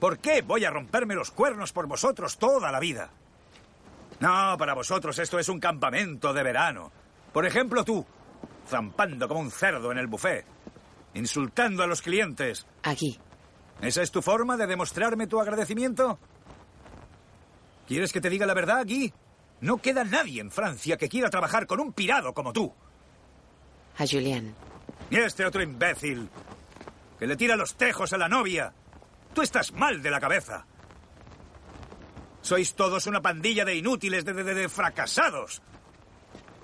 Speaker 1: ¿Por qué voy a romperme los cuernos por vosotros toda la vida? No, para vosotros esto es un campamento de verano. Por ejemplo, tú, zampando como un cerdo en el buffet, insultando a los clientes.
Speaker 2: Aquí.
Speaker 1: ¿Esa es tu forma de demostrarme tu agradecimiento? ¿Quieres que te diga la verdad aquí? No queda nadie en Francia que quiera trabajar con un pirado como tú.
Speaker 2: A Julián.
Speaker 1: Y este otro imbécil, que le tira los tejos a la novia. Tú estás mal de la cabeza. Sois todos una pandilla de inútiles, de, de- de- de fracasados.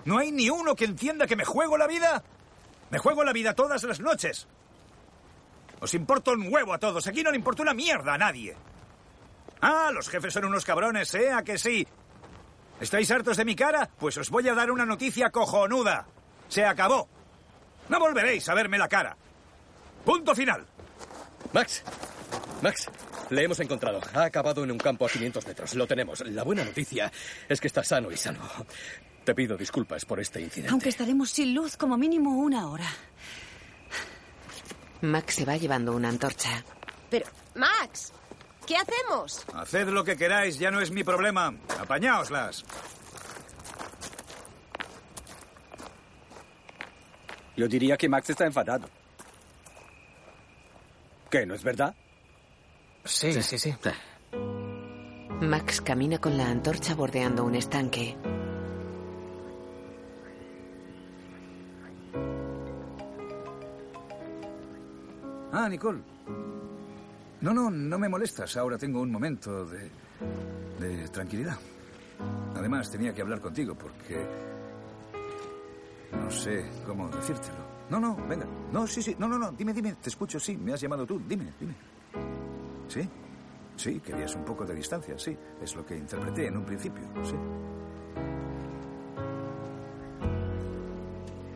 Speaker 1: ¿No hay ni uno que entienda que me juego la vida? Me juego la vida todas las noches. Os importa un huevo a todos. Aquí no le importa una mierda a nadie. Ah, los jefes son unos cabrones, ¿eh? ¿A que sí? ¿Estáis hartos de mi cara? Pues os voy a dar una noticia cojonuda. Se acabó. No volveréis a verme la cara. Punto final.
Speaker 18: Max, Max, le hemos encontrado. Ha acabado en un campo a 500 metros. Lo tenemos. La buena noticia es que está sano y sano. Te pido disculpas por este incidente.
Speaker 15: Aunque estaremos sin luz como mínimo una hora.
Speaker 2: Max se va llevando una antorcha.
Speaker 9: Pero, Max, ¿qué hacemos?
Speaker 1: Haced lo que queráis, ya no es mi problema. Apañaoslas.
Speaker 5: Yo diría que Max está enfadado. ¿Qué? ¿No es verdad?
Speaker 10: Sí, sí, sí.
Speaker 2: Max camina con la antorcha bordeando un estanque.
Speaker 1: Ah, Nicole. No, no, no me molestas. Ahora tengo un momento de. de tranquilidad. Además, tenía que hablar contigo porque. No sé cómo decírtelo. No, no, venga. No, sí, sí. No, no, no. Dime, dime. Te escucho, sí. Me has llamado tú. Dime, dime. ¿Sí? Sí, querías un poco de distancia, sí. Es lo que interpreté en un principio, sí.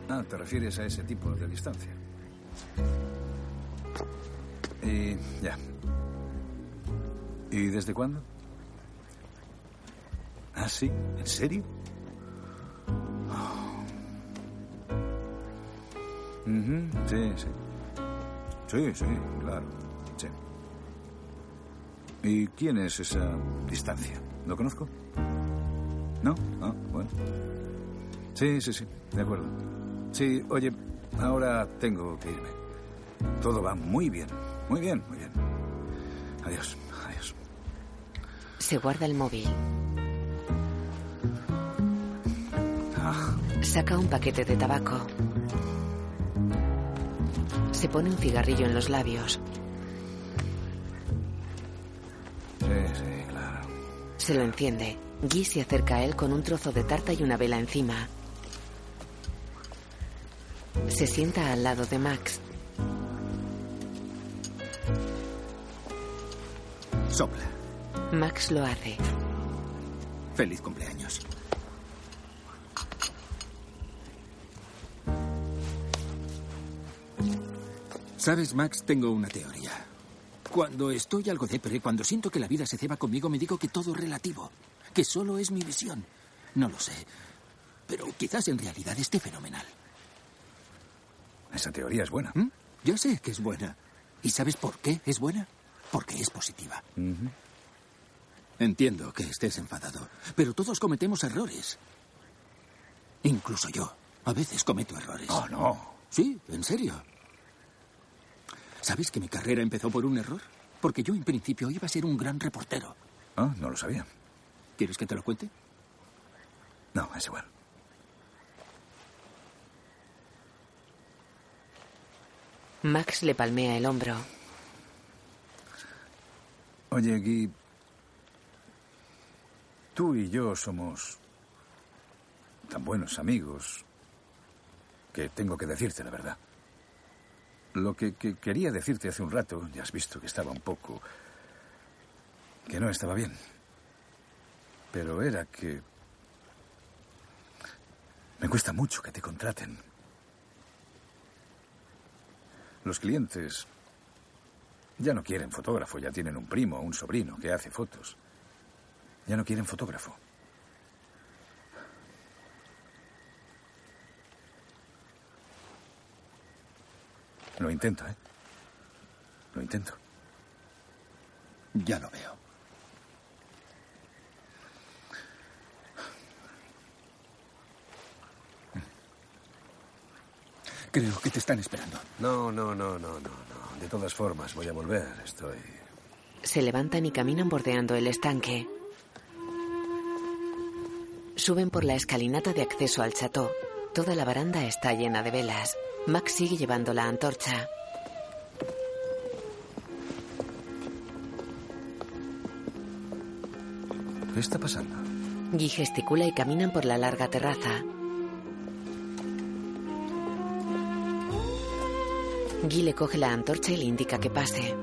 Speaker 1: Ah, te refieres a ese tipo de distancia. Y ya. ¿Y desde cuándo? Ah, sí, ¿en serio? Oh. Ujú, Sí, sí. Sí, sí, claro. Sí. ¿Y quién es esa distancia? ¿Lo conozco? ¿No? Ah, bueno. Sí, sí, sí, de acuerdo. Sí, oye, ahora tengo que irme. Todo va muy bien, muy bien, muy bien. Adiós, adiós.
Speaker 2: Se guarda el móvil.
Speaker 1: Ah.
Speaker 2: Saca un paquete de tabaco. Se pone un cigarrillo en los labios.
Speaker 1: Sí, sí, claro.
Speaker 2: Se lo enciende. Guy se acerca a él con un trozo de tarta y una vela encima. Se sienta al lado de Max.
Speaker 5: Sopla.
Speaker 2: Max lo hace.
Speaker 5: Feliz cumpleaños. Sabes, Max, tengo una teoría. Cuando estoy algo depre, cuando siento que la vida se ceba conmigo, me digo que todo es relativo, que solo es mi visión. No lo sé, pero quizás en realidad esté fenomenal. ¿Mm?
Speaker 1: Esa teoría es buena.
Speaker 5: Yo sé que es buena. ¿Y sabes por qué es buena? Porque es positiva. Entiendo que estés enfadado, pero todos cometemos errores. Incluso yo. A veces cometo errores. Oh,
Speaker 1: no.
Speaker 5: Sí, en serio. ¿Sabes que mi carrera empezó por un error? Porque yo en principio iba a ser un gran reportero.
Speaker 1: Ah, no lo sabía.
Speaker 5: ¿Quieres que te lo cuente?
Speaker 1: No, es igual.
Speaker 2: Max le palmea el hombro.
Speaker 1: Oye, Guy. Tú y yo somos tan buenos amigos que tengo que decirte la verdad. Lo que, que quería decirte hace un rato, ya has visto que estaba un poco... que no estaba bien. Pero era que... Me cuesta mucho que te contraten. Los clientes ya no quieren fotógrafo, ya tienen un primo o un sobrino que hace fotos. Ya no quieren fotógrafo. Lo intento, ¿eh? Lo intento.
Speaker 5: Ya lo veo. Creo que te están esperando.
Speaker 48: No, no, no, no, no, no. De todas formas, voy a volver. Estoy.
Speaker 2: Se levantan y caminan bordeando el estanque. Suben por la escalinata de acceso al chateau. Toda la baranda está llena de velas. Max sigue llevando la antorcha.
Speaker 1: ¿Qué está pasando?
Speaker 2: Guy gesticula y caminan por la larga terraza. Guy le coge la antorcha y le indica que pase.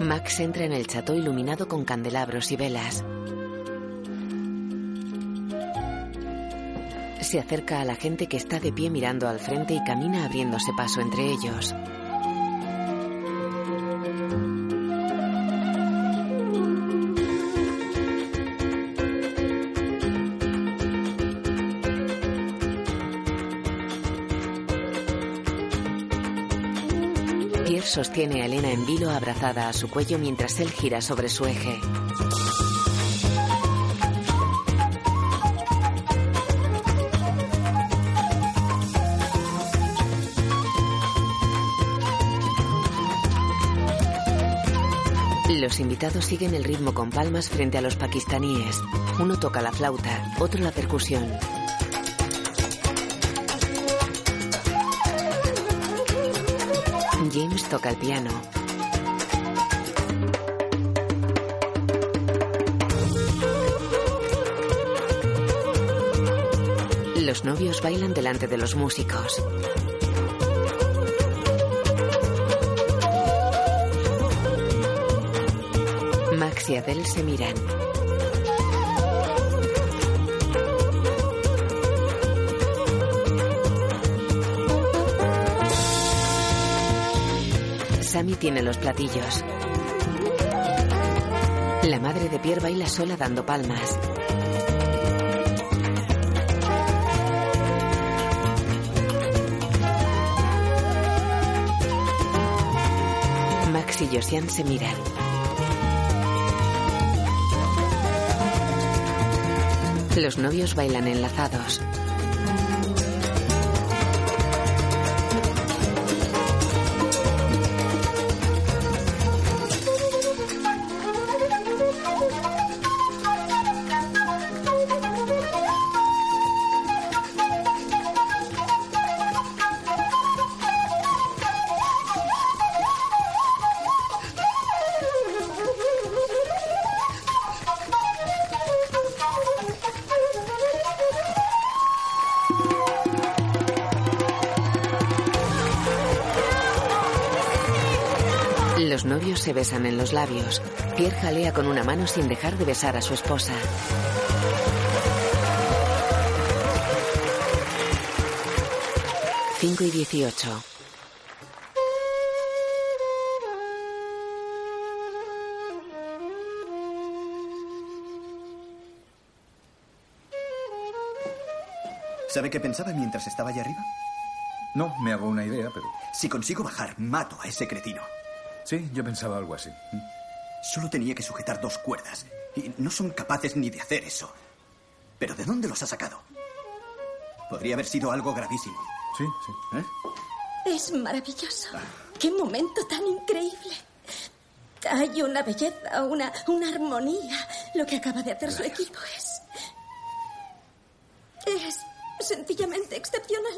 Speaker 2: Max entra en el chateau iluminado con candelabros y velas. Se acerca a la gente que está de pie mirando al frente y camina abriéndose paso entre ellos. Pierre sostiene a Elena en vilo abrazada a su cuello mientras él gira sobre su eje. Los invitados siguen el ritmo con palmas frente a los pakistaníes. Uno toca la flauta, otro la percusión. James toca el piano. Los novios bailan delante de los músicos. Max y Adele se miran. Sammy tiene los platillos. La madre de Pierre baila sola dando palmas. Max y Josian se miran. Los novios bailan enlazados. Los novios se besan en los labios. Pierre jalea con una mano sin dejar de besar a su esposa. Cinco y dieciocho.
Speaker 24: ¿Sabe qué pensaba mientras estaba allá arriba?
Speaker 1: No, me hago una idea, pero...
Speaker 24: Si consigo bajar, mato a ese cretino.
Speaker 1: Sí, yo pensaba algo así.
Speaker 24: Solo tenía que sujetar dos cuerdas. Y no son capaces ni de hacer eso. ¿Pero de dónde los ha sacado? Podría haber sido algo gravísimo. ¿Eh?
Speaker 1: Sí, sí.
Speaker 12: Es maravilloso. Qué momento tan increíble. Hay una belleza, una, una armonía. Lo que acaba de hacer su equipo es. Es sencillamente excepcional.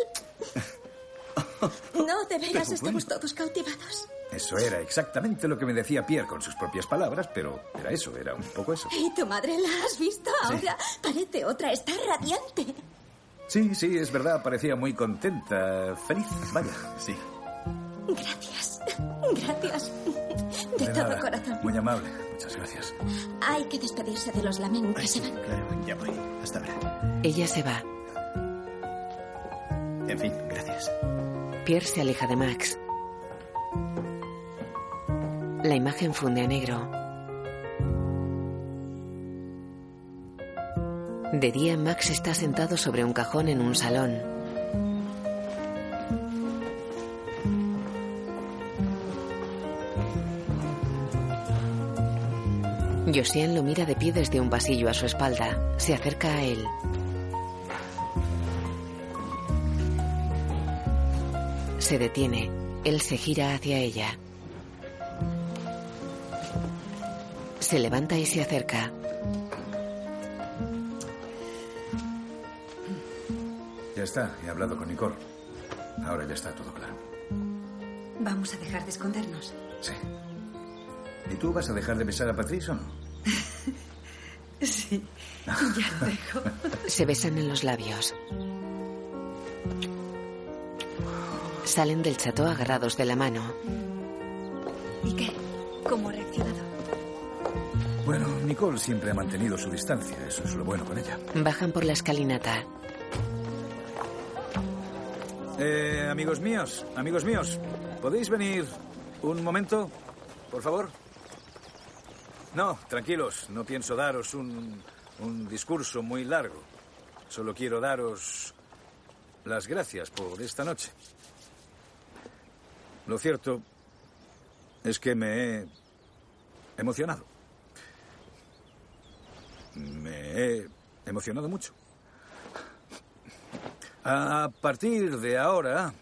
Speaker 12: No, de
Speaker 1: Pero
Speaker 12: veras,
Speaker 1: bueno.
Speaker 12: estamos todos cautivados.
Speaker 1: Eso era exactamente lo que me decía Pierre con sus propias palabras, pero era eso, era un poco eso.
Speaker 12: ¿Y tu madre la has visto ahora? Parece otra, está radiante.
Speaker 1: Sí, sí, es verdad, parecía muy contenta, feliz, vaya, sí.
Speaker 12: Gracias. Gracias. De,
Speaker 1: De
Speaker 12: todo
Speaker 1: nada.
Speaker 12: corazón.
Speaker 1: Muy amable, muchas gracias.
Speaker 12: Hay que despedirse de los lamentos, se van.
Speaker 24: Claro, ya voy. Hasta ahora.
Speaker 2: Ella se va.
Speaker 24: En fin, gracias.
Speaker 2: Pierre se aleja de Max. La imagen funde a negro. De día, Max está sentado sobre un cajón en un salón. Josian lo mira de pie desde un pasillo a su espalda. Se acerca a él. Se detiene. Él se gira hacia ella. Se levanta y se acerca.
Speaker 1: Ya está, he hablado con Nicole. Ahora ya está todo claro.
Speaker 15: Vamos a dejar de escondernos.
Speaker 1: Sí. ¿Y tú vas a dejar de besar a Patrice o no?
Speaker 15: Sí.
Speaker 2: Se besan en los labios. Salen del cható agarrados de la mano.
Speaker 15: ¿Y qué? ¿Cómo ha reaccionado?
Speaker 1: Bueno, Nicole siempre ha mantenido su distancia, eso es lo bueno con ella.
Speaker 2: Bajan por la escalinata.
Speaker 1: Eh, amigos míos, amigos míos, ¿podéis venir un momento, por favor? No, tranquilos, no pienso daros un, un discurso muy largo. Solo quiero daros las gracias por esta noche. Lo cierto es que me he emocionado. Me he emocionado mucho. A partir de ahora,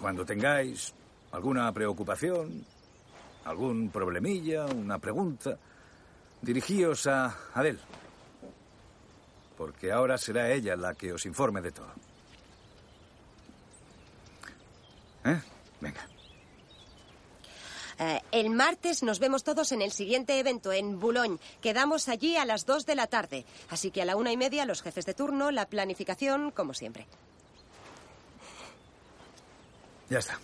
Speaker 1: cuando tengáis alguna preocupación, algún problemilla, una pregunta, dirigíos a Adel. Porque ahora será ella la que os informe de todo. ¿Eh? Venga.
Speaker 9: Eh, El martes nos vemos todos en el siguiente evento, en Boulogne. Quedamos allí a las 2 de la tarde. Así que a la una y media, los jefes de turno, la planificación, como siempre.
Speaker 1: Ya está.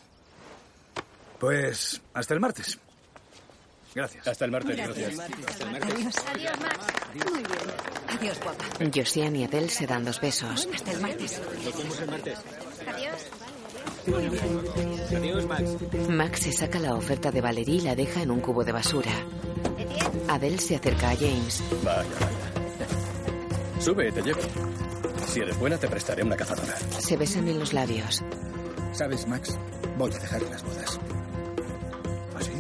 Speaker 1: Pues hasta el martes. Gracias.
Speaker 5: Hasta el martes.
Speaker 1: Gracias.
Speaker 5: Hasta el
Speaker 15: Adiós.
Speaker 49: Adiós, Max.
Speaker 15: Muy bien. Adiós, guapa.
Speaker 2: Josiane y Adele se dan dos besos.
Speaker 15: Hasta el martes.
Speaker 5: Nos vemos el martes.
Speaker 49: Adiós.
Speaker 5: Adiós, Max.
Speaker 2: Max se saca la oferta de Valerie y la deja en un cubo de basura. Adele se acerca a James.
Speaker 5: Vaya, vaya. Sube, te llevo. Si eres buena, te prestaré una cazadora.
Speaker 2: Se besan en los labios.
Speaker 50: ¿Sabes, Max? Voy a dejar las bodas. ¿Ah, sí?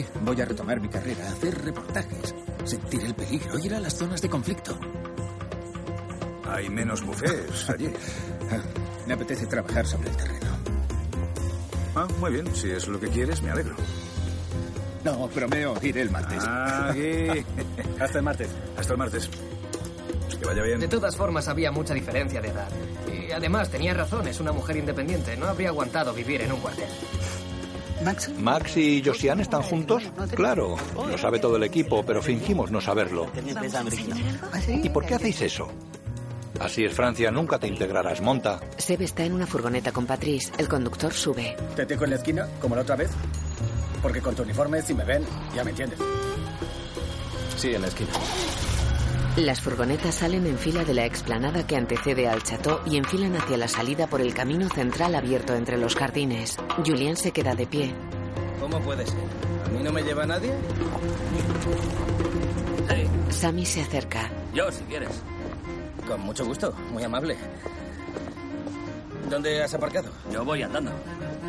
Speaker 50: Sí, voy a retomar mi carrera, hacer reportajes, sentir el peligro, ir a las zonas de conflicto.
Speaker 1: Hay menos bufés allí.
Speaker 50: Me apetece trabajar sobre el terreno.
Speaker 1: Ah, muy bien. Si es lo que quieres, me alegro.
Speaker 50: No, bromeo, iré el martes.
Speaker 1: Ah, aquí.
Speaker 50: Hasta el martes.
Speaker 1: Hasta el martes. Que vaya bien.
Speaker 10: De todas formas, había mucha diferencia de edad. Y además, tenía razón, es una mujer independiente. No habría aguantado vivir en un cuartel.
Speaker 13: ¿Max? y Josiane están juntos? Claro, lo sabe todo el equipo, pero fingimos no saberlo. ¿Y por qué hacéis eso? Así es Francia, nunca te integrarás, monta.
Speaker 2: Seb está en una furgoneta con Patrice. El conductor sube.
Speaker 5: Te tengo en la esquina, como la otra vez. Porque con tu uniforme, si me ven, ya me entiendes.
Speaker 7: Sí, en la esquina.
Speaker 2: Las furgonetas salen en fila de la explanada que antecede al Chateau y enfilan hacia la salida por el camino central abierto entre los jardines. Julien se queda de pie.
Speaker 7: ¿Cómo puede ser? ¿A mí no me lleva nadie?
Speaker 2: Sammy se acerca.
Speaker 7: Yo, si quieres. Con mucho gusto, muy amable. ¿Dónde has aparcado?
Speaker 51: Yo voy andando.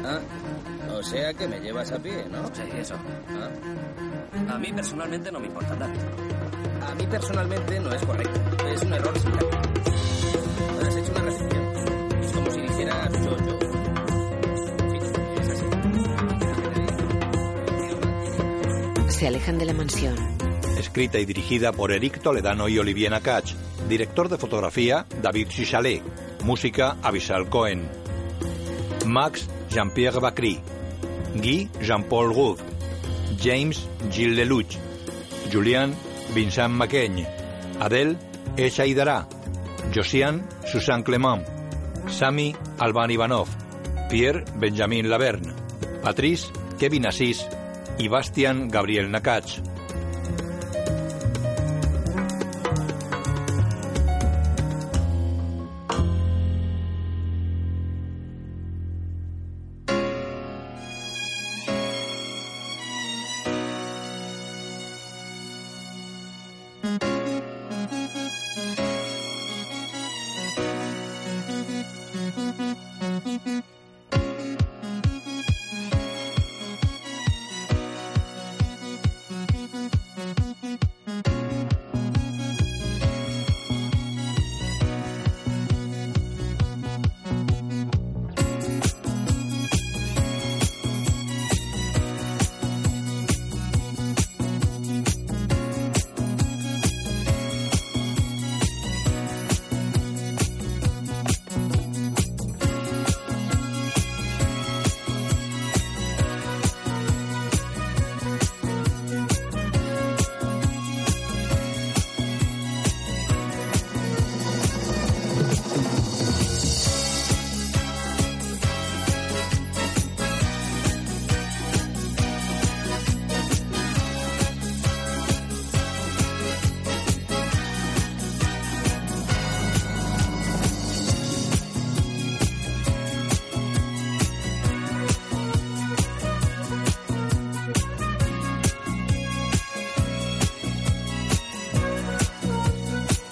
Speaker 7: Ah, o sea que me llevas a pie, ¿no?
Speaker 51: Sí, eso.
Speaker 7: Ah.
Speaker 51: A mí personalmente no me importa andar.
Speaker 7: A mí personalmente no es correcto. Es un error similar. Has hecho una restricción. Es como si dijeras yo, yo. Sí, es así.
Speaker 2: Se alejan de la mansión.
Speaker 13: Escrita y dirigida por Eric Toledano y Olivier Cach. Director de fotografía, David Chichalet. Música, Avisal Cohen. Max, Jean-Pierre Bacry. Guy, Jean-Paul Rouve. James, Gilles Lelouch. Julian, Vincent McKeñ. Adele, Esha Idara. Josiane, Susan Clement. Sami, Alban Ivanov. Pierre, Benjamin Laverne. Patrice, Kevin Asís. Y Bastian, Gabriel Nakach.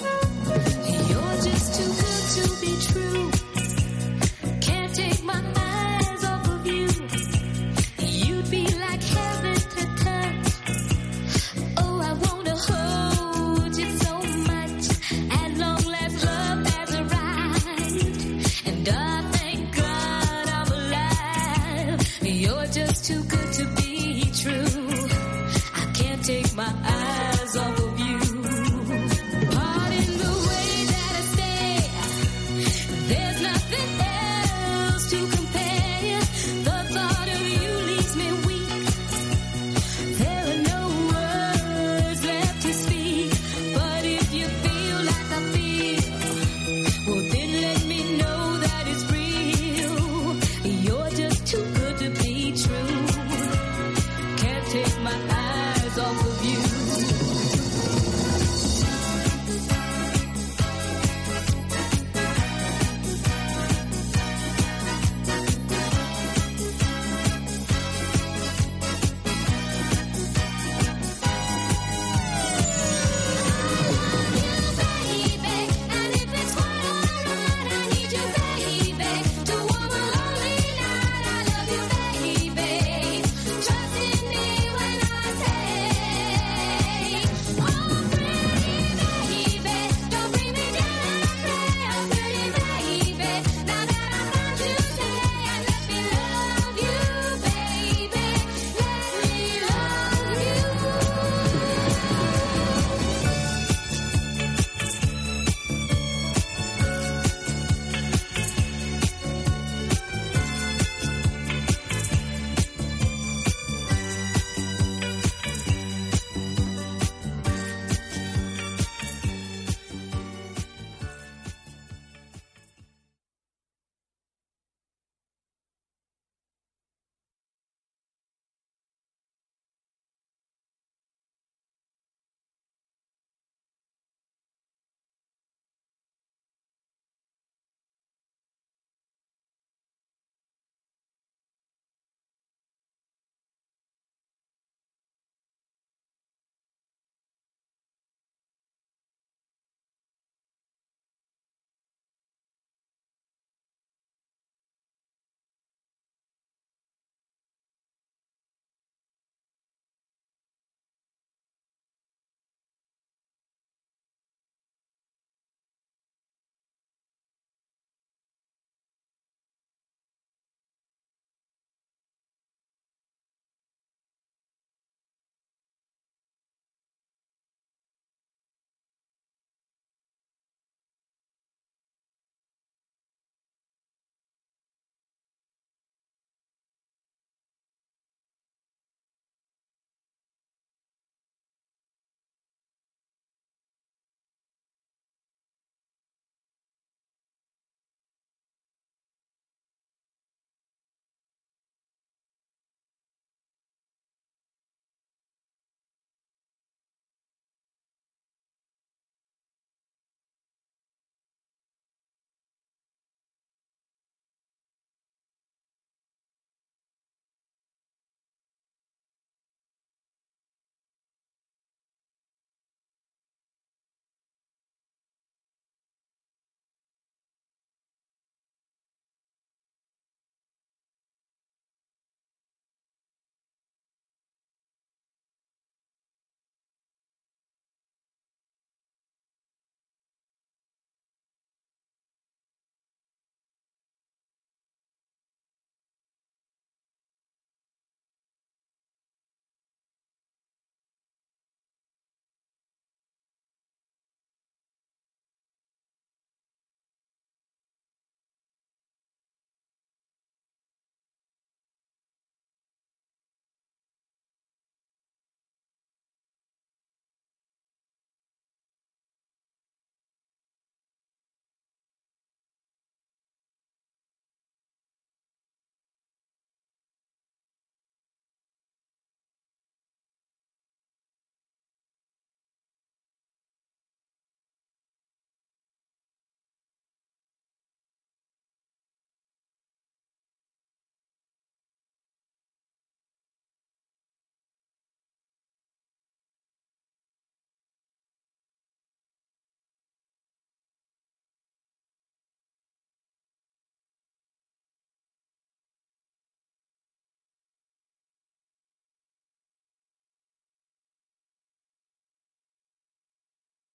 Speaker 52: You're just too good to be true. Can't take my eyes off of you. You'd be like heaven to touch. Oh, I wanna hold you so much. At long last, love has arrived, and I thank God I'm alive. You're just too good to be true. I can't take my
Speaker 30: "Oh, oh,